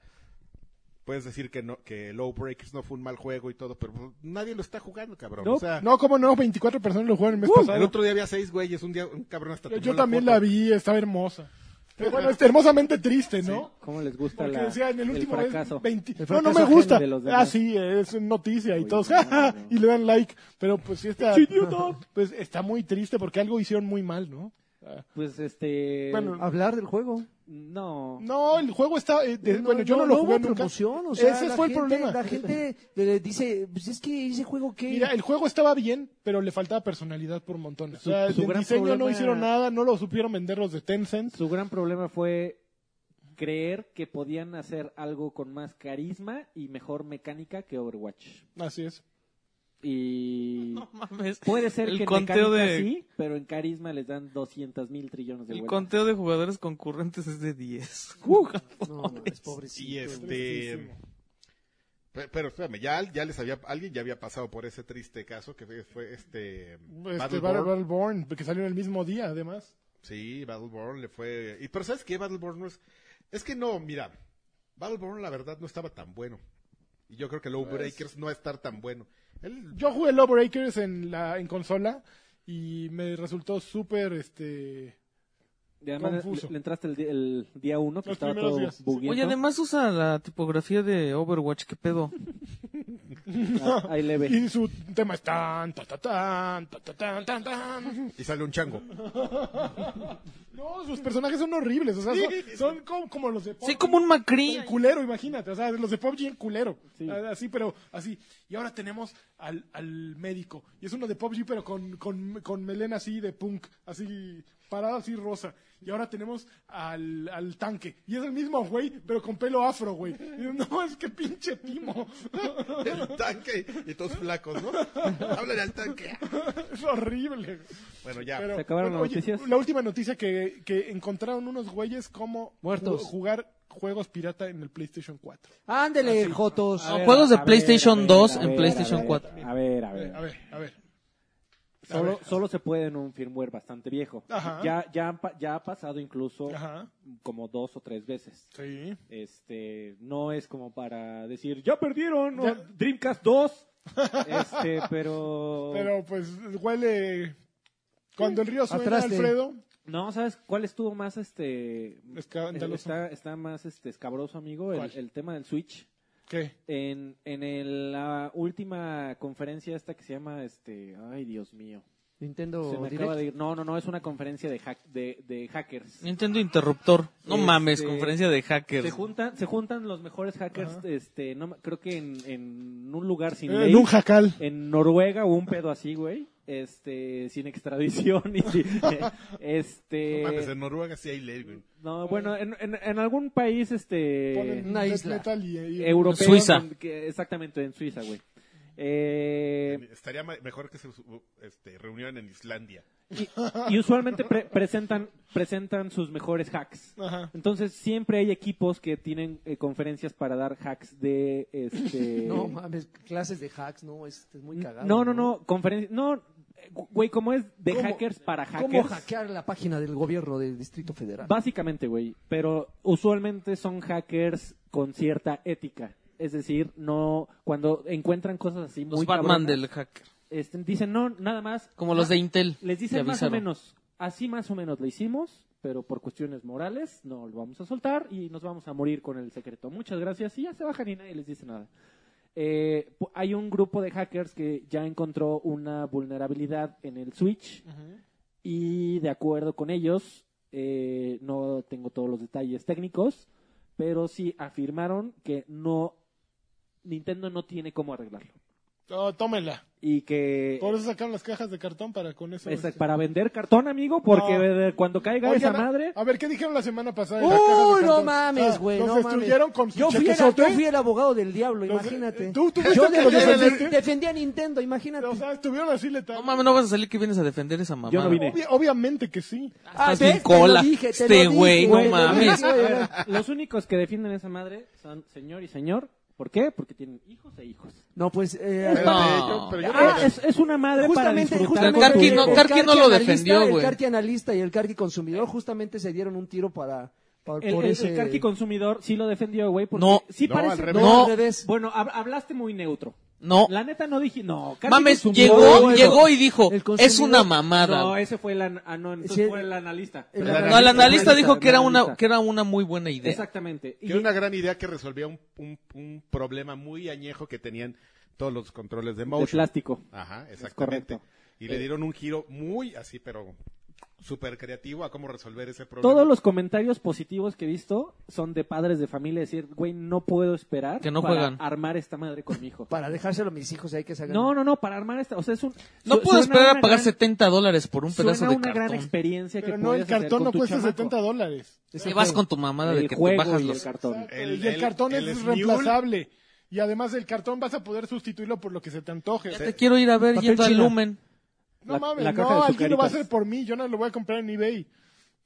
S5: puedes decir que no, que Low Breakers no fue un mal juego y todo, pero pues, nadie lo está jugando, cabrón.
S3: No,
S5: o sea,
S1: No, cómo no, 24 personas lo jugaron el mes
S3: Uh,
S1: pasado.
S5: el otro día había seis güeyes, un día un cabrón hasta
S1: Yo,
S5: tomó
S1: yo también
S5: foto.
S1: la vi, estaba hermosa. Pero bueno, es hermosamente triste, ¿no?
S3: ¿Cómo les gusta
S1: Porque
S3: la,
S1: decía en el último mes,
S3: fracaso?
S1: 20
S3: El
S1: No, no
S3: fracaso
S1: me
S3: ajeno
S1: gusta.
S3: de los demás.
S1: Ah, sí, es noticia y
S3: Oye,
S1: todos.
S3: no,
S1: "Ja, ja",
S3: no.
S1: Y le dan like. Pero pues sí está. Pues está muy triste porque algo hicieron muy mal, ¿no? Ah,
S3: Pues este...
S1: Bueno,
S2: Hablar del juego.
S3: no.
S1: No, el juego está. eh, de- bueno, yo no, lo
S2: hubo
S1: jugué nunca.
S2: promoción, o sea,
S1: Ese
S2: la
S1: fue el
S2: gente-
S1: problema.
S2: La gente le dice, pues es que ese juego que...
S1: Mira, el juego estaba bien, pero le faltaba personalidad por montón. O sea,
S3: Su- su
S1: el
S3: gran
S1: diseño no
S3: problema-
S1: hicieron nada, no lo supieron vender los de Tencent.
S3: Su gran problema fue creer que podían hacer algo con más carisma y mejor mecánica que Overwatch.
S1: Así es.
S3: Y...
S4: No mames.
S3: Puede ser
S4: el
S3: que en
S4: conteo
S3: mecánica
S4: de
S3: sí, pero en carisma les dan 200 mil trillones de
S4: el
S3: vueltas.
S4: conteo de jugadores concurrentes es de 10.
S2: No, no, es pobrecito.
S5: Y este.
S1: Tristísimo.
S5: pe- Pero espérame, ya, ya les había, alguien ya había pasado por ese triste caso que fue- fue este.
S1: Este
S5: Battleborn.
S1: Battleborn, que salió en el mismo día, además.
S5: Sí, Battleborn le fue. Y, pero ¿sabes qué? Battleborn no es. Es que no, mira. Battleborn la verdad no estaba tan bueno. Y yo creo que Low Breakers no va a estar tan bueno. El-
S1: Yo jugué Love Breakers en la en consola y me resultó súper este
S3: Y además
S1: Confuso.
S3: le, le entraste el, di- el día 1 que
S1: Los
S3: estaba
S1: primeros
S3: todo
S1: días.
S3: bugueado.
S4: Oye, además usa la tipografía de Overwatch, ¿qué pedo?
S3: Ah, ahí le ve.
S1: y su tema es tan ta ta tan ta ta tan tan tan.
S5: Y sale un chango.
S1: No, sus personajes son horribles, o sea, son, son como, como los de PUBG.
S4: Sí, como un Macri.
S1: El culero, imagínate, o sea, los de PUBG el culero. Ah,
S3: Sí.
S1: Así, pero así. Y ahora tenemos al, al médico. Y es uno de PUBG, pero con, con, con melena así de punk. Así. parado así rosa. Y ahora tenemos al, al tanque. Y es el mismo güey, pero con pelo afro, güey. Y yo, no, es que pinche timo.
S5: El tanque y todos flacos, ¿no? Háblale al tanque.
S1: es horrible.
S5: Bueno, ya.
S1: Pero,
S3: Se acabaron
S1: bueno,
S3: las
S1: oye,
S3: noticias.
S1: La última noticia que, que encontraron unos güeyes como
S2: Muertos.
S1: ju- jugar juegos pirata en el PlayStation 4.
S2: Ándele, Jotos.
S3: A ver,
S4: Juegos de
S3: a ver,
S4: PlayStation
S3: a ver,
S4: 2
S3: a
S4: en
S3: ver,
S4: PlayStation
S3: a ver,
S4: 4.
S3: A ver, a
S1: A ver,
S3: ver.
S1: a ver. a ver.
S3: Solo, solo se puede en un firmware bastante viejo.
S1: Ajá.
S3: Ya, ya, han pa- ya ha pasado incluso
S1: Ajá.
S3: como dos o tres veces.
S1: Sí.
S3: Este, no es como para decir, ya perdieron, o
S1: Ya.
S3: Dreamcast 2. Este, pero...
S1: Pero pues huele. Cuando el río suena,
S2: Atrás de-
S1: Alfredo.
S3: No, ¿sabes cuál estuvo más, este...
S1: Escandaloso.
S3: Está, está más, este, escabroso, amigo,
S1: ¿Cuál?
S3: el, el tema del Switch.
S1: ¿Qué?
S3: En, en el- la última conferencia esta que se llama, este, ay, Dios mío.
S2: Nintendo
S3: Se me
S2: Direct.
S3: acaba de ir. No, no, no, es una conferencia de, hack- de, de hackers.
S4: Nintendo Interruptor. No
S3: Este,
S4: mames, conferencia de hackers.
S3: Se juntan, se juntan los mejores hackers, este, no, me- creo que en, en un lugar sin
S1: Eh,
S3: ley,
S1: en un jacal.
S3: en Noruega o un pedo así, güey, este, sin extradición y sin- este,
S5: No
S1: eh,
S5: mames, en Noruega sí hay ley, güey.
S3: no, bueno, en, en- en algún país, este,
S1: Ponen
S2: Eh, una
S1: death
S2: isla.
S1: metal y- y-
S3: europeo,
S4: Suiza.
S3: con- que- exactamente en Suiza, güey, Eh,
S5: Estaría ma- mejor que se su- este, reunieran en Islandia.
S3: y, y usualmente pre- presentan, presentan sus mejores hacks.
S1: Ajá.
S3: Entonces siempre hay equipos que tienen eh, conferencias para dar hacks de este
S2: No mames, clases de hacks, no, es, es muy cagado.
S3: No, no, no, conferencia, no, eh, güey, ¿cómo es de
S2: ¿Cómo?
S3: hackers para hackers?
S2: ¿Cómo hackear la página del gobierno del Distrito Federal?
S3: Básicamente, güey, pero usualmente son hackers con cierta ética. Es decir, no cuando encuentran cosas así muy
S4: Los Batman
S3: cabronas,
S4: del hacker.
S3: este, dicen no, nada más
S4: Como los de Intel.
S3: les
S4: te
S3: dicen más o
S4: avisaron.
S3: menos, así más o menos lo hicimos, pero por cuestiones morales no lo vamos a soltar y nos vamos a morir con el secreto. Muchas gracias y ya se bajan y nadie les dice nada. Eh, pu- hay un grupo de hackers que ya encontró una vulnerabilidad en el Switch y de acuerdo con ellos, eh, no tengo todos los detalles técnicos, pero sí afirmaron que no Nintendo no tiene cómo arreglarlo
S1: Oh, tómela.
S3: y que
S1: Por eso sacaron las cajas de cartón para con eso.
S3: Exacto,
S1: este,
S3: para vender cartón, amigo, porque
S1: No.
S3: eh, cuando caiga
S1: Oigan,
S3: esa
S1: a-
S3: madre,
S1: A ver, ¿qué dijeron la semana pasada? de las cajas
S2: ¡Uy,
S1: de
S2: no
S1: cartón?
S2: mames,
S1: Ah,
S2: güey!
S1: Los
S2: no mames.
S1: destruyeron con su
S2: yo fui, el, yo
S1: chequezote.
S2: fui el abogado del diablo,
S1: Los-
S2: imagínate.
S1: ¿Tú- tú fuiste
S2: yo
S1: el que los
S2: defendí,
S1: defendiste?
S2: defendí a Nintendo, imagínate.
S1: O sea, estuvieron así letal.
S4: No mames, no vas a salir que vienes a defender esa mamá.
S3: Yo no vine.
S1: Obvia- obviamente que sí.
S2: Ah, ¿ves?
S4: estás bien
S2: Te lo
S4: cola.
S2: dije, te
S4: Este
S2: lo dije,
S4: güey, no
S2: te lo
S4: mames.
S2: dije, güey.
S3: los únicos que defienden esa madre son señor y señor. ¿Por qué? Porque tienen hijos e hijos.
S2: No, pues... eh,
S5: Espérate,
S4: No.
S5: yo- pero yo no
S3: Ah,
S5: lo-
S3: es, es una madre
S2: justamente,
S3: para disfrutar.
S2: justamente
S4: El Karki
S2: el-
S4: no-
S2: el
S4: Karki no lo
S2: analista,
S4: defendió,
S2: El
S4: güey.
S2: Karki analista y el Karki consumidor justamente se dieron un tiro para... para-
S3: El,
S2: por
S3: el- el
S2: ese...
S3: Karki consumidor sí lo defendió, güey. porque
S4: No.
S3: sí
S5: No, al
S3: parece.
S5: revés.
S2: No,
S4: No.
S2: al revés.
S3: Bueno, hab- hablaste muy neutro.
S4: No.
S3: La neta no dije. No, Karki
S4: Mames,
S3: consumidor,
S4: llegó,
S3: güey.
S4: llegó y dijo,
S2: El consumidor-
S4: es una mamada.
S3: No, ese fue el, an- ah, no, entonces
S2: Sí,
S3: fue el analista.
S2: el
S5: Pero
S4: No, el analista dijo
S3: el
S4: que era una
S3: analista.
S4: que era una muy buena idea.
S3: Exactamente. Y-
S5: Tiene una gran idea que resolvía un, un- un problema muy añejo que tenían todos los controles de
S3: de
S5: motion.
S3: plástico.
S5: Ajá, exactamente.
S3: correcto.
S5: Y le dieron un giro muy así, pero súper creativo a cómo resolver ese problema.
S3: Todos los comentarios positivos que he visto son de padres de familia decir, güey, no puedo esperar
S4: Que no
S3: para
S4: juegan.
S3: armar esta madre con mi hijo.
S2: Para dejárselo a mis hijos ahí que se hagan...
S3: No, no, no, para armar esta, o sea, es un
S4: No
S3: su-
S4: puedo
S3: suena
S4: esperar
S3: una
S4: a pagar
S3: gran-
S4: 70 dólares por un pedazo
S3: suena
S4: de
S3: una gran
S4: cartón.
S3: experiencia
S1: Pero no,
S3: que
S1: el
S3: podrías hacer
S1: cartón
S3: con
S1: no
S3: tu
S1: cuesta
S3: chamaco.
S1: 70 dólares.
S2: Ese
S4: Y vas
S2: juego.
S4: con tu mamada de
S3: El
S4: que te
S3: juego
S4: bajas
S3: y el
S4: los...
S3: cartón.
S1: Exacto,
S5: El-
S1: y el
S5: el-
S1: cartón
S5: el
S1: es
S5: Smule.
S1: reemplazable. Y además el cartón vas a poder sustituirlo por lo que se te antoje.
S4: Ya te quiero ir a ver
S2: Papel
S4: yendo al
S2: china.
S4: Lumen.
S1: No
S3: La-
S1: mames,
S3: la caja de
S1: no, alguien lo va a
S3: azucaritas.
S1: hacer por mí. Yo no lo voy a comprar en eBay.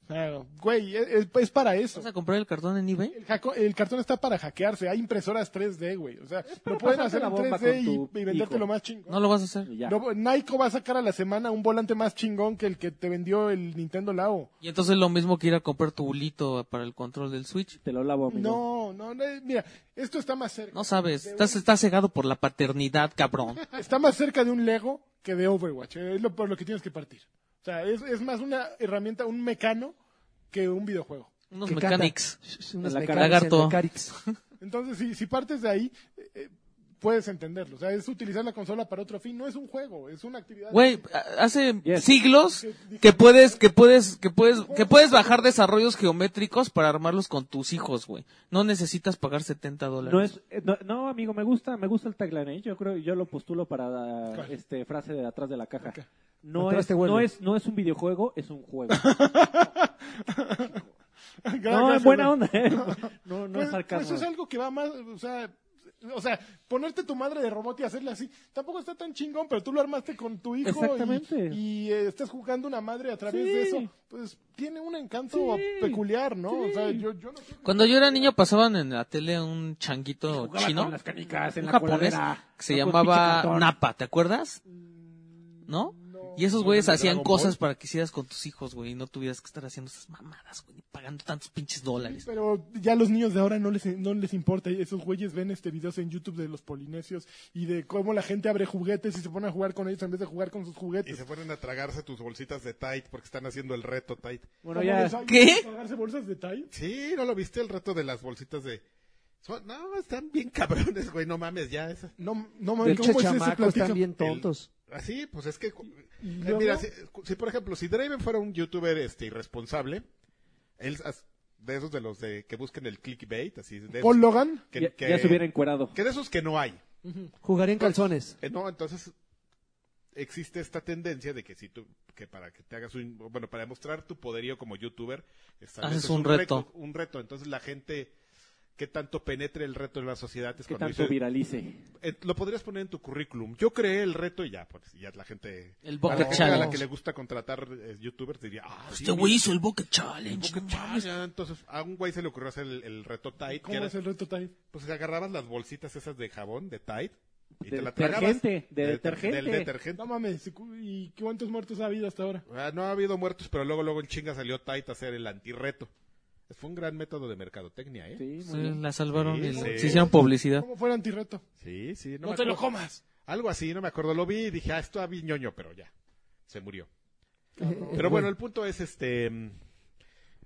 S1: Claro, güey, es, es- es para eso.
S4: ¿Vas a comprar el cartón en eBay?
S1: El, jaco- el cartón está para hackearse. Hay impresoras 3D, güey. O sea,
S3: para
S1: lo pueden
S3: pasarte
S1: hacer
S3: la
S1: en
S3: bomba
S1: 3D
S3: con
S1: y,
S3: tu
S1: y vendértelo
S3: hijo.
S1: más chingón.
S4: No lo vas a hacer.
S3: Y ya.
S1: No, Nike va a sacar a la semana un volante más chingón que el que te vendió el Nintendo Lao.
S4: Y entonces lo mismo que ir a comprar tu bulito para el control del Switch.
S3: Te lo lavo, amigo.
S1: No, no, no, mira, esto está más cerca.
S4: No sabes, estás, estás cegado por la paternidad, cabrón.
S1: Está más cerca de un Lego que de Overwatch. eh, Es lo, por lo que tienes que partir. O sea, es, es más una herramienta, un mecano que un videojuego.
S4: Unos
S2: que canta.
S4: mechanics.
S2: Sh- sh- Unas
S3: La
S2: mecánicas en
S4: lagarto.
S2: Mecánics.
S1: Entonces, si, si partes de ahí, eh, eh, puedes entenderlo. O sea, es utilizar la consola para otro fin, no es un juego, es una actividad.
S4: Güey, a- hace
S3: Yes.
S4: siglos que puedes, que puedes, que puedes, que puedes bajar desarrollos geométricos para armarlos con tus hijos, güey. No necesitas pagar 70 dólares.
S3: No, es, eh, no, no, amigo, me gusta, me gusta el tagline. ¿eh? Yo creo, yo lo postulo para la,
S1: ¿Cuál?
S3: este frase de atrás de la caja.
S1: Ok.
S3: No
S2: Atrás
S3: es,
S2: te huele.
S3: no es, no es un videojuego, es un juego.
S1: Gra-
S3: no,
S1: gracias,
S3: es buena
S1: güey.
S3: onda. ¿eh? No, no es
S1: Pues,
S3: sarcasmo.
S1: pues es algo que va más, o sea, o sea, ponerte tu madre de robot y hacerle así, tampoco está tan chingón, pero tú lo armaste con tu hijo y-
S3: Exactamente.
S1: y, eh, estás jugando una madre a través
S3: Sí.
S1: de eso, pues tiene un encanto
S3: Sí.
S1: peculiar, ¿no? O sea, yo, yo no creo que-
S4: Cuando yo era niño pasaban en la tele un changuito
S3: Jugaba
S4: chino,
S3: con las canicas en
S4: un
S3: la
S4: japonés,
S3: coladera,
S4: que se
S3: no con
S4: llamaba
S3: pinche cartón.
S4: Napa, ¿te acuerdas? ¿No? Y esos güeyes
S5: ¿De
S4: hacían
S5: Dragon
S4: cosas
S5: Ball?
S4: para que hicieras con tus hijos, güey, y no tuvieras que estar haciendo esas mamadas, güey, ni pagando tantos pinches dólares.
S1: Pero ya los niños de ahora no les, no les importa. Esos güeyes ven este videos en YouTube de los polinesios y de cómo la gente abre juguetes y se pone a jugar con ellos en vez de jugar con sus
S5: Y
S1: juguetes.
S5: se ponen a tragarse tus bolsitas de Tide porque están haciendo el reto Tide.
S3: Bueno,
S1: ¿Cómo
S3: ya.
S1: les-
S4: ¿Qué?
S1: ¿Pagarse bolsas de Tide?
S5: Sí, ¿no lo viste el reto de las bolsitas de... Son- No, están bien cabrones, güey, no mames, ya. Esa...
S1: No, no mames,
S2: Pinches
S1: ¿cómo es ese
S2: chamacos
S1: platillo?
S2: están bien tontos.
S5: Así, pues es que...
S1: y
S5: eh,
S1: luego-
S5: mira, si, si, por ejemplo, si Draven fuera un youtuber este irresponsable, él as- de esos de los de que busquen el clickbait, así de esos
S1: Paul Logan,
S5: que,
S3: ya,
S5: que-
S3: ya se hubiera encuerado.
S5: que de esos que no hay.
S2: Jugaría en calzones.
S5: Eh, no, entonces existe esta tendencia de que si tú que para que te hagas un bueno, para demostrar tu poderío como youtuber, estableces
S4: Haces un reto.
S5: un reto, entonces la gente que tanto penetre el reto en la sociedad es
S3: Que
S5: cuando
S3: tanto
S5: dice,
S3: viralice.
S5: eh, lo podrías poner en tu currículum. Yo creé el reto y ya, pues, y ya la gente
S4: El
S5: a
S4: Bucket
S5: la gente a la
S4: Challenge.
S5: que le gusta contratar eh, youtubers diría, "Ah, sí,
S4: Este güey hizo el Bucket Challenge.
S5: Bucket Challenge". Ah, Entonces, a un güey se le ocurrió hacer el, el reto Tide, que
S1: ¿cómo
S5: era,
S1: es el reto Tide?
S5: pues agarrabas las bolsitas esas de jabón, de Tide, y
S3: De
S5: te la tragabas.
S3: detergente, de
S5: Del-
S3: detergente.
S5: Del detergente.
S1: No mames, ¿y cuántos muertos ha habido hasta ahora?
S5: Ah, no ha habido muertos, pero luego, luego en chinga salió Tite a hacer el antirreto. Fue un gran método de mercadotecnia, ¿eh?
S3: Sí, muy
S4: Sí,
S3: bien.
S4: la salvaron
S5: Sí,
S4: y la-
S5: sí.
S4: se hicieron publicidad.
S1: ¿Cómo fue el antirreto?
S5: Sí, sí.
S1: No,
S5: me
S1: te lo
S5: acuerdo.
S1: comas.
S5: Algo así, no me acuerdo. Lo vi y dije, ah, esto había ñoño, pero ya. Se murió.
S2: Eh,
S5: Pero bueno, el punto es este... mm,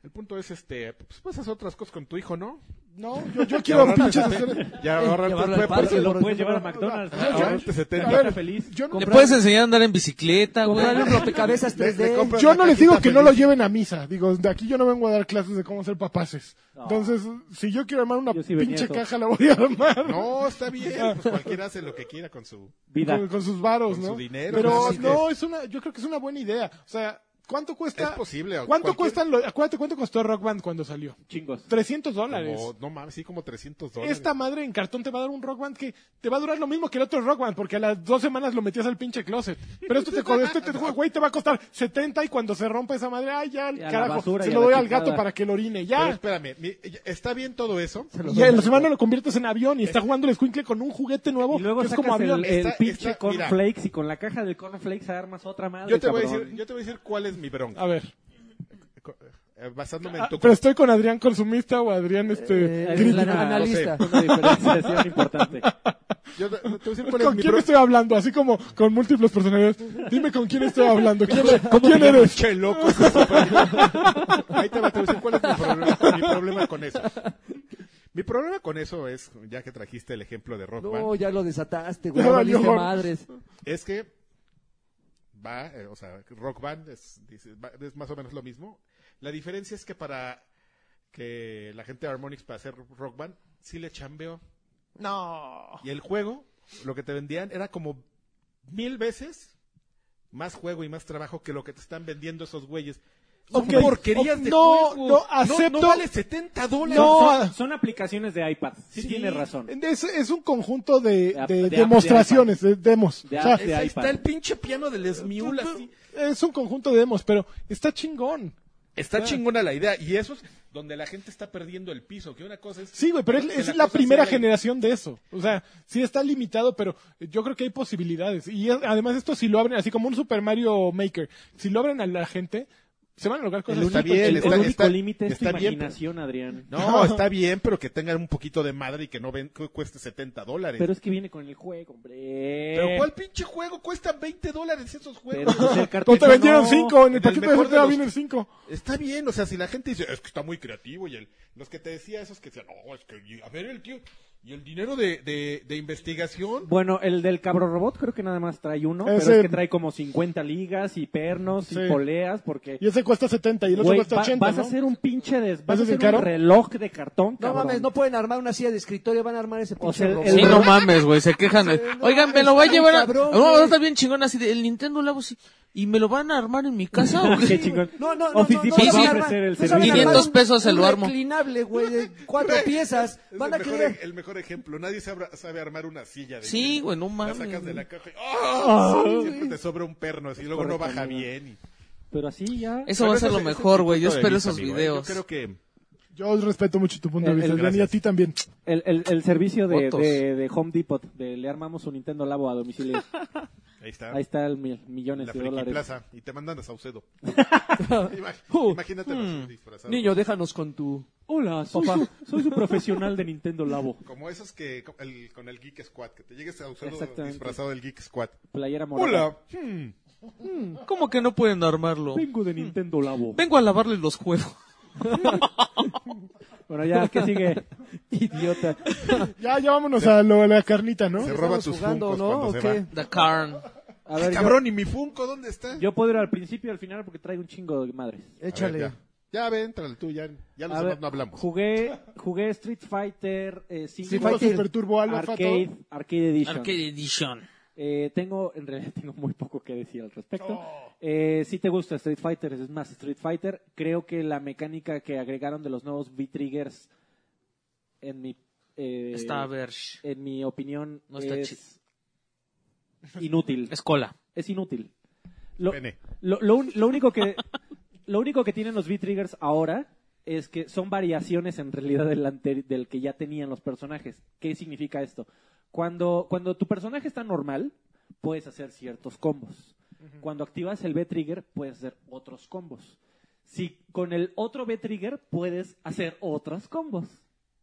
S5: El punto es este... Pues puedes hacer otras cosas con tu hijo, ¿no?
S1: No, yo, yo
S5: Y
S1: quiero
S5: ahorrarte
S1: pinches
S5: sete-
S1: hacer-
S5: Y ahorrarte
S2: llevarlo al
S5: fue-
S2: parque,
S5: por-
S2: por
S3: Lo puedes
S2: ejemplo.
S3: llevar a McDonald's.
S1: Ah,
S3: ¿no?
S5: ahorrarte 70.
S1: A ver,
S3: feliz.
S1: yo no-
S4: Le puedes enseñar a andar en bicicleta, güey.
S2: Comprarle un rompecabezas
S5: Le- le
S2: 3D.
S5: compras
S1: Yo
S5: la
S1: no les
S5: cajita
S1: digo que no lo
S5: feliz.
S1: lleven a misa. Digo, de aquí yo no vengo a dar clases de cómo ser papaces. Entonces, si yo quiero armar una
S3: Yo sí venía
S1: pinche
S3: eso.
S1: caja, la voy a armar.
S5: No, está bien.
S1: Ah.
S5: Pues cualquiera hace lo que quiera con su...
S3: Vida.
S1: Con, con sus varos,
S5: Con
S1: ¿no?
S5: su dinero,
S1: Pero
S5: pues, es
S1: no, es una, yo creo que es una buena idea. O sea, ¿cuánto cuesta?
S5: Es posible,
S1: Ah, ¿Cuánto
S5: cualquier-
S1: cuestan los- acuérdate cuánto costó Rock Band cuando salió?
S3: Chingos.
S1: 300 dólares.
S5: Como, no mames, sí, como 300 dólares.
S1: Esta madre en cartón te va a dar un Rock Band que te va a durar lo mismo que el otro Rock Band, porque a las dos semanas lo metías al pinche closet. Pero esto te, co- este te, güey, te va a costar 70 y cuando se rompa esa madre, ay, ya,
S3: Y a la
S1: carajo,
S3: basura
S1: se
S3: y a
S1: lo
S3: la
S1: doy al
S3: chingada.
S1: gato para que lo orine,
S5: Pero
S1: ya.
S5: espérame, mi- está bien todo eso.
S1: Y en la semana lo conviertes en avión y está jugando el squinkle con un juguete nuevo
S3: Y luego
S1: que es como
S3: sacas el,
S1: avión.
S3: el
S5: Está-
S3: pinche
S5: está- mira.
S3: cornflakes y con la caja del cornflakes armas otra madre.
S5: Yo te, voy a
S3: cabrón.
S5: decir, yo te voy a decir cuál es mi bronca.
S1: A ver.
S5: Co- eh, Basándome
S1: Ah,
S5: en tu...
S1: pero estoy con Adrián consumista o Adrián este
S2: Eh,
S1: crítico.
S2: la- analista.
S3: Una diferenciación importante.
S5: Yo te, te voy a decir cuál es
S1: ¿Con
S5: mi
S1: quién
S5: bronca.
S1: estoy hablando? Así como con múltiples personalidades. Dime con quién estoy hablando. ¿Quién, quién eres?
S5: Che loco. ese super- Ahí te va, te voy a decir cuál es mi problema, mi problema con eso. Mi problema con eso es, ya que trajiste el ejemplo de Rock Band,
S2: No, ya lo desataste, güey.
S1: Ya
S2: Ya
S1: valió.
S2: valiste madres.
S5: es que va, eh, o sea, Rock Band es, dice, va- es más o menos lo mismo. La diferencia es que para que la gente de Harmonix para hacer Rock Band, sí le chambeó.
S1: No.
S5: Y el juego, lo que te vendían era como mil veces más juego y más trabajo que lo que te están vendiendo esos güeyes. Son
S1: Ok.
S5: porquerías de
S1: No,
S5: juegos.
S1: no, acepto-
S5: No, vale 70 dólares.
S1: No,
S5: ah.
S3: son, son aplicaciones de iPad. Sí, tienes razón.
S1: Es, es un conjunto de,
S3: De ap-
S1: de
S3: de ap- de
S1: demostraciones, de, demos.
S3: De
S1: O sea,
S3: ap- de
S5: Ahí
S3: iPad.
S5: está el pinche piano del Smiul así.
S1: es un conjunto de demos, pero está chingón.
S5: Está chingona la idea. Y eso es donde la gente está perdiendo el piso. Que una cosa es...
S1: Sí, güey, pero es,
S5: que
S1: es la,
S5: cosa
S1: primera
S5: sea-
S1: generación de eso. O sea, sí está limitado, pero yo creo que hay posibilidades. Y es- además esto si lo abren, así como un Super Mario Maker, si lo abren a la gente, se van a lograr cosas.
S5: Está
S1: chingón.
S5: bien,
S3: el, el
S5: está-
S3: único
S5: está-
S3: límite es tu
S5: está bien,
S3: imaginación, Adrián.
S5: No, está bien, pero que tengan un poquito de madre y que no ven, que cueste 70 dólares.
S3: Pero es que viene con el juego, hombre.
S5: Pero ¿cuál pinche juego? Cuestan 20 dólares esos
S3: Pero,
S5: juegos.
S3: pues, el
S1: No te
S3: cartucho
S1: vendieron
S3: no.
S1: cinco, en el
S5: el
S1: paquete de
S5: mejor de
S1: sorteo
S5: los-
S1: vienen cinco.
S5: Está bien, o sea, si la gente dice, es que está muy creativo y el, los que te decía esos que decían, no, es que, a ver, el tío, Y el dinero de, de, de investigación.
S3: Bueno, el del cabro robot creo que nada más trae uno,
S1: Ese-
S3: pero es que trae como 50 ligas y pernos
S1: Sí.
S3: y poleas porque
S1: Y ese cuesta 70 y el otro
S3: güey,
S1: cuesta
S3: va-
S1: 80,
S3: vas
S1: ¿no?
S3: a hacer un pinche des, vas
S1: ¿Ese
S3: a
S1: es el
S3: hacer
S1: caro?
S3: un reloj de cartón,
S2: No
S3: cabrón.
S2: mames, no pueden armar una silla de escritorio, van a armar ese pinche
S3: sea, el-
S2: robot.
S4: Sí, no mames, güey, se quejan. güey. Oigan, me lo voy a
S2: Está
S4: llevar a...
S2: cabrón,
S4: No,
S2: güey.
S4: está bien chingón así de, el Nintendo Labo sí. ¿Y me lo van a armar en mi casa o
S3: Qué
S4: qué?
S3: chingón.
S2: No, no, no,
S3: Office
S2: no, no,
S3: Depot
S4: sí,
S2: no
S4: sí.
S2: saben
S4: ofrecer
S2: armar-
S3: el
S2: no saben
S3: servicio.
S2: armar
S4: 500
S2: un-
S4: pesos el
S2: un
S4: armo.
S2: reclinable, güey, de cuatro piezas.
S5: Es
S2: Van a
S5: el, mejor,
S2: querer...
S5: ej- el mejor ejemplo. Nadie sabe, sabe armar una silla. De
S4: Sí, güey, no
S5: La
S4: mames.
S5: sacas de la
S4: güey.
S5: caja y ¡ah! Siempre te sobra un perno así, luego no
S3: Correcto,
S5: baja
S3: amigo.
S5: bien. y-
S3: Pero así ya
S4: Eso va a
S5: Bueno,
S4: ser
S5: ese-
S4: lo
S5: ese es
S4: mejor,
S5: mi
S4: güey. Yo
S5: punto de
S4: espero
S5: vista,
S4: esos
S5: amigo, ¿eh?
S4: videos.
S5: Yo creo que
S1: Yo respeto mucho tu punto de
S3: El-
S1: vista,
S3: Eh, el-
S1: Adrián, y a
S5: gracias.
S1: ti también.
S3: el, el, el servicio de,
S4: Fotos.
S3: de, de Home Depot, de le armamos un Nintendo Labo a domicilio.
S5: ahí está.
S3: Ahí está el mil, millones
S5: la
S3: de
S5: Friki
S3: dólares.
S5: Plaza y te mandan a Saucedo. Ima-
S2: Uh,
S5: Imagínate los disfrazados.
S2: Niño, déjanos con tu...
S3: Hola, soy su, soy su profesional de Nintendo Labo.
S5: Como esos que co- el- con el Geek Squad, que te llegues a Saucedo
S3: Exactamente.
S5: disfrazado del Geek Squad.
S3: Playera morada.
S5: Hola. Hmm.
S4: ¿Cómo que no pueden armarlo?
S3: Vengo
S2: Hmm.
S3: de Nintendo Labo.
S4: Vengo a lavarle los juegos.
S3: Bueno, ya, ¿qué sigue?
S2: Idiota.
S1: Ya, ya vámonos a, lo, a la carnita, ¿no?
S5: Se roba
S2: Estamos
S5: tus
S2: jugando,
S5: funcos
S2: ¿no?
S5: cuando se
S2: ¿O
S5: va.
S2: qué?
S4: The Carn.
S3: A ver, yo,
S5: Cabrón, ¿y mi Funko dónde está?
S3: yo puedo ir al principio y al final porque traigo un chingo de madres.
S2: Échale.
S5: A ver, ya. Ya ven, tras tú, ya, ya los
S3: A
S5: demás
S3: ver,
S5: no hablamos.
S3: Jugué, jugué Street Fighter 5
S1: Sí, fue
S2: Fighter.
S1: Super Turbo Alpha
S3: Arcade,
S1: Fato.
S3: Arcade Edition.
S4: Arcade Edition.
S3: Eh, tengo, en realidad tengo muy poco que decir al respecto. Eh, si te gusta Street Fighter, es más Street Fighter. Creo que la mecánica que agregaron de los nuevos V-Triggers, en mi, eh,
S4: Está a ver. sh-
S3: en mi opinión,
S4: No está
S3: es inútil.
S4: Es cola.
S3: Es inútil. Lo,
S5: Pene.
S3: lo, lo un- lo único que lo único que tienen los V-Triggers ahora es que son variaciones en realidad del, anteri- del que ya tenían los personajes. ¿Qué significa esto? Cuando, cuando tu personaje está normal, puedes hacer ciertos combos. Cuando activas el B-Trigger, puedes hacer otros combos. Si con el otro B-Trigger, puedes hacer otros combos.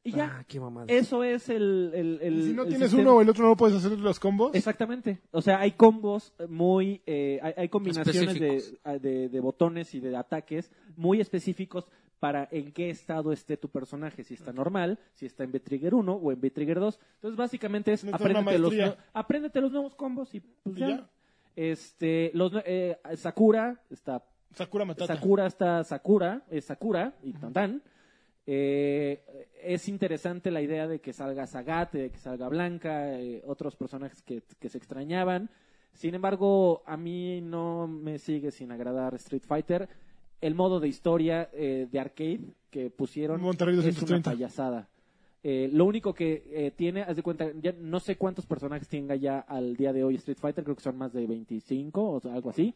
S3: Y ya.
S2: Ah, qué mamada.
S3: Eso es el... el- el-
S1: si no
S3: el
S1: tienes
S3: sistema.
S1: uno o el otro, no puedes hacer los combos.
S3: Exactamente. O sea, hay combos muy. eh, hay, hay combinaciones de, ah,
S4: Específicos.
S3: de- de botones y de ataques muy específicos para en qué estado esté tu personaje. Si está normal, si está en B-Trigger 1 o en B-Trigger 2. Entonces, básicamente es
S1: Necesitas una
S3: apréndete los,
S1: maestría.
S3: nue- apréndete los nuevos combos y pues
S1: Y
S3: ya.
S1: ya.
S3: Este, los, nue- eh, Sakura está
S1: Sakura Matata.
S3: Sakura está Sakura, es Sakura y tan tan. Eh, es interesante la idea de que salga Sagat, de que salga Blanca, eh, otros personajes que, que se extrañaban. Sin embargo, a mí no me sigue sin agradar Street Fighter. El modo de historia eh, de arcade que pusieron
S1: Monterrey
S3: es una
S1: 230.
S3: payasada. Eh, lo único que eh, tiene, haz de cuenta, ya no sé cuántos personajes tenga ya al día de hoy Street Fighter, creo que son más de 25 o sea, algo así,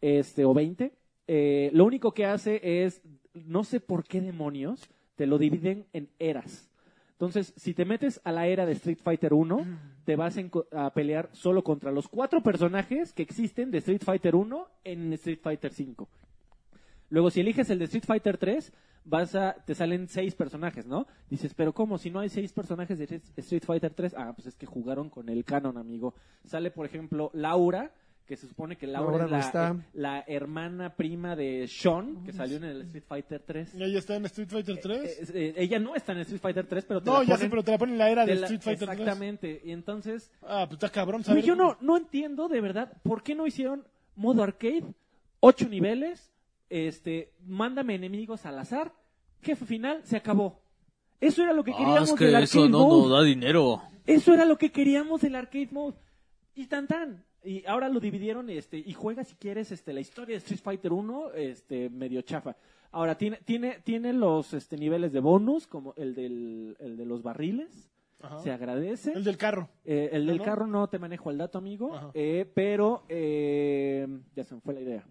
S3: este o 20. Eh, lo único que hace es, no sé por qué demonios, te lo dividen en eras. Entonces, si te metes a la era de Street Fighter 1, te vas en co- a pelear solo contra los cuatro personajes que existen de Street Fighter 1 en Street Fighter 5. Luego, si eliges el de Street Fighter 3, vas a, te salen seis personajes, ¿no? Dices, pero ¿cómo? Si no hay seis personajes de Street Fighter 3, ah, pues es que jugaron con el canon, amigo. Sale, por ejemplo, Laura, que se supone que Laura,
S2: Laura
S3: es
S2: no
S3: la,
S2: está.
S3: la hermana prima de Sean, que salió en el Street Fighter 3.
S1: Y ahí está en Street Fighter 3.
S3: Eh, eh, ella no está en Street Fighter 3, pero te
S1: no,
S3: la
S1: ya
S3: ponen-
S1: sí, pero te la ponen en la era
S3: te
S1: de
S3: la-
S1: Street Fighter 3.
S3: Exactamente. Y entonces,
S1: Ah, pues está cabrón,
S3: Güey,
S1: ¿sabes?
S3: yo no, no entiendo de verdad por qué no hicieron modo arcade, ocho niveles, este, mándame enemigos al azar, jefe final, se acabó. Eso era lo
S4: Ah,
S3: que queríamos del arcade mode.
S4: da dinero.
S3: Eso era lo que queríamos del arcade mode. Y tan tan. Y ahora lo dividieron este y juega si quieres este la historia de Street Fighter 1 este medio chafa. Ahora tiene tiene tiene los este niveles de bonus como el del el de los barriles.
S1: Ajá.
S3: Se agradece.
S1: El del carro.
S3: Eh, el del
S1: ¿No?
S3: carro no te manejo el dato,
S1: Ajá.
S3: amigo. eh, pero eh, ya se me fue la idea.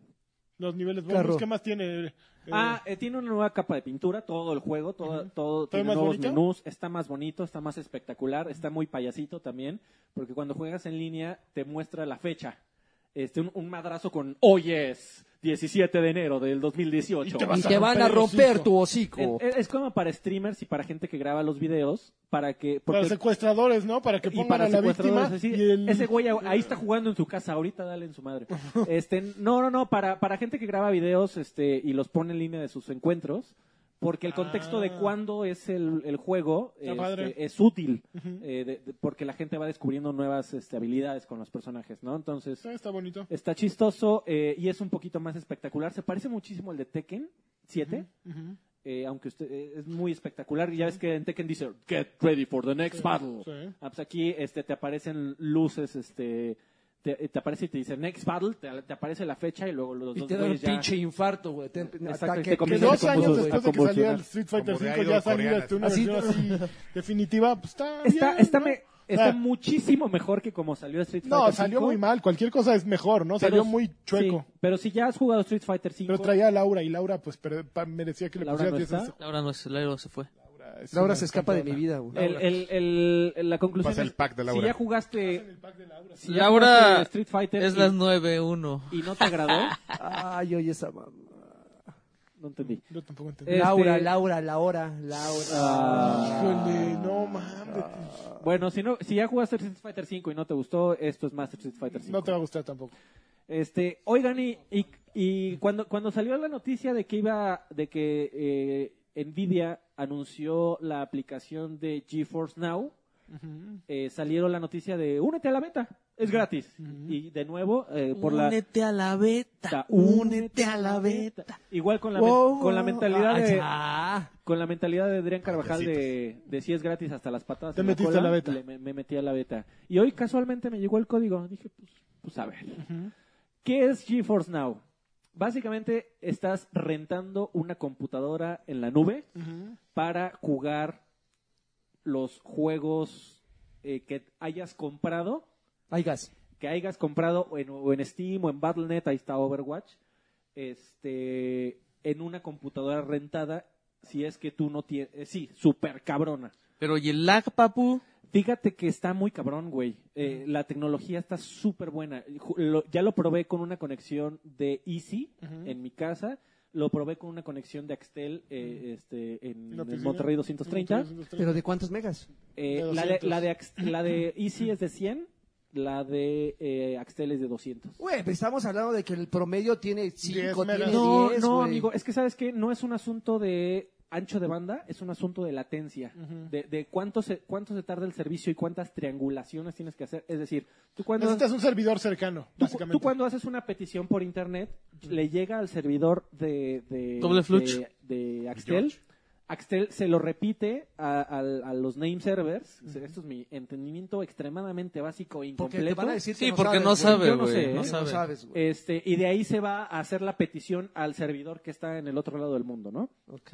S1: Los niveles
S2: Carro.
S1: bonus. ¿Qué más tiene? Eh,
S3: Ah, eh, tiene una nueva capa de pintura, todo el juego, todo, todo
S1: ¿Está
S3: tiene
S1: más
S3: nuevos
S1: bonito?
S3: menús, está más bonito, está más espectacular, está muy payasito también, porque cuando juegas en línea te muestra la fecha. Este, un, un madrazo con, oye, es 17 de enero del 2018.
S1: te
S2: Y
S1: vas a
S2: te van a
S1: romper el
S2: romper tu hocico.
S3: En- Es, es como para streamers y para gente que graba los videos, para que...
S1: para
S3: porque-
S1: secuestradores, ¿no? Para que
S3: y
S1: pongan
S3: para
S1: a la
S3: secuestradores
S1: víctima.
S3: así,
S1: y el-
S3: ese güey ahí está jugando en su casa ahorita dale en su madre este no no no para para gente que graba videos este y los pone en línea de sus encuentros Porque el contexto de
S1: Ah.
S3: cuándo es el, el juego
S1: Está
S3: este,
S1: padre.
S3: es útil,
S1: Ujú.
S3: eh, de- de- porque la gente va descubriendo nuevas este, habilidades con los personajes, ¿no? Entonces,
S1: Está, está bonito.
S3: Está chistoso eh, y es un poquito más espectacular. Se parece muchísimo al de Tekken 7,
S1: Ujú.
S3: eh, aunque usted, eh, es muy espectacular. Ya ves que en Tekken dice, get ready for the next
S1: Sí,
S3: battle.
S1: sí.
S3: Ah, pues aquí este, te aparecen luces, este, te, te aparece y te dice next battle, te, te aparece la fecha y luego los
S7: Y
S3: dos
S7: te da un
S3: güeyes ya-
S7: pinche infarto, güey. Te-
S3: Exacto, este
S7: ataque.
S3: y te
S1: Que
S3: comienzan
S1: dos
S3: a
S1: años
S3: convulsionar.
S1: después de que
S3: a
S1: saliera
S3: convulsionar.
S1: el Street Fighter
S5: Como de
S1: 5 ya
S5: idol
S1: salía
S5: coreana,
S1: este, una
S7: así.
S1: versión así definitiva, pues está
S3: Ah, Está,
S1: bien,
S3: está,
S1: ¿no?
S3: me- está
S1: Ah.
S3: muchísimo mejor que como salió Street Fighter
S1: No, salió
S3: 5,
S1: muy mal. Cualquier cosa es mejor, ¿no?
S3: pero-
S1: Salió muy chueco.
S3: sí, pero si ya has jugado Street Fighter 5,
S1: Pero traía a Laura y Laura, pues per- pa- merecía que le
S3: Laura
S1: pusiera
S3: no
S1: 10
S3: está.
S1: veces.
S4: Laura no es, Laura se fue.
S1: Laura, es
S2: Laura
S1: una
S2: se escapa de mi
S1: campeona.
S2: vida, güey.
S3: El- el- el- el- la conclusión
S5: Pasa
S3: es,
S5: el pack de Laura.
S3: si ya jugaste, si ya
S4: Laura
S3: jugaste Street Fighter
S4: Es
S3: y,
S4: las 9-1.
S3: y no te agradó,
S2: Ay, oye, esa mamá.
S3: no entendí.
S1: Yo tampoco entendí.
S3: Este- Ah.
S2: Laura, Laura, Laura, Laura.
S1: Híjole, no mames. pues,
S3: Bueno, si no, si ya jugaste Street Fighter 5 y no te gustó, esto es más Street Fighter 5.
S1: No te va a gustar tampoco.
S3: Este, oigan y, y, y cuando cuando salió la noticia de que iba de que eh, Nvidia anunció la aplicación de GeForce Now, eh, salieron la noticia de únete a la beta, es gratis. Y de nuevo eh, por la
S4: Únete a la beta.
S3: Ta-
S4: Únete a la beta.
S3: Igual con la,
S2: Wow.
S3: men- con la mentalidad
S2: Ah,
S3: de,
S2: ya.
S3: con la mentalidad de Adrián Carvajal de, de si es gratis hasta las
S1: pues.
S3: patadas.
S1: Te
S3: en la
S1: metiste
S3: cola,
S1: a la beta.
S3: le- me, me metí a la beta. Y hoy casualmente me llegó el código. Dije, pues, pues a ver. ¿Qué es GeForce Now? Básicamente estás rentando una computadora en la nube para jugar los juegos eh, que hayas comprado
S2: Ay, gas.
S3: que hayas comprado en, o en Steam o en Battle.net, ahí está Overwatch, este, en una computadora rentada, si es que tú no tienes, eh, sí, súper cabrona.
S4: Pero y el lag, papu.
S3: Fíjate que está muy cabrón, güey. Eh, la tecnología está súper buena. Ju- lo- ya lo probé con una conexión de Easy en mi casa. Lo probé con una conexión de Axtel eh, este, en,
S1: ¿En la
S3: en
S1: oficina?
S3: Monterrey 230.
S2: ¿Pero de cuántos megas?
S3: Eh,
S1: De
S3: la, de,
S1: 200.
S3: la, de Ax- la de Easy es de 100, la de eh, Axtel es de 200.
S2: Güey, pero estamos hablando de que el promedio tiene 5,
S1: megas.
S2: tiene 10,
S3: No, no, amigo, es que sabes que no es un asunto de ancho de banda, es un asunto de latencia, de, de cuánto se cuánto se tarda el servicio y cuántas triangulaciones tienes que hacer. Es decir, tú cuando
S1: Necesitas un servidor cercano,
S3: tú-
S1: básicamente.
S3: tú cuando haces una petición por internet le llega al servidor de de,
S4: Doble fluch.
S3: de, de Axtel. Axtel se lo repite a, al- a los name servers. Esto es mi entendimiento extremadamente básico e
S2: Porque
S3: incompleto.
S2: te van a decir que
S4: Sí, porque no
S2: güey.
S4: sabe,
S3: Yo no sé,
S4: güey.
S3: ¿eh?
S4: No
S2: Que No
S4: sabe.
S2: sabes, güey.
S3: Este, y de ahí se va a hacer la petición al servidor que está en el otro lado del mundo, ¿no?
S2: Ok.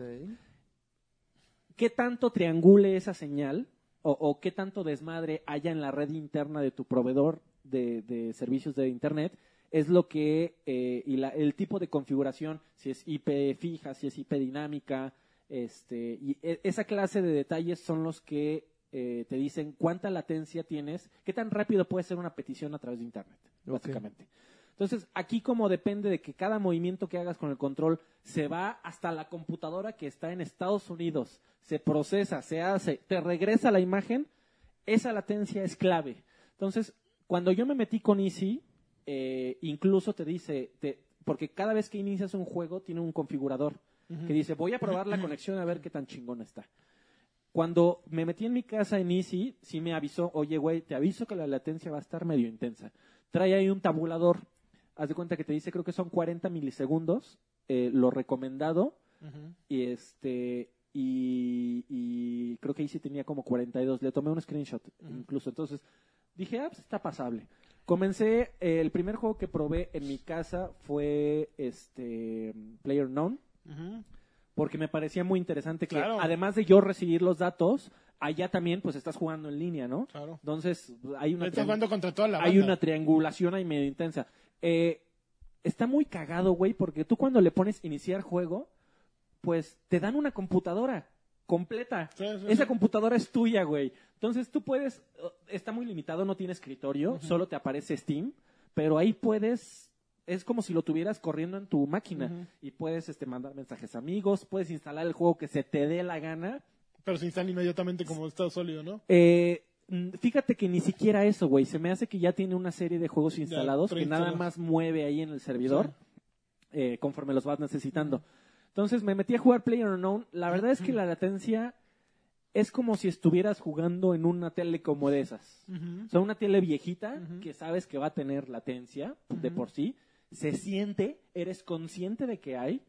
S3: ¿Qué tanto triangule esa señal o, o qué tanto desmadre haya en la red interna de tu proveedor de, de servicios de Internet? Es lo que, eh, y la- el tipo de configuración, si es IP fija, si es IP dinámica, este, y e- esa clase de detalles son los que eh, te dicen cuánta latencia tienes, qué tan rápido puede ser una petición a través de Internet, básicamente. Entonces, aquí como depende de que cada movimiento que hagas con el control se va hasta la computadora que está en Estados Unidos, se procesa, se hace, te regresa la imagen, esa latencia es clave. Entonces, cuando yo me metí con Easy, eh, incluso te dice, te- porque cada vez que inicias un juego tiene un configurador que dice, voy a probar la conexión a ver qué tan chingona está. Cuando me metí en mi casa en Easy, sí me avisó, oye, güey, te aviso que la latencia va a estar medio intensa. Trae ahí un tabulador. Haz de cuenta que te dice, creo que son 40 milisegundos, eh, lo recomendado. Y este y, y creo que Easy tenía como 42. Le tomé un screenshot incluso. Entonces dije, ah, pues está pasable. Comencé, eh, el primer juego que probé en mi casa fue este Player Known porque me parecía muy interesante que
S1: Claro.
S3: además de yo recibir los datos, allá también pues estás jugando en línea, ¿no?
S1: Claro.
S3: Entonces hay una,
S1: Estás
S3: triang-
S1: jugando contra toda la banda.
S3: hay una triangulación ahí medio intensa. Eh, está muy cagado, güey, porque tú cuando le pones iniciar juego, pues te dan una computadora completa.
S1: Sí, sí, sí.
S3: Esa computadora es tuya, güey. Entonces tú puedes, oh, está muy limitado, no tiene escritorio, solo te aparece Steam, pero ahí puedes, es como si lo tuvieras corriendo en tu máquina y puedes este, mandar mensajes a amigos, puedes instalar el juego que se te dé la gana.
S1: Pero se instala inmediatamente como está sólido, ¿no?
S3: Eh, mm, fíjate que ni siquiera eso, güey, se me hace que ya tiene una serie de juegos instalados que nada
S1: preinstalados.
S3: más mueve ahí en el servidor
S1: Sí.
S3: eh, conforme los vas necesitando. Entonces me metí a jugar PlayerUnknown. La verdad es que la latencia es como si estuvieras jugando en una tele como de esas. O sea, una tele viejita que sabes que va a tener latencia de por sí. Se siente, eres consciente de que hay,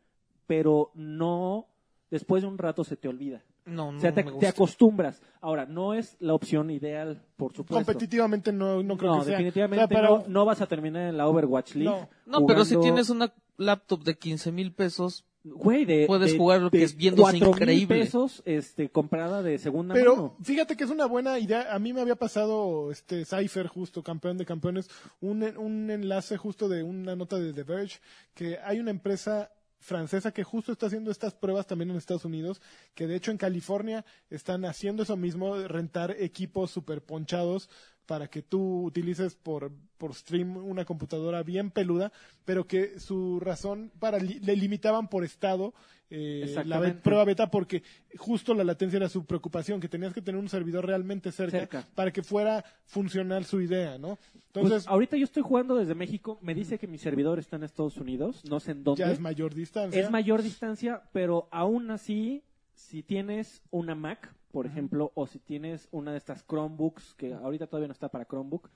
S3: pero no, después de un rato se te olvida.
S4: No, no
S3: O sea, te,
S4: Mm, me
S3: te
S4: gusta.
S3: acostumbras. Ahora, no es la opción ideal, por supuesto.
S1: Competitivamente no, no creo
S3: no,
S1: que sea.
S3: definitivamente
S1: O sea, para-
S3: no, no vas a terminar en la Overwatch League.
S4: No, pero si
S3: jugando-
S4: tienes una laptop de 15 mil pesos,
S3: Güey, de-
S4: puedes
S3: de-
S4: jugar lo
S3: de
S4: que es viéndose
S3: 4,000
S4: increíble.
S3: pesos este, comprada de segunda
S1: Pero
S3: mano.
S1: fíjate que es una buena idea. A mí me había pasado este Cypher, justo campeón de campeones, un, un enlace justo de una nota de The Verge, que hay una empresa francesa que justo está haciendo estas pruebas también en Estados Unidos, que de hecho en California están haciendo eso mismo, rentar equipos super ponchados para que tú utilices por, por stream una computadora bien peluda, pero que su razón para li- le limitaban por estado eh, la be-
S3: Exactamente.
S1: prueba beta porque justo la latencia era su preocupación, que tenías que tener un servidor realmente cerca,
S3: Cerca.
S1: para que fuera funcional su idea, ¿no?
S3: Pues,
S1: Entonces,
S3: ahorita yo estoy jugando desde México. Me dice que mi servidor está en Estados Unidos. Pues, No sé en dónde.
S1: ya es mayor distancia.
S3: Es mayor distancia, pero aún así, si tienes una Mac, por ejemplo, o si tienes una de estas Chromebooks, que ahorita todavía no está para Chromebook,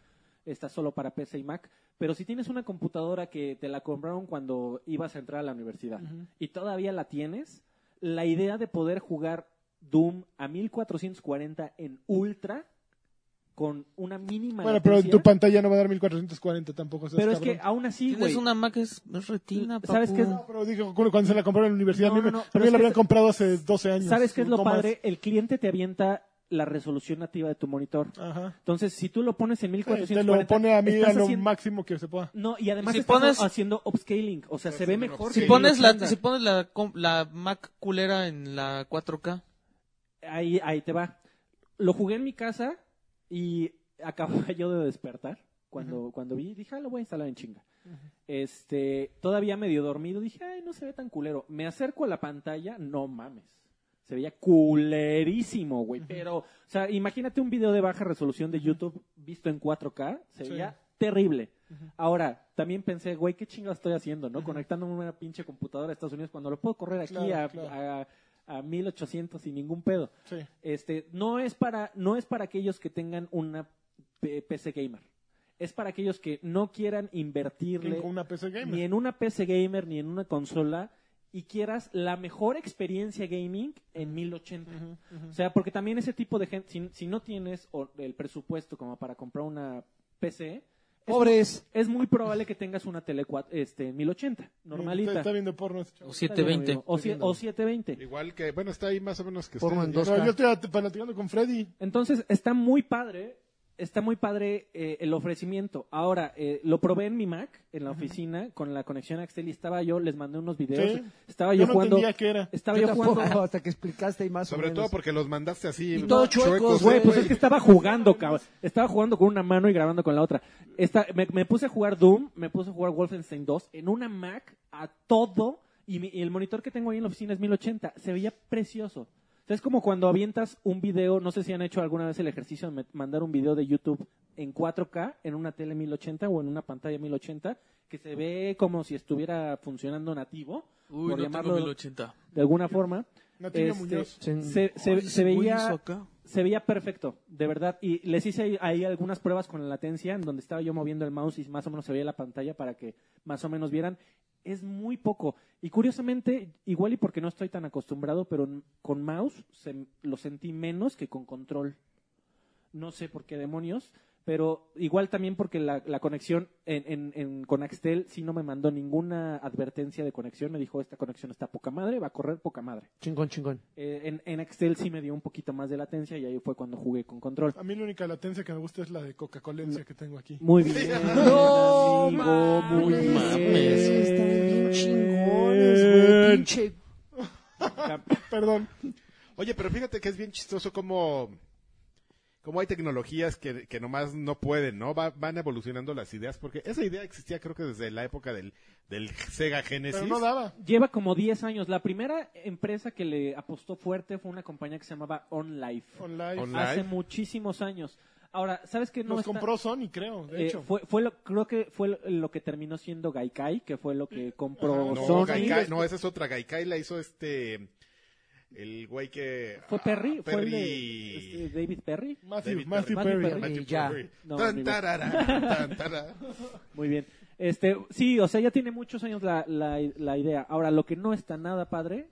S3: está solo para PC y Mac, pero si tienes una computadora que te la compraron cuando ibas a entrar a la universidad y todavía la tienes, la idea de poder jugar Doom a 1440 en Ultra con una mínima
S1: bueno, pero en
S3: latencia,
S1: tu pantalla no va a dar 1440 tampoco. seas
S3: pero es
S1: cabrón.
S3: que ah, aún así,
S4: tienes
S3: güey,
S4: una Mac es, es retina,
S3: ¿Sabes
S4: papu.
S3: qué es-
S1: No, pero digo, cu- cuando se la compraron en la universidad,
S3: No,
S1: a mí, me-
S3: no, no,
S1: a mí
S3: pero
S1: me
S3: es
S1: la
S3: que
S1: habían
S3: es-
S1: comprado hace 12 años.
S3: ¿sabes qué es
S1: no
S3: lo
S1: más.
S3: padre? El cliente te avienta la resolución nativa de tu monitor.
S1: Ajá.
S3: Entonces, si tú lo pones en
S1: Sí,
S3: 1440,
S1: te lo pone a mí a
S3: estás
S1: lo
S3: haciendo-
S1: máximo que se pueda.
S3: No, y además
S4: Si
S3: estás
S4: pones-
S3: haciendo upscaling, o sea, se ve mejor.
S4: Si
S3: que
S4: pones, la,
S3: 1080.
S4: si pones la, com- la Mac culera en la 4K,
S3: Ahí, ahí te va. Lo jugué en mi casa y acababa yo de despertar cuando, cuando vi. Dije, ah, lo voy a instalar en chinga. Este, todavía medio dormido, dije, ay, no se ve tan culero. Me acerco a la pantalla, no mames. Se veía culerísimo, güey. Pero, o sea, imagínate un video de baja resolución de YouTube visto en 4K, se
S1: Sí.
S3: veía terrible. Ahora, también pensé, güey, qué chinga estoy haciendo, ¿no? Conectándome a una pinche computadora de Estados Unidos cuando lo puedo correr aquí
S1: Claro,
S3: a-
S1: claro.
S3: a, a 1800 sin ningún pedo.
S1: Sí.
S3: Este, no es para, no es para aquellos que tengan una P- PC gamer. Es para aquellos que no quieran invertirle
S1: Con una PC gamer.
S3: ni en una PC gamer ni en una consola y quieras la mejor experiencia gaming en 1080. O sea, porque también ese tipo de gente, si, si no tienes o- el presupuesto como para comprar una PC,
S2: Pobres.
S3: es muy probable que tengas una tele cua- este, en 1080,
S1: Está,
S3: normalita.
S1: está viendo porno. ese chavo.
S4: o
S3: Está bien,
S4: 720.
S3: amigo. O, si- o 720.
S5: Igual que, bueno, está ahí más o menos que
S2: Porno en
S5: ustedes,
S2: dos.
S5: ¿no?
S1: Pero yo estoy at- platicando con Freddy.
S3: Entonces, está muy padre, está muy padre eh, el ofrecimiento. Ahora, eh, lo probé en mi Mac, en la oficina, con la conexión Axtel y estaba yo, les mandé unos videos,
S1: Sí.
S3: estaba
S1: Yo
S3: Ah, yo,
S1: no
S3: jugando,
S1: entendía qué era.
S3: estaba
S2: Yo
S3: yo,
S2: tampoco,
S3: jugando,
S2: hasta que explicaste y más o
S5: Sobre
S2: menos.
S5: todo porque los mandaste así.
S2: Y todos chuecos,
S3: güey, pues
S2: güey.
S3: es que estaba jugando, cabrón, estaba jugando con una mano y grabando con la otra. Esta- me, me puse a jugar Doom, me puse a jugar Wolfenstein 2 en una Mac a todo y, mi- y el monitor que tengo ahí en la oficina es 1080, se veía precioso. O sea, es como cuando avientas un video, no sé si han hecho alguna vez el ejercicio de me- mandar un video de YouTube en 4K en una tele 1080 o en una pantalla 1080 que se ve como si estuviera funcionando nativo, por
S4: Uy, no tengo
S3: llamarlo
S4: 1080.
S3: de alguna forma.
S1: Natalia
S3: Este,
S1: Muñoz.
S2: Sí.
S3: se, se-
S4: Ay,
S3: se
S4: ese güey hizo
S3: veía
S4: acá.
S3: se veía perfecto, de verdad. Y les hice ahí, ahí algunas pruebas con la latencia, en donde estaba yo moviendo el mouse y más o menos se veía la pantalla para que más o menos vieran. Es muy poco. Y curiosamente, igual y porque no estoy tan acostumbrado, pero n- con mouse se- lo sentí menos que con control. No sé por qué demonios, pero igual también porque la, la conexión en, en, en- con Axtel sí no me mandó ninguna advertencia de conexión. Me dijo, esta conexión está poca madre, va a correr poca madre.
S2: Chingón, chingón.
S3: Eh, en, en Excel sí me dio un poquito más de latencia y ahí fue cuando jugué con control.
S1: A mí la única latencia que me gusta es la de Coca-Colencia que tengo aquí.
S3: Muy bien,
S2: No,
S3: amigo, muy
S2: mames,
S4: mames.
S2: güey, Están bien chingones,
S1: Bien.
S2: güey. Pinche.
S1: Perdón.
S5: Oye, pero fíjate que es bien chistoso como, como hay tecnologías que, que nomás no pueden, ¿no? Va- van evolucionando las ideas, porque esa idea existía creo que desde la época del, del Sega Genesis.
S1: Pero no daba.
S3: Lleva como 10 años. La primera empresa que le apostó fuerte fue una compañía que se llamaba OnLife.
S1: Online.
S5: Online.
S3: Hace muchísimos años. Ahora, ¿sabes qué? No
S1: Nos
S3: está-
S1: compró Sony, creo, de
S3: eh,
S1: hecho.
S3: fue, fue lo, creo que fue lo- lo que terminó siendo Gaikai, que fue lo que compró
S5: No,
S3: Sony.
S5: Gaikai- no, esa es otra. Gaikai la hizo este. El güey que.
S3: Fue Perry,
S5: ah,
S3: fue el
S5: Perry.
S3: de este, David Perry.
S1: Matthew,
S5: David
S1: Matthew
S3: Perry.
S1: Perry.
S3: Matthew Perry.
S5: Matthew
S2: Ya.
S5: Perry.
S3: No,
S5: Tan,
S3: ni ve-
S5: tarara, tan, tarara.
S3: Muy bien. Este, sí, o sea, ya tiene muchos años la, la, la idea. Ahora, lo que no está nada padre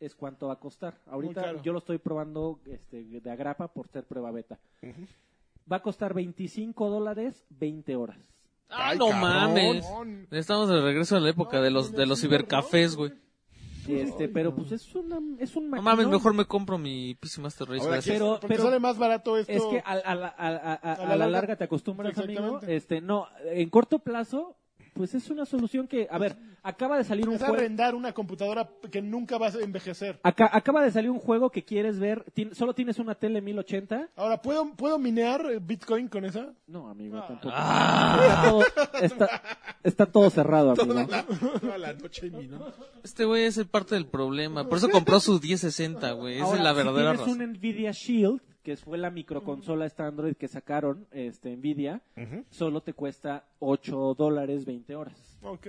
S3: es cuánto va a costar. Ahorita
S1: caro.
S3: yo lo estoy probando este, de agrapa por ser prueba beta. Va a costar 25 dólares 20 horas.
S4: ¡Ah,
S5: Ay,
S4: no
S5: cabrón.
S4: mames!
S1: Cabrón.
S4: Estamos de regreso a la época de los,
S1: No,
S4: de
S1: no,
S4: los
S1: no,
S4: cibercafés, güey.
S3: Este, pero pues es, una, es un
S4: No
S3: maquinón.
S4: mames, mejor me compro mi PC Master Race.
S5: Ahora,
S4: gracias.
S5: ¿quieres-
S3: Pero,
S1: Porque
S3: pero
S1: sale más barato esto.
S3: es que a, a la- a- a- a- a la larga te acostumbras, amigo.
S1: Exactamente.
S3: Este, no, en corto plazo, pues es una solución que, a ver, acaba de salir un
S1: es
S3: juego.
S1: arrendar una computadora que nunca vas a envejecer.
S3: Acá, acaba de salir un juego que quieres ver, tien- solo tienes una tele 1080.
S1: Ahora, ¿puedo, ¿puedo minear eh, Bitcoin con esa?
S3: No, amigo,
S1: Ah.
S3: tampoco. Está, todo, está, está todo cerrado, amigo.
S5: Toda la, toda la noche mi, ¿no?
S4: Este güey es el parte del problema. Por eso compró su 1060, güey. Esa
S3: Ahora,
S4: es la
S3: si
S4: verdadera
S3: tienes
S4: razón.
S3: un Nvidia Shield, que fue la microconsola esta Android que sacaron este Nvidia, solo te cuesta 8 dólares 20 horas.
S1: Ok.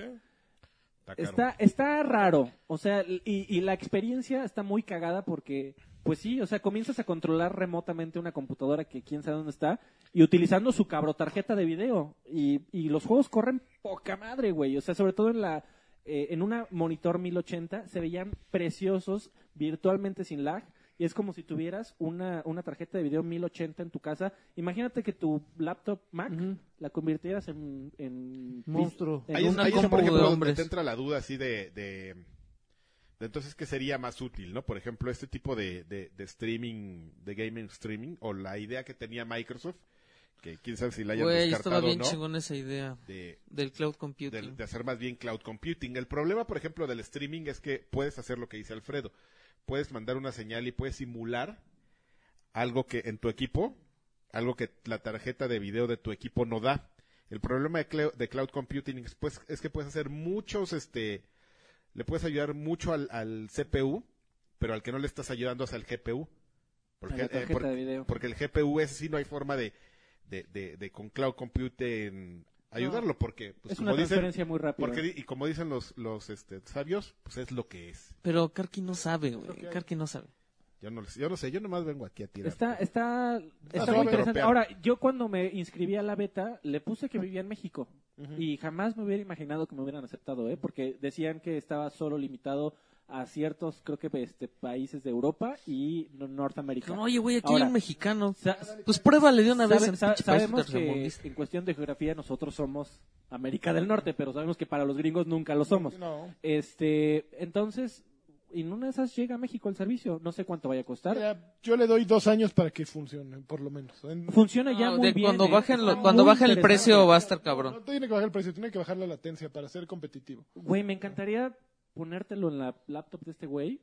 S5: caro.
S3: Está, está raro, o sea, y, y la experiencia está muy cagada porque, pues sí, o sea, comienzas a controlar remotamente una computadora que quién sabe dónde está y utilizando su cabro tarjeta de video y, y los juegos corren poca madre, güey, o sea, sobre todo en la eh, en una monitor 1080 se veían preciosos virtualmente sin lag y es como si tuvieras una, una tarjeta de video 1080 en tu casa. Imagínate que tu laptop Mac la convirtieras en, en
S2: Monstruo.
S3: en
S5: Ahí es,
S3: una
S5: ahí es,
S4: compu
S5: por
S4: de
S5: ejemplo, donde
S4: hombres.
S5: te entra la duda así de, de, de entonces qué sería más útil, ¿no? Por ejemplo, este tipo de, de, de streaming, de gaming streaming, o la idea que tenía Microsoft, que quién sabe si la hayan
S4: Güey, estaba
S5: descartado o
S4: bien
S5: no,
S4: chingón esa idea
S5: de,
S4: del cloud
S5: de-
S4: computing.
S5: de hacer más bien cloud computing. El problema, por ejemplo, del streaming es que puedes hacer lo que dice Alfredo, puedes mandar una señal y puedes simular algo que en tu equipo, algo que la tarjeta de video de tu equipo no da. El problema de, cleo- de cloud computing es, pues, es que puedes hacer muchos, este, le puedes ayudar mucho al, al CPU, pero al que no le estás ayudando es al GPU.
S3: A la tarjeta
S5: porque, pues,
S3: de video.
S5: porque el GPU es sí no hay forma de, de, de- de con cloud computing ayudarlo, porque pues,
S3: es una
S5: como dicen,
S3: transferencia muy rápida.
S5: porque di- y como dicen los, los este, sabios, pues es lo que es.
S4: Pero Karki no sabe, güey. Karki no sabe.
S5: Yo no, yo no sé, yo nomás vengo aquí a tirar.
S3: Está,
S5: Ah,
S3: está, está
S5: suave.
S3: muy interesante.
S5: Tropear.
S3: Ahora, yo cuando me inscribí a la beta, le puse que vivía en México. Y jamás me hubiera imaginado que me hubieran aceptado, ¿eh? Porque decían que estaba solo limitado a ciertos, creo que este, países de Europa y no- Norteamérica.
S4: No, oye, güey, aquí
S3: Ahora,
S4: hay un mexicano.
S3: sa-
S4: Pues pruébale de una
S3: sabe-
S4: vez en
S3: sa-
S4: pinche país
S3: sabemos que
S4: tercermundista.
S3: en cuestión de geografía nosotros somos América del Norte, pero sabemos que para los gringos nunca lo somos.
S1: No.
S3: Este, entonces, en una de esas llega a México el servicio. No sé cuánto vaya a costar.
S1: Mira, yo le doy dos años para que funcione, por lo menos. En-
S3: Funciona ya
S4: No,
S3: muy
S4: de
S3: bien.
S4: cuando
S3: ¿eh?
S4: bajen, lo-
S3: Está
S4: cuando
S3: muy
S4: bajen el
S3: interesante.
S4: precio va a estar
S1: no
S4: cabrón.
S1: tiene que bajar el precio, tiene que bajar la latencia para ser competitivo.
S3: Güey, me encantaría ponértelo en la laptop de este güey.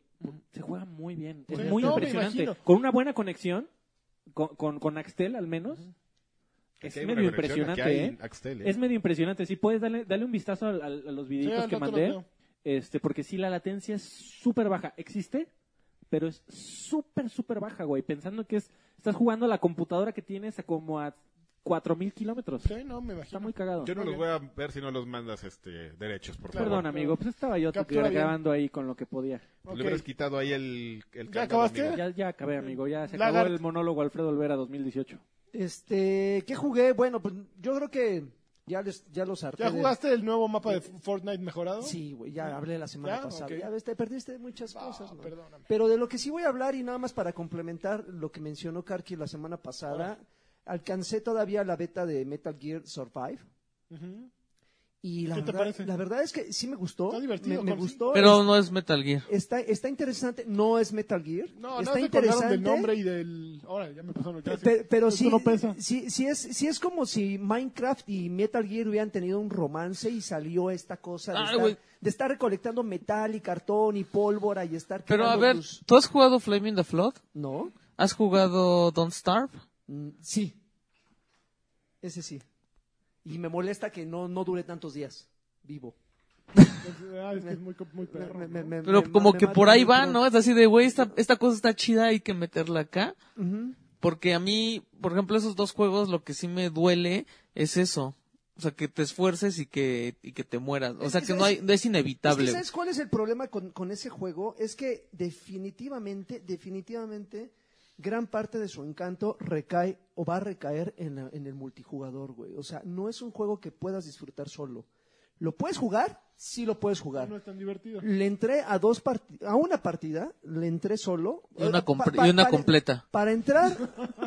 S3: Se juega muy bien. Es
S1: Sí,
S3: muy
S1: Pues no, me
S3: impresionante.
S1: imagino.
S3: Con una buena conexión, con, con, con Axtel al menos.
S5: Aquí
S3: Es
S5: hay una
S3: medio
S5: conexión,
S3: impresionante,
S5: aquí hay
S3: ¿eh?
S5: Axtel, ¿eh?
S3: Es medio impresionante. Si puedes, darle, dale un vistazo al- al- a, los
S1: Sí,
S3: videitos
S1: al
S3: que
S1: rato
S3: mandé.
S1: los veo.
S3: Este, porque sí, la latencia es súper baja. Existe, pero es súper, súper baja, güey. Pensando que es, estás jugando a la computadora que tienes a como a 4.000 kilómetros.
S1: Sí, no, me
S3: Está
S1: imagino.
S3: muy cagado.
S5: Yo no los voy a ver si no los mandas este, derechos, por favor.
S3: Perdón, amigo. Pues estaba yo
S1: Captura bien.
S3: grabando ahí con lo que podía.
S1: Ok.
S5: Le hubieras quitado ahí el, el
S1: ¿Ya
S5: candado,
S1: acabaste?
S5: amigo.
S3: Ya, ya acabé, amigo. Ya se
S1: Lagarto.
S3: acabó el monólogo Alfredo Olvera 2018.
S2: Este, ¿qué jugué? Bueno, pues yo creo que ya les, ya los harté.
S1: ¿Ya
S2: de-
S1: jugaste el nuevo mapa de Fortnite mejorado?
S2: Sí, güey, ya hablé la semana
S1: ¿Ya?
S2: pasada.
S1: Ok.
S2: Ya ves, te perdiste muchas
S1: Ah,
S2: cosas, ¿no?
S1: perdóname.
S2: Pero de lo que sí voy a hablar, y nada más para complementar lo que mencionó Karki la semana pasada, alcancé todavía la beta de Metal Gear Survive.
S1: Ujú.
S2: Y la,
S1: ¿Qué te
S2: verdad,
S1: parece?
S2: la verdad es que sí me gustó.
S1: Está divertido,
S2: Me, me
S1: Juan, sí.
S2: gustó.
S4: Pero no es Metal Gear.
S2: Está, está interesante. No es Metal Gear.
S1: No, no
S2: está
S1: se acordaron del nombre y del... Ahora, ya me pasaron
S2: Pe-
S1: gracias.
S2: Pero,
S1: Esto
S2: sí,
S1: no pesa.
S2: sí, sí es, sí es como si Minecraft y Metal Gear hubieran tenido un romance y salió esta cosa de,
S4: Ay, Ah, güey.
S2: estar, de estar recolectando metal y cartón y pólvora y estar...
S4: Pero a
S2: creando
S4: ver,
S2: tus-
S4: ¿tú has jugado Flaming the Flood?
S2: ¿No?
S4: ¿Has jugado Don't Starve?
S2: Mm, sí. Ese sí. Y me molesta que no, no dure tantos días vivo.
S1: Ah, es que es muy, co- muy
S2: Me-
S1: perro,
S2: me-
S1: ¿no?
S2: me- me-
S4: Pero
S2: me-
S4: como
S2: me
S4: que
S2: mata
S4: por ahí
S2: mucho.
S4: va, ¿no? Es así de, güey, esta, esta cosa está chida, hay que meterla acá.
S2: Ujú.
S4: Porque a mí, por ejemplo, esos dos juegos lo que sí me duele es eso. O sea, que te esfuerces y que, y que te mueras. O
S2: Es
S4: sea,
S2: que
S4: que no hay,
S2: sabes-
S4: no es inevitable.
S2: Es que, Pues, ¿Sabes cuál es el problema con, con ese juego? Es que definitivamente, definitivamente, gran parte de su encanto recae o va a recaer en, la- en el multijugador, güey. O sea, no es un juego que puedas disfrutar solo. ¿Lo puedes jugar? Sí lo puedes jugar.
S1: No es tan divertido.
S2: Le entré a dos parti- a una partida, le entré solo.
S4: Y una
S2: Eh, pa-
S4: comple-
S2: pa-
S4: y una
S2: para-
S4: completa.
S2: Para entrar,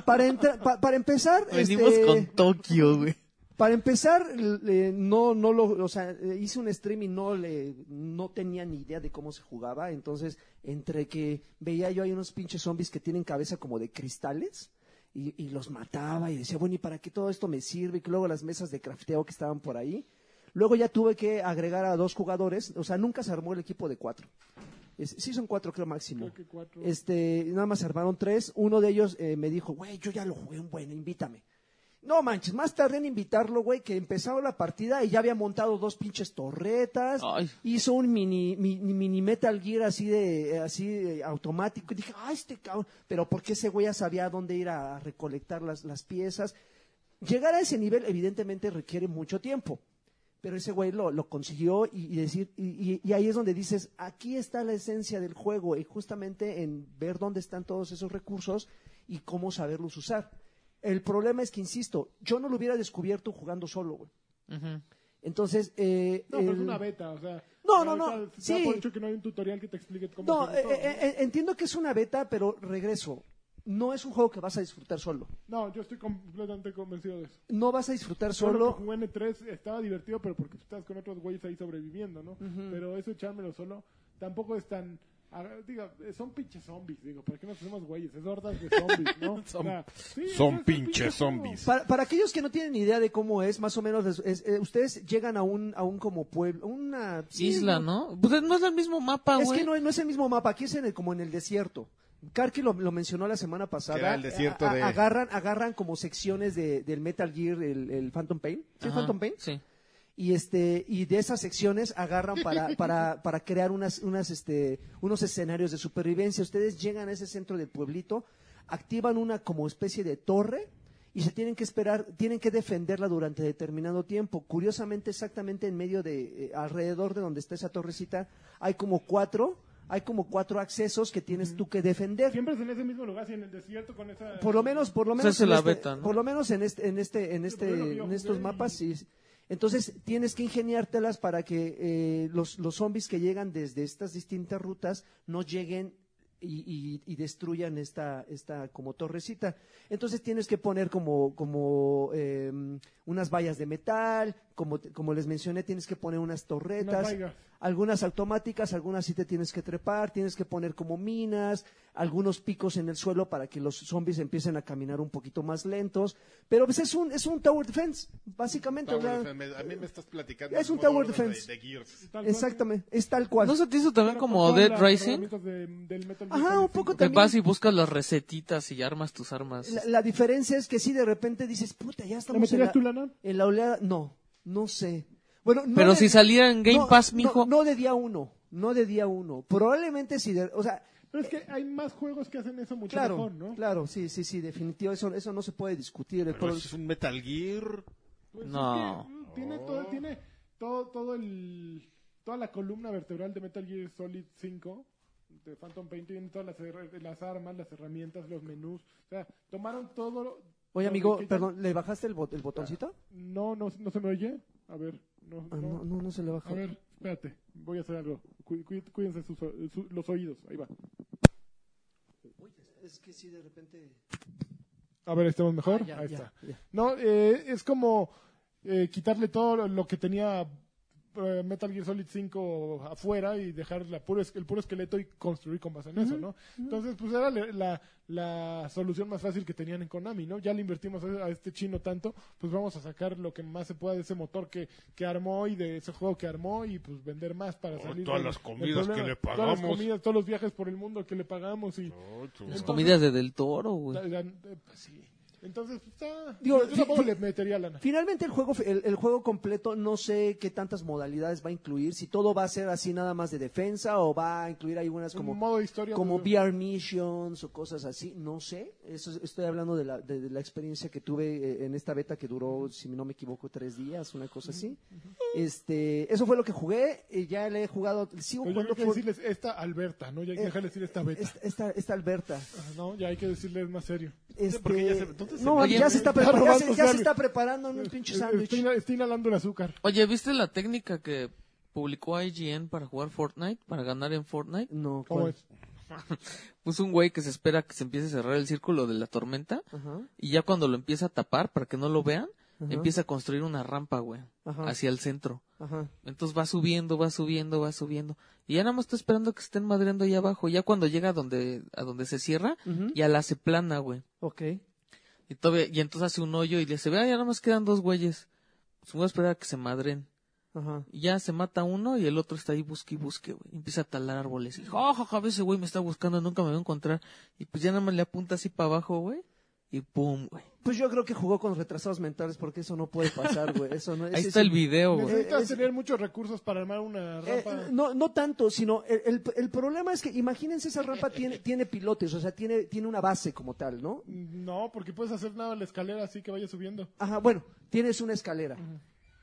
S2: para entrar, pa- para empezar.
S4: Venimos
S2: este,
S4: con Tokio, güey.
S2: para empezar, l- eh, no, no lo, o sea, eh, hice un stream y no le, no tenía ni idea de cómo se jugaba. Entonces, entre que veía yo hay unos pinches zombies que tienen cabeza como de cristales y, y los mataba y decía, bueno, ¿y para qué todo esto me sirve? Y que luego las mesas de crafteo que estaban por ahí. Luego ya tuve que agregar a dos jugadores, o sea, nunca se armó el equipo de cuatro. Es- sí son cuatro creo máximo.
S1: Creo que cuatro.
S2: Este, nada más se armaron tres. Uno de ellos eh, me dijo, güey, yo ya lo jugué un buen, invítame. No manches, más tarde en invitarlo, güey, que empezaba la partida y ya había montado dos pinches torretas.
S4: Ay.
S2: Hizo un mini, mi- mini Metal Gear así de, eh, así de automático. Y dije, ah, este cabrón. Pero porque ese güey ya sabía dónde ir a recolectar las, las piezas. Llegar a ese nivel, evidentemente, requiere mucho tiempo. Pero ese güey lo, lo consiguió y, y decir, y, y- y ahí es donde dices, aquí está la esencia del juego, y justamente en ver dónde están todos esos recursos y cómo saberlos usar. El problema es que, insisto, yo no lo hubiera descubierto jugando solo, güey.
S4: Ujú.
S2: Entonces, eh,
S1: No, pero es
S2: el-
S1: una beta, o sea.
S2: No,
S1: la
S2: no,
S1: beta
S2: no,
S1: da
S2: sí.
S1: por hecho que no hay un tutorial que te explique cómo
S2: No,
S1: hacerlo todo,
S2: eh, eh, eh, entiendo que es una beta, pero regreso. No es un juego que vas a disfrutar solo.
S1: No, yo estoy completamente convencido de eso.
S2: No vas a disfrutar
S1: Solo
S2: solo.
S1: jugué en E3 estaba divertido, pero porque estás con otros güeyes ahí sobreviviendo, ¿no? Pero eso echármelo solo tampoco es tan. a ver, Diga, eh, son pinches zombies, digo, ¿para qué nos hacemos güeyes? Es hordas de zombies, ¿no? O sea, sí,
S5: Son
S1: es el
S5: pinches
S1: pinche juego.
S5: zombies.
S2: Para, para aquellos que no tienen idea de cómo es, más o menos, es- es- eh, ustedes llegan a un, a un como pueblo, una sí,
S4: Isla, ¿no? Pues no es el mismo mapa,
S2: Es
S4: güey.
S2: que no, es- no es el mismo mapa, aquí es en el- como en el desierto. Karki lo, lo mencionó la semana pasada.
S5: Que era el desierto de-
S2: Agarran, agarran como secciones de- del Metal Gear, el, el Phantom Pain. ¿Sí es
S4: Ajá,
S2: Phantom Pain?
S4: Sí.
S2: Y, este, y de esas secciones agarran para, para, para crear unas, unas, este, unos escenarios de supervivencia. Ustedes llegan a ese centro del pueblito, activan una como especie de torre y se tienen que esperar, tienen que defenderla durante determinado tiempo. Curiosamente, exactamente en medio de, eh, alrededor de donde está esa torrecita, hay como cuatro, hay como cuatro accesos que tienes tú que defender
S1: Siempre es en ese mismo lugar, si en el desierto con esa.
S2: por lo menos por lo
S4: Pues
S2: menos
S4: hace
S2: en
S4: la
S2: este-
S4: beta, ¿no?
S2: por lo menos en este en este en este
S1: pero es lo que yo
S2: en
S1: jugué
S2: estos
S1: y-
S2: mapas sí entonces tienes que ingeniártelas para que eh, los los zombies que llegan desde estas distintas rutas no lleguen y, y- y destruyan esta esta como torrecita entonces tienes que poner como como eh, unas vallas de metal como como les mencioné tienes que poner unas
S1: Unas
S2: torretas
S1: vaigas.
S2: algunas automáticas, algunas sí te tienes que trepar, tienes que poner como minas, algunos picos en el suelo para que los zombies empiecen a caminar un poquito más lentos, pero pues es un es un tower defense, básicamente,
S5: Tower
S2: o sea,
S5: Defense, me- a mí me estás platicando.
S2: es un
S5: modo
S2: Tower
S5: de-
S2: Defense.
S5: de Gears.
S1: tal cual,
S2: exactamente, es tal cual.
S4: ¿No se te hizo también
S1: pero con
S4: como
S1: todas
S4: Dead
S1: las
S4: Rising?
S1: herramientas de- del Metal Gear
S2: Ajá,
S1: Solid
S2: un poco
S1: cinco.
S4: Que
S2: también.
S4: vas y buscas las recetitas y armas tus armas.
S2: La, la diferencia es que sí de repente dices, "Puta, ya
S1: ¿Le
S2: estamos en
S1: meterías
S2: la,
S1: tu lana?
S2: en la oleada", no, no sé. Bueno, no
S4: Pero
S2: de-
S4: si saliera en Game
S2: no,
S4: Pass,
S2: no,
S4: mijo.
S2: No, de día uno, no de día uno. Probablemente si de, o sea,
S1: Pero es que hay más juegos que hacen eso mucho
S2: claro,
S1: mejor, ¿no?
S2: claro, sí, sí, sí, definitivo, eso eso no se puede discutir. El
S5: Pero
S2: pro-
S5: es un Metal Gear.
S1: Pues es
S4: No.
S1: que, mm, tiene todo, tiene todo, todo el, toda la columna vertebral de Metal Gear Solid 5, de Phantom Pain, tiene todas las, her- las armas, las herramientas, los menús. O sea, tomaron todo. lo-
S2: Oye,
S1: lo
S2: amigo,
S1: que ya-
S2: perdón, ¿le bajaste el, bot- el botoncito?
S1: No, no, no se me oye. A ver, no,
S2: Ah,
S1: no.
S2: no, no, no se le bajó.
S1: A ver, espérate, voy a hacer algo. Cu- cu- Cuídense sus o- su- los oídos, ahí va.
S2: Es que sí, de repente... Ah,
S1: A ver, ¿estamos mejor? ahí está. No, eh, es como eh, quitarle todo lo que tenía eh, Metal Gear Solid 5 afuera y dejar la puro es- el puro esqueleto y construir con base en eso, ¿no? Entonces, pues era le- la, la solución más fácil que tenían en Konami, ¿no? Ya le invertimos a, a este chino tanto, pues vamos a sacar lo que más se pueda de ese motor que, que armó y de ese juego que armó y pues vender más para
S5: Oh,
S1: salir.
S5: todas
S1: del-
S5: las
S1: del
S5: comidas que
S1: problema.
S5: le
S1: Todas las
S5: pagamos.
S1: comidas, todos los viajes por el mundo que le pagamos y...
S5: No, tú-
S4: Las comidas de Del Toro, güey.
S1: La- la- eh, pues, sí. Entonces, pues, está.
S2: Digo,
S1: yo tampoco
S2: fi-
S1: le metería lana.
S2: Finalmente el juego, el, el juego completo no sé qué tantas modalidades va a incluir, si todo va a ser así nada más de defensa o va a incluir algunas como,
S1: Un modo historia.
S2: como
S1: pues,
S2: VR missions o cosas así, no sé. Eso es- estoy hablando de la, de, de la experiencia que tuve eh, en esta beta que duró, si no me equivoco, tres días, una cosa así. Este, eso fue lo que jugué, eh, ya le he jugado, sigo
S1: pues, yo creo
S2: jugando
S1: que hay
S2: For-
S1: que decirles esta Alberta, ¿no? Ya hay que
S2: Eh,
S1: dejarle decir esta beta.
S2: esta, esta- esta Alberta.
S1: Ah, No, ya hay que decirles más serio.
S2: Este,
S5: Porque ya se- entonces se-
S2: no,
S4: Oye,
S2: ya se está,
S1: está
S2: preparando, ya, se,
S1: robando
S2: ya se
S1: sándwich.
S2: está preparando
S5: Eh,
S2: en un pinche sándwich.
S1: Estoy, estoy inhalando el azúcar.
S4: Oye, ¿viste la técnica que publicó IGN para jugar Fortnite? Para ganar en Fortnite.
S2: No,
S1: ¿Cómo
S2: ¿cuál?
S1: es?
S4: Puso un güey que se espera que se empiece a cerrar el círculo de la tormenta.
S2: Ajá.
S4: Y ya cuando lo empieza a tapar para que no lo vean,
S2: Ajá.
S4: empieza a construir una rampa, güey.
S2: Ajá.
S4: Hacia el centro.
S2: Ajá.
S4: Entonces va subiendo, va subiendo, va subiendo. Y ya nada más está esperando que estén madreando ahí abajo. Ya cuando llega a donde, a donde se cierra,
S2: Ujú.
S4: ya la hace plana, güey.
S2: Ok.
S4: Y, todavía- y entonces hace un hoyo y le se ve, ah, ya nada más quedan dos güeyes. Pues voy a esperar a que se madren.
S2: Ajá.
S4: Y ya se mata uno y el otro está ahí busque y busque, güey. Empieza a talar árboles. Y ja, ja, ja, ese güey me está buscando, nunca me va a encontrar. Y pues ya nada más le apunta así para abajo, güey. Y pum, güey.
S2: Pues yo creo que jugó con retrasados mentales porque eso no puede pasar, güey. Eso no
S4: Ahí
S2: ese
S4: está
S2: es-
S4: el video, güey.
S1: Necesitas
S2: Eh, es-
S1: tener muchos recursos para armar una
S2: Eh,
S1: rampa.
S2: no, no tanto, sino el, el- el problema es que imagínense esa rampa tiene, tiene pilotes, o sea, tiene, tiene una base como tal, ¿no?
S1: No, porque puedes hacer nada en la escalera así que vaya subiendo.
S2: Ajá, bueno, tienes una escalera.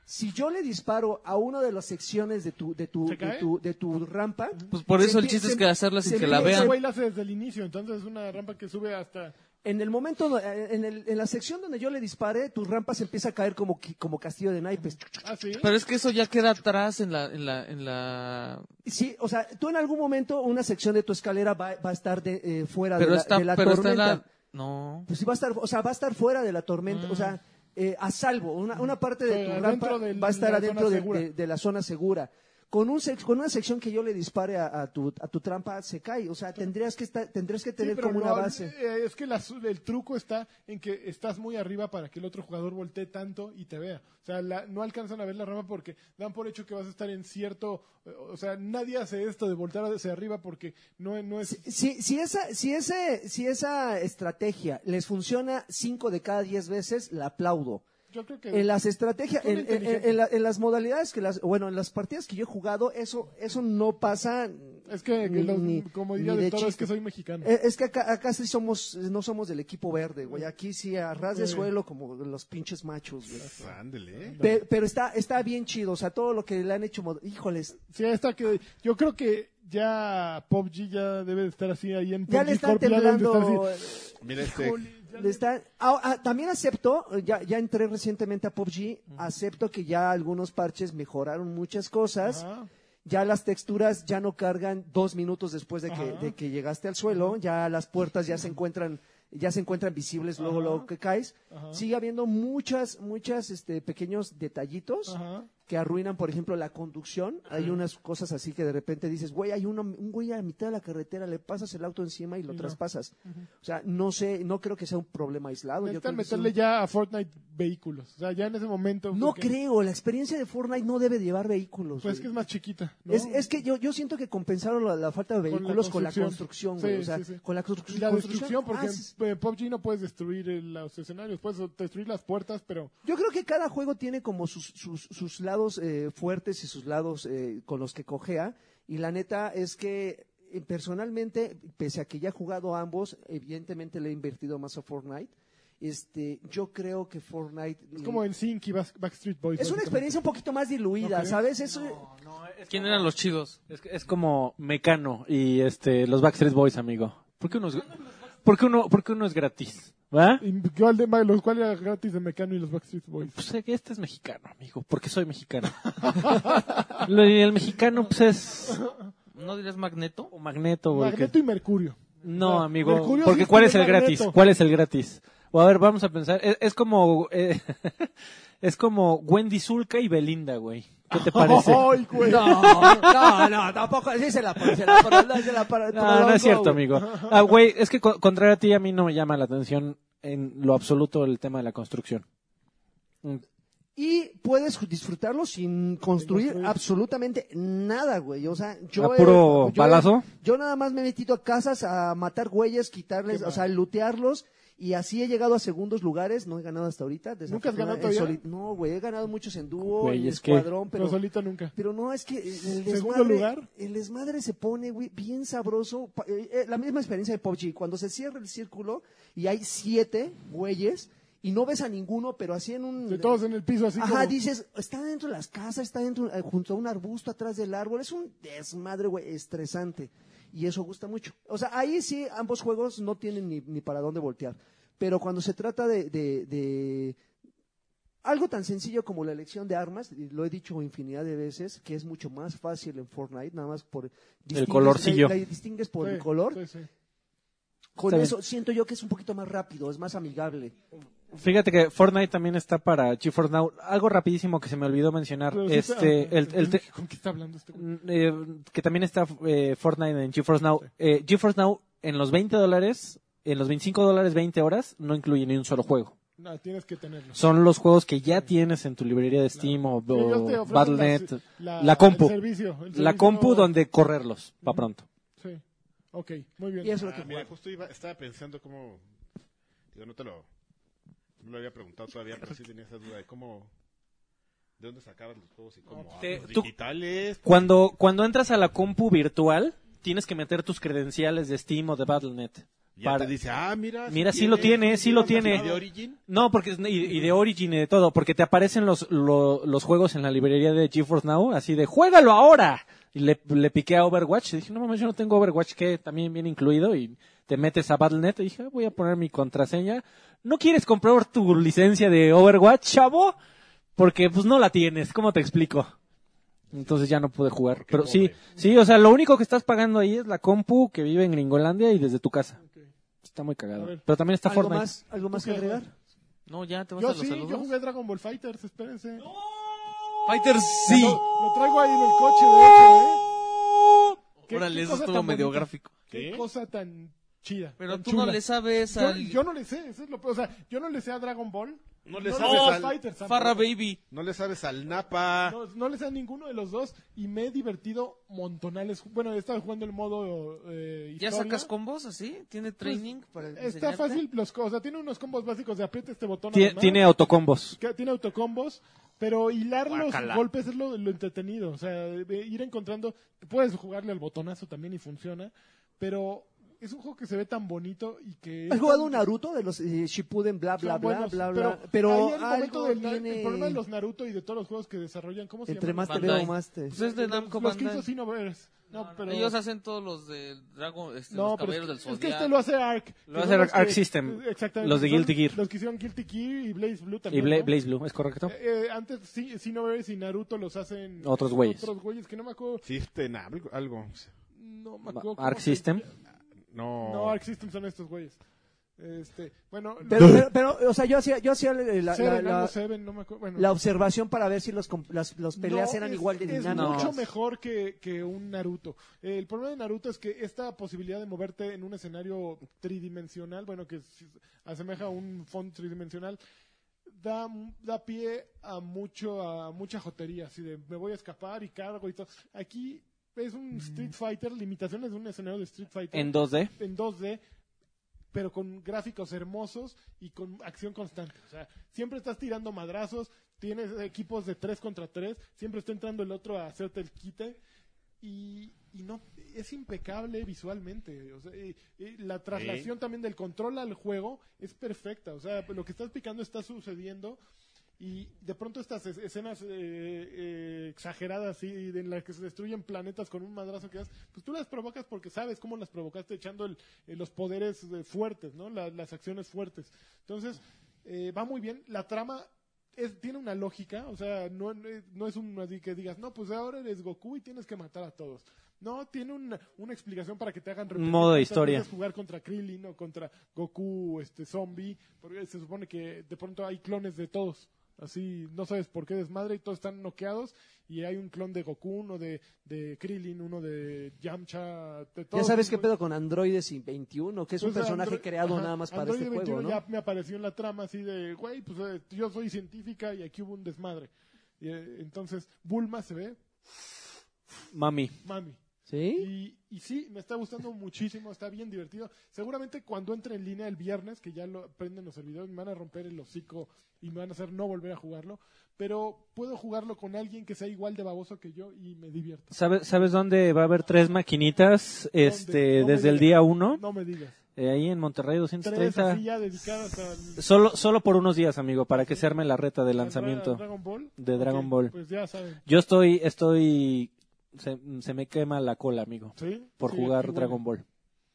S2: Si yo le disparo a una de las secciones de tu, de tu,
S1: ¿Se
S2: de
S1: cae?
S2: tu, de tu rampa.
S4: Pues por eso el
S2: se empie-
S4: chiste es
S2: se-
S4: que hacerla sin
S2: se
S4: que la
S2: empieza-
S1: Ese
S4: vean.
S1: güey la hace desde el inicio, entonces es una rampa que sube hasta...
S2: En el momento, do- eh, en, el- en la sección donde yo le disparé, tu rampa se empieza a caer como, qui- como castillo de naipes.
S1: Ah, sí.
S4: Pero es que eso ya queda atrás en la, en la, en la...
S2: Sí, o sea, tú en algún momento una sección de tu escalera va, va a estar de, eh, fuera de
S4: Pero
S2: la,
S4: está,
S2: de la
S4: pero está
S2: tormenta.
S4: en la... No.
S2: Pues sí va a estar, o sea, va a estar fuera de la tormenta, o sea, eh, a salvo. Una, una parte de
S1: Eh,
S2: tu
S1: Mm. adentro
S2: rampa
S1: del-
S2: va a estar
S1: la
S2: adentro
S1: zona
S2: de,
S1: segura.
S2: de- de la zona segura. Con, un sec- con una sección que yo le dispare a, a tu, a tu trampa, se cae. O sea, tendrías que, estar, tendrías que
S1: Sí,
S2: tener
S1: pero
S2: como una
S1: no,
S2: base.
S1: eh, es que la su- el truco está en que estás muy arriba para que el otro jugador voltee tanto y te vea. O sea, la- no alcanzan a ver la rama porque dan por hecho que vas a estar en cierto... eh, O sea, nadie hace esto de voltear hacia arriba porque no, no es...
S2: Si, si, esa, si, ese, si esa estrategia les funciona 5 de cada 10 veces, la aplaudo.
S1: Yo creo que...
S2: En las estrategias,
S1: Son
S2: en, en- en-
S1: inteligentes.
S2: en la- en las modalidades que las, bueno, en las partidas que yo he jugado, eso, eso no pasa.
S1: Es que, que
S2: ni-
S1: los-
S2: ni-
S1: como diría
S2: ni
S1: de todo, es
S2: chiste.
S1: que soy mexicano.
S2: Eh, Es que acá, acá sí somos, eh, no somos del equipo verde, güey. Aquí sí a ras
S1: Muy
S2: de
S1: bien.
S2: suelo como los pinches machos, güey.
S5: Ándele. eh.
S2: Pe- Pero, está, está bien chido, o sea, todo lo que le han hecho, mod- híjoles.
S1: Sí, está que yo creo que ya PUBG ya debe de estar así ahí en
S2: Ya
S1: PUBG
S2: le están
S1: Corp, ya deben de estar
S2: temblando.
S1: así.
S2: eh,
S5: Mira este.
S1: Híjole, ya
S2: Le están- ah, ah, también acepto, eh, ya, ya entré recientemente a PUBG, acepto que ya algunos parches mejoraron muchas cosas.
S1: Ajá.
S2: Ya las texturas ya no cargan dos minutos después de que,
S1: Ajá.
S2: de que llegaste al suelo, ya las puertas ya se encuentran, ya se encuentran visibles luego, luego que caes.
S1: Ajá.
S2: Sigue habiendo muchas, muchas este, pequeños detallitos
S1: Ajá.
S2: que arruinan, por ejemplo, la conducción. Hay unas cosas así que de repente dices, güey, hay uno, un güey a la mitad de la carretera, le pasas el auto encima y lo
S1: Y no.
S2: traspasas. O sea, no sé, no creo que sea un problema aislado. Yo
S1: Necesitan
S2: creo que es un-
S1: meterle ya a Fortnite vehículos. O sea, ya en ese momento.
S2: No
S1: porque-
S2: creo, la experiencia de Fortnite no debe de llevar vehículos.
S1: Pues es
S2: güey.
S1: que es más chiquita. ¿no?
S2: Es, es que yo, yo siento que compensaron la, la falta de
S1: Con la
S2: vehículos con la construcción,
S1: construcción.
S2: güey.
S1: Sí,
S2: o sea,
S1: sí, sí.
S2: con la
S1: Y
S2: construcción.
S1: la
S2: construcción-
S1: destrucción, porque
S2: ah, sí.
S1: en eh, PUBG no puedes destruir eh, los escenarios, puedes destruir las puertas, pero
S2: Yo creo que cada juego tiene como sus, sus, sus lados eh, fuertes y sus lados eh, con los que cojea. Y la neta es que eh, personalmente, pese a que ya he jugado a ambos, evidentemente le he invertido más a Fortnite. Este, yo creo que Fortnite
S1: es como en Sync y Back- Backstreet Boys.
S2: es una
S1: básicamente.
S2: experiencia un poquito más diluida,
S1: Ok.
S2: ¿sabes? Eso
S4: ¿Quién eran los chidos?
S6: Es, que- es como Mecano y este los Backstreet Boys, amigo. ¿Por qué uno es, por qué uno, por qué uno es gratis? ¿Va?
S1: Y yo al de- los cuales era gratis de Mecano y los Backstreet Boys.
S6: Pues eh, que este es mexicano, amigo, porque soy mexicano. Lo- y el mexicano, pues es
S4: ¿No dirías Magneto?
S6: un magneto, güey. que-
S1: Magneto y Mercurio.
S6: No, amigo,
S1: Mercurio sí
S6: porque
S1: es
S6: ¿cuál
S1: como
S6: es el
S1: Magneto.
S6: gratis? ¿Cuál es el gratis? O a ver, vamos a pensar, es, es como eh, es como Wendy Zulka y Belinda, güey. ¿Qué te parece?
S2: Oh,
S1: ¡Ay, güey!
S2: no, no, tampoco. pues, Sí se la se la para- se la para-
S6: No, no es cierto,
S2: güey.
S6: amigo. Ah, güey, es que co- contrario a ti, a mí no me llama la atención en lo absoluto el tema de la construcción. Mm,
S2: Y puedes ju- disfrutarlo sin construir
S1: construir.
S2: absolutamente nada, güey. O sea, yo.
S6: ¿A puro
S2: yo
S6: balazo?
S2: Yo nada más me he metido a casas a matar güeyes, quitarles,
S1: Qué
S2: o sea, lootearlos. Y así he llegado a segundos lugares, no he ganado hasta ahorita.
S1: ¿Nunca has ganado
S2: desafortunadamente, en
S1: todavía?
S2: soli- No, güey, he ganado muchos en dúo,
S3: Güey,
S2: en
S3: es que-
S2: escuadrón, pero...
S1: Pero solito nunca.
S2: Pero no, es que el
S1: Segundo
S2: desmadre,
S1: lugar.
S2: el desmadre se pone, güey, bien sabroso. Pa- eh, eh, la misma experiencia de PUBG. Cuando se cierra el círculo y hay siete güeyes y no ves a ninguno, pero así en un...
S1: De todos en el piso, así
S2: Mm, Ajá,
S1: como...
S2: dices, está dentro de las casas, está dentro, eh, junto a un arbusto atrás del árbol. Es un desmadre, güey, estresante. Y eso gusta mucho. O sea, ahí sí, ambos juegos no tienen ni, ni para dónde voltear. Pero cuando se trata de, de- de algo tan sencillo como la elección de armas, y lo he dicho infinidad de veces, que es mucho más fácil en Fortnite, nada más por... distingues-
S3: colorcillo.
S2: La, la distingues por el
S1: Sí,
S2: color.
S1: sí, sí.
S2: Con
S3: Está bien.
S2: eso siento yo que es un poquito más rápido, es más amigable.
S3: Fíjate que Fortnite también está para GeForce Now. Algo rapidísimo que se me olvidó mencionar.
S1: Pero sí está-
S3: este, el, el te-
S1: ¿Con qué está hablando este güey?
S3: Mm, eh, que también está eh, Fortnite en GeForce Now. Eh, GeForce Now en los 20 dólares, en los 25 dólares 20 horas, no incluye ni un solo juego.
S1: No, tienes que tenerlo.
S3: Son los juegos que ya tienes en tu librería de Steam o,
S1: Sí, ellos te
S3: o
S1: ofrecen
S3: Battle.net.
S1: la,
S3: la compu.
S1: el servicio, el
S3: La
S1: servicio-
S3: compu donde correrlos, va pronto.
S1: Sí. Ok, muy bien.
S2: Y eso es lo
S5: Ah,
S2: que
S5: mira,
S2: juego.
S5: justo iba, estaba pensando cómo. Digo, no te lo. No lo había preguntado todavía, pero sí tenía esa duda de cómo. ¿De dónde sacabas los juegos y cómo? Ah,
S3: te-
S5: los
S3: tú-
S5: digitales.
S3: Cuando, cuando entras a la compu virtual, tienes que meter tus credenciales de Steam o de Battle.net.
S5: Ya
S3: para-
S5: te dice, ah, mira.
S3: Mira, sí lo tiene, sí lo tiene.
S5: ¿Y de Origin?
S3: No, porque es- y, y de Origin y de todo, porque te aparecen los, lo- los juegos en la librería de GeForce Now, así de ¡Juégalo ahora! Y le, le piqué a Overwatch y dije, no mames, yo no tengo Overwatch que también viene incluido y te metes a Battle.net y dije, "Ah, voy a poner mi contraseña. ¿No quieres comprar tu licencia de Overwatch, chavo? Porque pues no la tienes, ¿cómo te explico? Entonces ya no pude jugar.
S5: Porque
S3: Pero sí,
S5: pobre.
S3: sí, o sea, lo único que estás pagando ahí es la compu que vive en Gringolandia y desde tu casa.
S1: Ok.
S3: Está muy cagado.
S1: A ver.
S3: Pero también está
S2: ¿Algo
S3: Fortnite.
S2: más, ¿Algo más que
S1: qué, güey?
S2: agregar?
S4: No, ya te vas a
S1: Yo
S4: los
S1: sí,
S4: saludos.
S1: yo jugué Dragon Ball Fighters, espérense.
S4: Fighters sí.
S1: Lo, lo traigo ahí en el coche, de hecho, ¿eh? Qué-
S4: Órale,
S1: qué
S4: eso
S1: cosa
S4: estuvo
S1: tan
S4: medio
S1: bonita.
S4: gráfico.
S1: Qué
S5: ¿Qué?
S1: cosa tan chida.
S4: Pero
S1: tan
S4: tú no
S1: chula.
S4: le sabes
S1: Yo,
S4: al
S1: yo no le sé, eso es lo peor. O sea, yo no le sé a Dragon Ball.
S5: No le
S1: No,
S5: sabes
S1: no,
S5: al.
S1: Fighters, tampoco.
S4: Farra Baby.
S5: No le sabes al Napa.
S1: No, no le sé a ninguno de los dos y me he divertido montonales. Bueno, he estado jugando el modo eh,
S4: ¿Ya
S1: historia. Pues,
S4: sacas combos así? ¿Tiene training para
S1: Está
S4: enseñarte?
S1: fácil los co- o sea, tiene unos combos básicos de aprieta este botón.
S3: Tie-
S1: además,
S3: tiene autocombos.
S1: que tiene autocombos, pero hilar los golpes es lo, lo entretenido. O sea, de ir encontrando, puedes jugarle al botonazo también y funciona, pero es un juego que se ve tan bonito y que...
S2: ¿Has jugado un Naruto de los eh, Shippuden, bla, bla,
S1: Son
S2: bla,
S1: buenos,
S2: bla, bla? Pero,
S1: ahí el, momento
S2: algo
S1: del-
S2: tiene...
S1: el problema de los Naruto y de todos los juegos que desarrollan, ¿cómo se
S2: Entre
S1: llaman?
S2: más te
S4: Bandai.
S2: veo, más te...
S4: Pues es de Namco
S1: los, los que hizo
S4: Bandai.
S1: Xenoverse. No, pero...
S4: Ellos hacen todos los de Dragon, este,
S1: No,
S4: los
S1: pero es
S4: caballeros del
S1: que, es
S4: Zodiac.
S1: que este lo hace Ark.
S3: Lo
S1: que
S3: hace
S1: son los
S3: Arc
S1: que-
S3: System,
S1: Exactamente.
S3: los de
S1: son
S3: Guilty Gear.
S1: Los que hicieron Guilty Gear y Blaze Blue
S3: Y
S1: también.
S3: Bla-
S1: ¿no?
S3: Blaze Blue, ¿es correcto?
S1: Eh, eh, antes sí, Sinoverse y Naruto los hacen
S3: Otros güeyes.
S1: Otros güeyes que no me acuerdo.
S5: System, este, algo. algo.
S1: No me
S3: Ma-
S1: acuerdo. cómo
S3: Arc
S1: se-
S3: System.
S5: No.
S1: No, Arc System son estos güeyes. Este, bueno,
S2: Oh. Pero, pero, pero, o sea, yo hacía, yo hacía eh, la, la,
S1: Seven,
S2: la-
S1: algo Seven, no me acuerdo. Bueno,
S2: la observación para ver si los, com- las, los peleas
S1: No,
S2: eran
S1: es-
S2: igual de
S1: Es
S2: dinámicas.
S1: mucho mejor que, que un Naruto. Eh, el problema de Naruto es que esta posibilidad de moverte en un escenario tridimensional, bueno, que s- asemeja a un font tridimensional, da, da pie a mucho a mucha jotería, así de me voy a escapar y cargo y todo. Aquí es un Street Fighter, limitaciones de un escenario de Street Fighter
S3: En 2D.
S1: en 2D, pero con gráficos hermosos y con acción constante. O sea, siempre estás tirando madrazos, tienes equipos de 3 contra 3, siempre está entrando el otro a hacerte el quite. Y, y no es impecable visualmente. O sea, y- y la traslación también del control al juego es perfecta. O sea, lo que estás picando está sucediendo. Y de pronto estas es- escenas eh, eh, exageradas y en las que se destruyen planetas con un madrazo que das, pues tú las provocas porque sabes cómo las provocaste echando el- eh, los poderes eh, fuertes, ¿no? La- las acciones fuertes. Entonces, eh, va muy bien. La trama es, tiene una lógica, o sea, no, no es- no es un así que digas, no, pues ahora eres Goku y tienes que matar a todos. No, tiene una, una explicación para que te hagan repetir
S3: modo de
S1: cuántas
S3: historia.
S1: veces jugar contra Krillin o contra Goku, este zombie, porque se supone que de pronto hay clones de todos. Así, no sabes por qué desmadre y todos están noqueados y hay un clon de Goku, uno de, de Krillin, uno de Yamcha, de todos.
S2: Ya sabes qué
S1: Pues,
S2: pedo con Androides y 21, que es un
S1: entonces,
S2: personaje
S1: Pues, Android-
S2: creado
S1: ajá,
S2: nada más para
S1: Android
S2: este juego,
S1: 21
S2: ¿no?
S1: ya me apareció en la trama así de, güey, pues eh, yo soy científica y aquí hubo un desmadre. Y, eh, entonces, Bulma se ve,
S3: Mami.
S1: mami.
S2: ¿Sí?
S1: Y, y sí, me está gustando muchísimo, está bien divertido. Seguramente cuando entre en línea el viernes, que ya lo prenden los servidores, me van a romper el hocico y me van a hacer no volver a jugarlo. Pero puedo jugarlo con alguien que sea igual de baboso que yo y me divierto.
S3: ¿Sabes, ¿Sabes dónde va a haber tres maquinitas este,
S1: No me
S3: desde el
S1: digas,
S3: día 1?
S1: No me digas.
S3: ahí en Monterrey
S1: Tres
S3: 230.
S1: así ya dedicadas al-
S3: Solo, solo por unos días, amigo, para que se arme la reta de
S1: al
S3: lanzamiento.
S1: Dra- Dragon Ball.
S3: De Dragon
S1: Ok,
S3: Ball.
S1: Pues ya saben.
S3: Yo estoy, estoy, se, se me quema la cola, amigo,
S1: ¿Sí?
S3: por
S1: Sí,
S3: jugar
S1: aquí huele.
S3: Dragon Ball.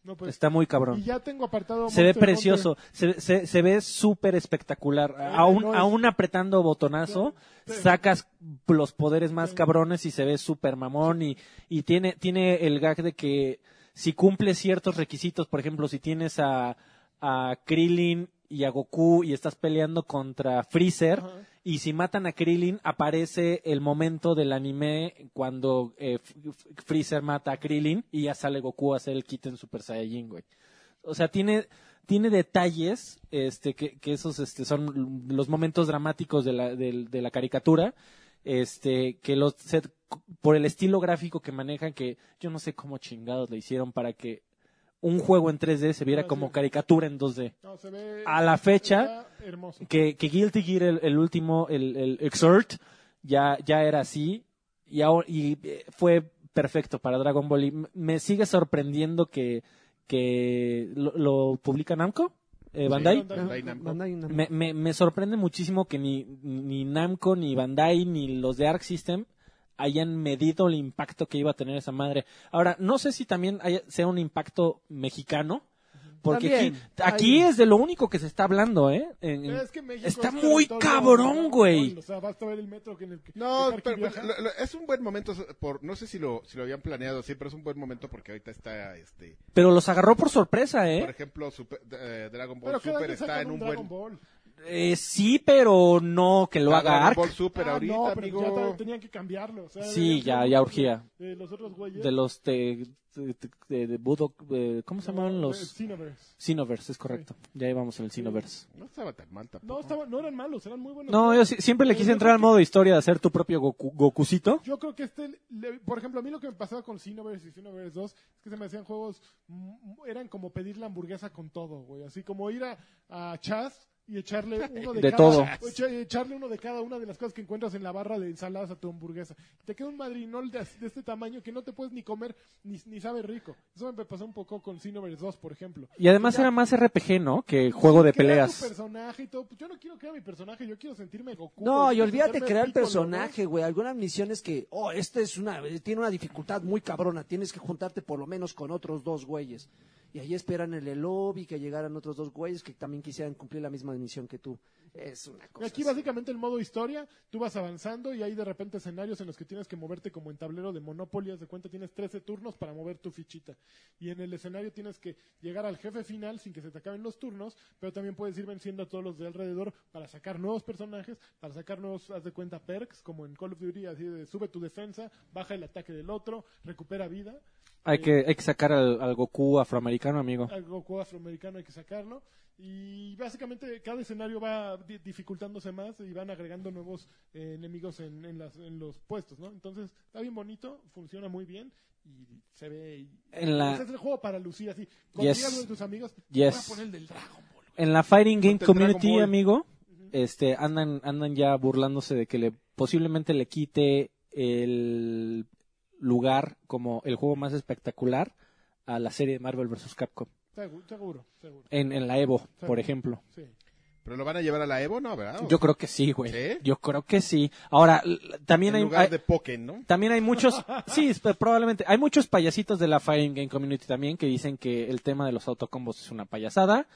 S1: No, pues,
S3: Está muy
S1: Y
S3: cabrón.
S1: ya tengo apartado.
S3: Se ve
S1: Monster
S3: precioso, se, se, se ve súper espectacular.
S1: Ah,
S3: Aún,
S1: no es-
S3: aún apretando botonazo,
S1: Sí.
S3: sacas los poderes más
S1: Sí.
S3: cabrones y se ve súper mamón y, y tiene, tiene el gag de que si cumple ciertos requisitos, por ejemplo, si tienes a, a Krillin y a Goku y estás peleando contra Freezer,
S1: Hunter. Ajá.
S3: y si matan a Krillin, aparece el momento del anime cuando eh, F- F- Freezer mata a Krillin y ya sale Goku a hacer el kit en Super Saiyajin, güey. O sea, tiene, tiene detalles este, que, que esos este, son los momentos dramáticos de la, del- de la caricatura. Este, que los se- por el estilo gráfico que manejan, que yo no sé cómo chingados le hicieron para que un juego en 3D se viera
S1: Ah,
S3: como
S1: sí.
S3: caricatura en 2D.
S1: No, se ve.
S3: A la fecha,
S1: está hermoso.
S3: que, que Guilty Gear, el, el último, el, el Exert, ya, ya era así y, ahora- y eh, fue perfecto para Dragon Ball. Y m- me sigue sorprendiendo que, que lo, lo publica Namco, eh, Bandai.
S1: Bandai.
S5: Namco.
S2: Bandai Namco.
S3: Me, me, me sorprende muchísimo que ni, ni Namco, ni Bandai, ni los de Arc System hayan medido el impacto que iba a tener esa madre. Ahora, no sé si también haya- sea un impacto mexicano, porque aquí,
S2: También,
S3: aquí
S2: hay-
S3: es de lo único que se está hablando, ¿eh? En- en-
S1: Es que México
S3: Está
S1: es
S3: muy
S1: territorio
S3: cabrón,
S1: Dragon
S3: güey.
S1: Ball, O sea, basta ver el metro que en el que.
S5: No,
S1: que Karki
S5: pero,
S1: viaja.
S5: lo- lo- es un buen momento por no sé si lo si lo habían planeado, sí, pero es un buen momento porque ahorita está este,
S3: Pero los agarró por sorpresa, ¿eh?
S5: por ejemplo, Super- eh, Dragon Ball
S1: Pero cada
S5: Super
S1: año
S5: está
S1: sacan
S5: en
S1: un
S5: un
S1: Dragon
S5: buen
S1: Ball.
S3: Eh, sí, pero no que lo
S5: Ah,
S3: haga
S5: Dragon
S3: Ark.
S5: Ball Super
S1: Ah,
S5: ahorita,
S1: no, pero ya
S5: amigo.
S1: te- tenían que cambiarlo. o sea,
S3: Sí,
S1: deberían
S3: ya,
S1: ser
S3: ya
S1: los-
S3: urgía.
S1: eh, los otros güeyes.
S3: De los te- te- te- de, de Budok, eh, ¿cómo se
S1: No,
S3: llamaban
S1: eh,
S3: los?
S1: Xenoverse.
S3: Cineverse, es correcto. Ya íbamos en el Cineverse.
S5: No estaba tan mal tampoco.
S1: No, estaban, no eran malos, eran muy buenos.
S3: No, yo sí- siempre le quise entrar al modo historia de hacer tu propio Goku, Gokucito.
S1: Yo creo que este, le- por ejemplo, a mí lo que me pasaba con Xenoverse y Xenoverse 2 es que se me hacían juegos, mm, eran como pedir la hamburguesa con todo, güey. Así como ir a, a Chas y echarle uno de,
S3: De
S1: cada,
S3: todo.
S1: o echa- echarle uno de cada una de las cosas que encuentras en la barra de ensaladas a tu hamburguesa. Te queda un madrinol de, as- de este tamaño que no te puedes ni comer ni, ni sabe rico. Eso me pasó un poco con Xenoverse 2, por ejemplo.
S3: Y además
S1: Ya-
S3: era más RPG, ¿no? Que juego de
S1: Crear tu
S3: peleas.
S1: personaje y todo. Pues yo no quiero crear mi personaje, yo quiero sentirme Goku.
S2: No,
S1: o
S2: y
S1: quiero
S2: olvídate
S1: sentirme
S2: crear el
S1: Piccolo, ¿no?
S2: personaje, güey. Algunas misiones que, oh, esta es una, tiene una dificultad muy cabrona. Tienes que juntarte por lo menos con otros dos güeyes. Y ahí esperan en el lobby que llegaran otros dos güeyes que también quisieran cumplir la misma misión que tú. Es una cosa.
S1: Aquí
S2: así.
S1: básicamente el modo historia, tú vas avanzando y hay de repente escenarios en los que tienes que moverte como en tablero de Monopoly, haz de cuenta tienes 13 turnos para mover tu fichita. Y en el escenario tienes que llegar al jefe final sin que se te acaben los turnos, pero también puedes ir venciendo a todos los de alrededor para sacar nuevos personajes, para sacar nuevos, haz de cuenta, perks, como en Call of Duty, así de sube tu defensa, baja el ataque del otro, recupera vida.
S3: Hay que, hay que sacar al, al Goku afroamericano, amigo.
S1: Al Goku afroamericano hay que sacarlo. Y básicamente cada escenario va di- dificultándose más y van agregando nuevos eh, enemigos en, en las- en los puestos, ¿no? Entonces está bien bonito, funciona muy bien y se ve... y-
S3: En la-
S1: Ese es el juego para lucir así. Cuando
S3: Yes.
S1: digas lo de tus amigos,
S3: Yes.
S1: voy a poner el del Dragon Ball.
S3: En la Fighting Game
S5: Ponte el Dragon
S3: Community,
S5: Ball.
S3: amigo, este, andan, andan ya burlándose de que le, posiblemente le quite el lugar como el juego más espectacular a la serie de Marvel vs. Capcom.
S1: Segu- Seguro, seguro.
S3: En, en la Evo, por ejemplo.
S1: Sí.
S5: Pero lo van a llevar a la Evo, ¿no? ¿Verdad?
S3: Yo creo que sí, güey.
S5: ¿Sí?
S3: Yo creo que sí. Ahora, l- también
S5: en
S3: hay,
S5: lugar
S3: hay-
S5: de Pokémon, ¿no?
S3: también hay muchos, sí, es- eh, probablemente, hay muchos payasitos de la Fighting Game Community también que dicen que el tema de los autocombos es una payasada,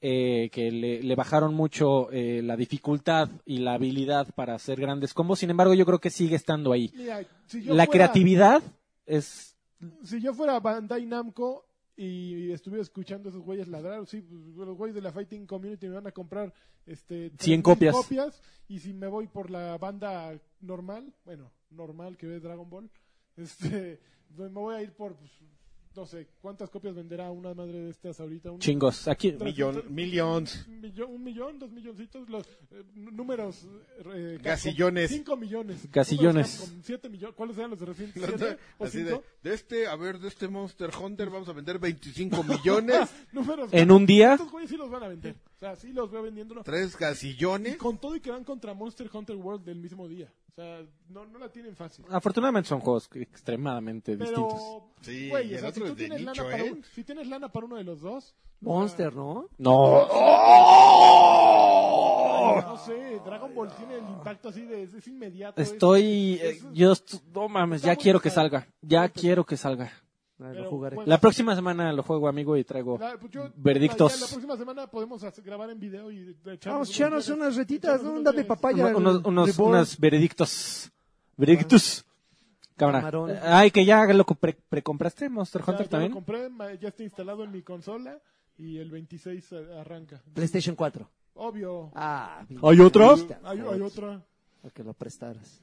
S3: eh, que le, le bajaron mucho eh, la dificultad y la habilidad para hacer grandes combos, sin embargo yo creo que sigue estando ahí.
S1: Mira, si yo
S3: La
S1: fuera-
S3: creatividad es...
S1: si yo fuera Bandai Namco y estuviera escuchando a esos güeyes ladrar, sí, pues, los güeyes de la Fighting Community me van a comprar este
S3: 100
S1: 3,000
S3: copias.
S1: y si me voy por la banda normal, bueno, normal que ve Dragon Ball, este me voy a ir por pues, no sé, ¿cuántas copias venderá una madre de estas ahorita? Un
S6: Chingos. Aquí,
S1: Tres-
S5: Millón-
S1: tres-
S5: millions.
S1: Un millón, un millón, dos milloncitos, los eh, n- números. eh, Capcom,
S5: Gasillones.
S1: Cinco millones.
S6: Gasillones.
S1: Números Capcom, siete millones. ¿Cuáles eran los de recién?
S5: No,
S1: ¿Siete
S5: no,
S1: o
S5: así
S1: cinco?
S5: de, de este, a ver, de este Monster Hunter vamos a vender 25 millones,
S1: Números.
S6: en un día,
S1: Estos güeyes sí los van a vender. O sea, sí los veo vendiéndolo.
S5: tres
S1: Y
S5: gasillones.
S1: con todo y que van contra Monster Hunter World del mismo día. O sea, no, no la tienen fácil.
S5: Ah,
S6: afortunadamente son juegos extremadamente distintos.
S1: Pero,
S5: Sí,
S1: güey,
S5: y
S1: o
S5: el
S1: sea, si
S5: otro
S1: tú
S5: es de
S1: tienes
S5: nicho,
S1: lana para
S5: ¿eh?
S1: un- si tienes lana para uno de los dos,
S2: Monster, ¿no?
S6: No.
S5: Oh.
S1: no sé, Dragon Ball tiene el impacto así de, es inmediato. es-
S6: Estoy. eh,
S1: es-
S6: Yo. est- No mames, ya
S1: Está muy
S6: quiero que
S1: pesado.
S6: salga. Ya
S1: Muy pesado.
S6: quiero que salga.
S2: Ah,
S1: Pero,
S2: lo jugaré.
S1: bueno,
S6: La próxima semana lo juego, amigo, y traigo.
S1: la- pues yo-
S6: verdictos.
S1: La, ya la próxima semana podemos hacer- grabar en video y echarnos
S2: Vamos,
S1: unos
S2: echarnos
S1: viajes.
S2: unas retitas,
S1: Echarnos
S2: ¿no?
S1: unos
S2: Un dame
S1: viajes.
S2: papaya.
S6: unos, unos,
S2: reborn.
S6: unos veredictos. Veredictos. Cámara.
S2: Camarón.
S6: Eh, Ay, que ya lo compre- precompraste, Monster
S1: Ya-
S6: Hunter
S1: ya
S6: también.
S1: Lo compré, ma- ya está instalado en mi consola y el 26 a- arranca.
S2: PlayStation 4.
S1: Obvio.
S2: Ah, mi
S6: ¿Hay otra?
S2: lista.
S1: Hay, hay otra.
S2: A que lo prestaras.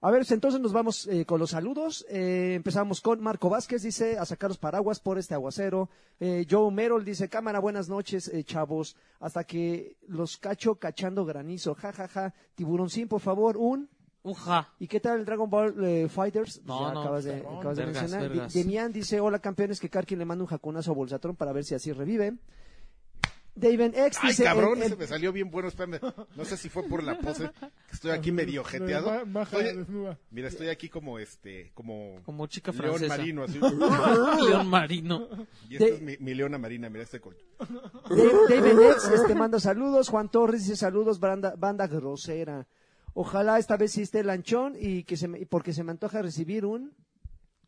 S2: A ver, entonces nos vamos eh, con los saludos. Eh, empezamos con Marco Vázquez, dice, a sacar los paraguas por este aguacero. Eh, Joe Merrill dice, cámara, buenas noches, eh, chavos. Hasta que los cacho cachando granizo. Ja, ja, ja. Tiburón sin, por favor, un...
S4: Uja.
S2: ¿Y qué tal el Dragon Ball eh, Fighters?
S4: No, no,
S2: acabas de,
S4: Dragon,
S2: acabas de
S4: vergas,
S2: mencionar. Di-
S4: vergas.
S2: Demian dice, hola campeones, que Karkin le manda un jaconazo a Bolsatron para ver si así revive. David X
S5: Ay,
S2: dice, "Eh,
S5: cabrón,
S2: el- el-
S5: ese me salió bien bueno, espérame. No sé si fue por la pose, que estoy aquí medio jeteado.
S1: Ma- maja
S5: Oye,
S1: desnuda.
S5: mira, estoy aquí como este, como
S4: Como chica
S5: león
S4: francesa.
S3: ¿ah?
S5: marino, así.
S4: León marino.
S5: Y esta
S2: De-
S5: es mi, mi leona marina, mira este colchón.
S2: Dave- David X este, manda saludos. Juan Torres dice saludos, banda, banda grosera. Ojalá esta vez sí esté el lanchón y que se me- porque se me antoja recibir un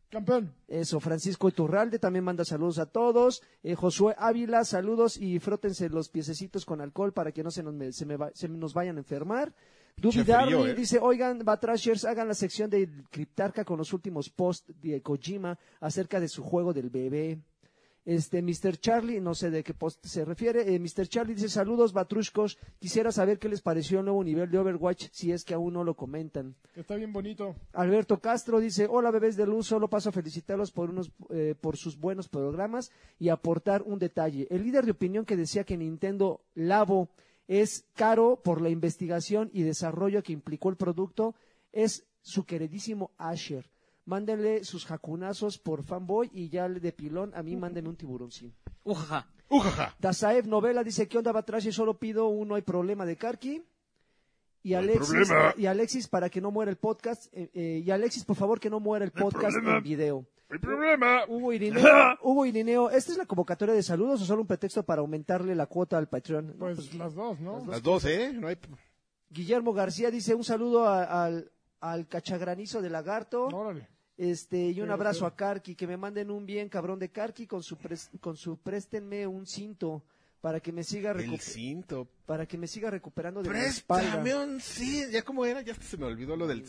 S1: Campeón.
S2: eso. Francisco Iturralde también manda saludos a todos. Eh, Josué Ávila, saludos y frótense los piececitos con alcohol para que no se nos, me- se me va- se nos vayan a enfermar. Dubi
S5: Pinche frío,
S2: Darling
S5: ¿eh?
S2: dice, oigan, Batrashers, hagan la sección de Criptarca con los últimos posts de Kojima acerca de su juego del bebé. Este, Mr. Charlie, no sé de qué post se refiere. eh, Mr. Charlie dice, saludos, Batrushkos. Quisiera saber qué les pareció el nuevo nivel de Overwatch, si es que aún no lo comentan.
S1: Está bien bonito.
S2: Alberto Castro dice, hola bebés de luz, solo paso a felicitarlos por, unos, eh, por sus buenos programas y aportar un detalle. El líder de opinión que decía que Nintendo Labo es caro por la investigación y desarrollo que implicó el producto es su queridísimo Asher. Mándenle sus jacunazos por fanboy y ya de pilón a mí mándenme un tiburoncín.
S4: Ujaja.
S5: ¡Ujaja!
S2: Dazaev Novela dice, ¿qué onda, Batrash? Solo pido un no hay problema de Karki. Y
S5: No hay
S2: Alexis,
S5: problema.
S2: y Alexis, para que no muera el podcast. eh, eh, y Alexis, por favor, que no muera el podcast en video.
S5: ¡El problema!
S2: Hugo Irineo, Hugo Irineo, ¿esta es la convocatoria de saludos o solo un pretexto para aumentarle la cuota al Patreon? No,
S1: Pues,
S2: pues,
S1: las dos, ¿no?
S5: Las dos, ¿eh? No hay...
S2: Guillermo García dice, un saludo a- al, al cachagranizo de lagarto.
S1: Órale.
S2: Este, y un
S1: Pero,
S2: abrazo
S1: pero.
S2: a Karki, que me manden un bien cabrón de Karki con su, pres- con su préstenme un cinto para que me siga
S5: El
S2: recuperando.
S5: cinto.
S2: para que me siga recuperando de mi espalda.
S5: Préstame un cinto. ¿Ya cómo era? Ya hasta se me olvidó lo del,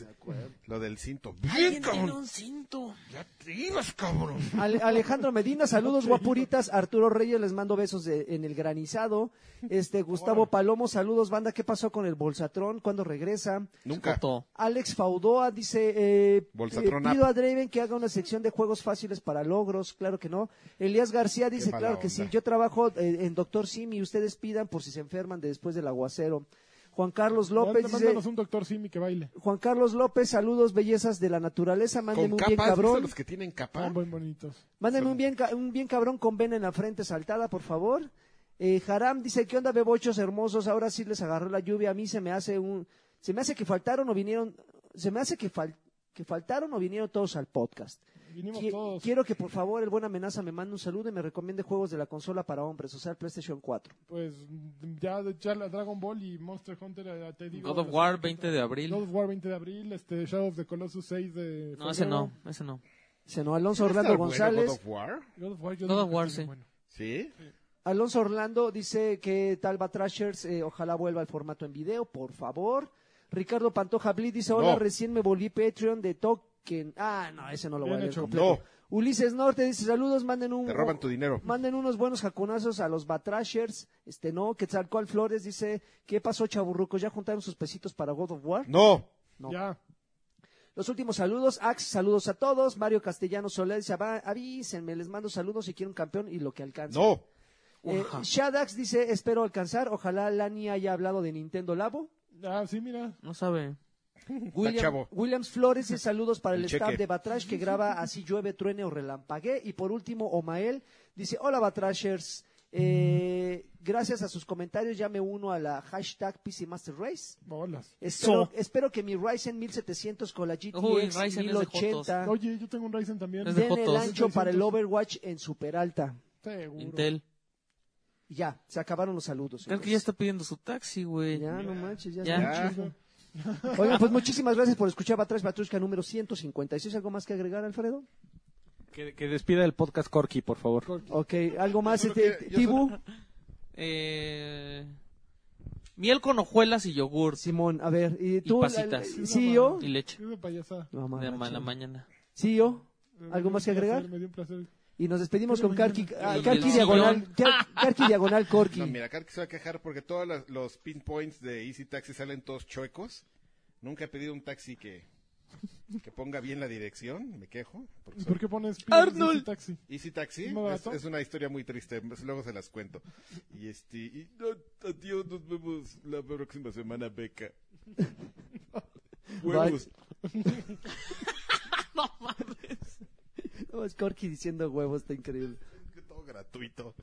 S5: lo del cinto. ¡Bien,
S4: Alguien tiene
S5: cabrón!
S4: un cinto.
S5: ¡Ya te ibas, cabrón!
S2: Ale- Alejandro Medina, saludos guapuritas. Arturo Reyes, les mando besos de- en el granizado. Este Gustavo Palomo, saludos banda. ¿Qué pasó con el Bolsatrón? ¿Cuándo regresa?
S5: Nunca.
S4: Foto.
S2: Alex Faudoa dice, eh,
S5: Bolsatrón
S2: eh, pido a Draven que haga una sección de juegos fáciles para logros, claro que no. Elías García dice,
S5: mala
S2: claro que
S5: onda.
S2: sí, yo trabajo eh, en Doctor Sim y ustedes pidan por si se enferman de después del aguacero. Juan Carlos López
S1: Manda-
S2: dice,
S1: Mándanos un doctor Simi que baile.
S2: Juan Carlos López, saludos bellezas de la naturaleza, mándenme
S5: Con
S2: un bien
S5: capas, ¿viste
S2: cabrón.
S5: los que tienen capa?
S1: Son muy bonitos.
S2: Mándame un bien, ca- un bien cabrón con vena en la frente saltada, por favor. Eh, Haram dice, ¿qué onda, bebochos hermosos? Ahora sí les agarró la lluvia. A mí se me hace un... Se me hace que faltaron o vinieron... Se me hace que, fal- que faltaron o vinieron todos al podcast.
S1: Vinimos
S2: Qui-
S1: todos.
S2: Quiero que, por favor, el Buena Amenaza me mande un saludo y me recomiende juegos de la consola para hombres, o sea, el PlayStation 4.
S1: Pues mm, ya de charla Dragon Ball y Monster Hunter, eh, te digo.
S4: God of
S1: las-
S4: War, 20 de abril.
S1: God of War 20 de abril, este, Shadow of the Colossus 6 de.
S4: No, ese
S1: febrero.
S4: no, ese no.
S2: Se no, Alonso
S5: ¿Está
S2: Orlando
S5: bueno
S2: González.
S5: God of War?
S1: God of War, yo
S4: God
S1: digo
S4: of
S1: que
S4: War,
S1: es muy
S4: sí.
S1: bueno.
S5: ¿Sí?
S2: Alonso Orlando dice que tal va Trashers, eh, ojalá vuelva al formato en video, por favor. Ricardo Pantoja Blit dice, hola,
S5: No.
S2: recién me volví Patreon de Token. Ah, no, ese no lo voy
S1: Bien
S2: a leer
S1: hecho.
S2: completo. Uh, Ulises Norte dice, saludos, manden un...
S5: Te roban tu dinero.
S2: Manden unos buenos jacunazos a los Batrashers. Este, no, Quetzalcoatl Flores dice, ¿qué pasó, chaburrucos? ¿Ya juntaron sus pesitos para God of War?
S5: No.
S2: No.
S1: Ya.
S2: Los últimos saludos, Ax, saludos a todos. Mario Castellano Soler dice, "Ava- avísenme, les mando saludos si quiero un campeón y lo que alcance.
S5: No.
S2: Eh, Shadax dice, espero alcanzar, ojalá Lani haya hablado de Nintendo Labo.
S1: Ah, sí, mira.
S4: No sabe.
S5: chavo.
S2: Williams Flores dice saludos para el,
S5: El cheque.
S2: staff de Batrash que graba Así llueve, truene o relampague. Y por último, Omael dice, hola Batrashers, Eh, gracias a sus comentarios ya me uno a la hashtag PC Master Race.
S1: Bolas.
S2: Espero,
S1: So.
S2: espero que mi Ryzen 1700 con la GTX
S4: Uy, Ryzen es de
S2: 1080
S1: Oye, yo tengo un Ryzen también.
S4: Es de
S2: den el
S4: jotos.
S2: ancho para el Overwatch en super alta.
S1: Seguro.
S4: Intel.
S2: Ya, se acabaron los saludos.
S4: Creo que
S1: pues.
S4: ya
S2: señores.
S4: está pidiendo su taxi, güey.
S2: Ya, no manches, ya,
S4: Ya.
S2: está
S5: Ya.
S2: mucho. Oigan, pues muchísimas gracias por escuchar Batrash Batrushka número 156. ¿Algo más que agregar, Alfredo?
S6: Que, que despida el podcast Corky, por favor.
S2: Ok, algo más,
S5: solo
S2: este,
S5: quiero- yo
S2: Tibu,
S4: Eh, miel con hojuelas y yogur.
S2: Simón, a ver, y tú,
S4: pasitas.
S2: la- la- CEO,
S4: Y leche.
S1: Es de payasa.
S2: No,
S4: De
S2: mamá,
S4: ma- la
S2: chido.
S4: mañana.
S2: CEO,
S1: Me dio
S2: ¿algo
S1: un
S2: más que agregar?
S1: placer, Me dio un placer.
S2: E Y nos despedimos
S1: Creo
S2: con
S1: que mañana.
S2: Karki, ah,
S4: Y
S2: Karki
S4: el
S2: diagonal,
S4: sillón.
S2: Kar- Karki diagonal Corki.
S5: No, mira, Karki se va a quejar porque todos las- los pinpoints de Easy Taxi salen todos chuecos. Nunca he pedido un taxi que, que ponga bien la dirección, me quejo. porque
S1: ¿Y
S5: soy-
S1: por qué pones
S4: Arnold.
S1: Arnold taxi?
S5: Easy Taxi
S1: ¿No,
S5: es,
S1: barato?
S5: es una historia muy triste, pues, luego se las cuento. Y este, y, no, adiós, nos vemos la próxima semana, Beca. Huevos.
S2: No, es Corki diciendo huevos, está increíble.
S5: Que Todo gratuito.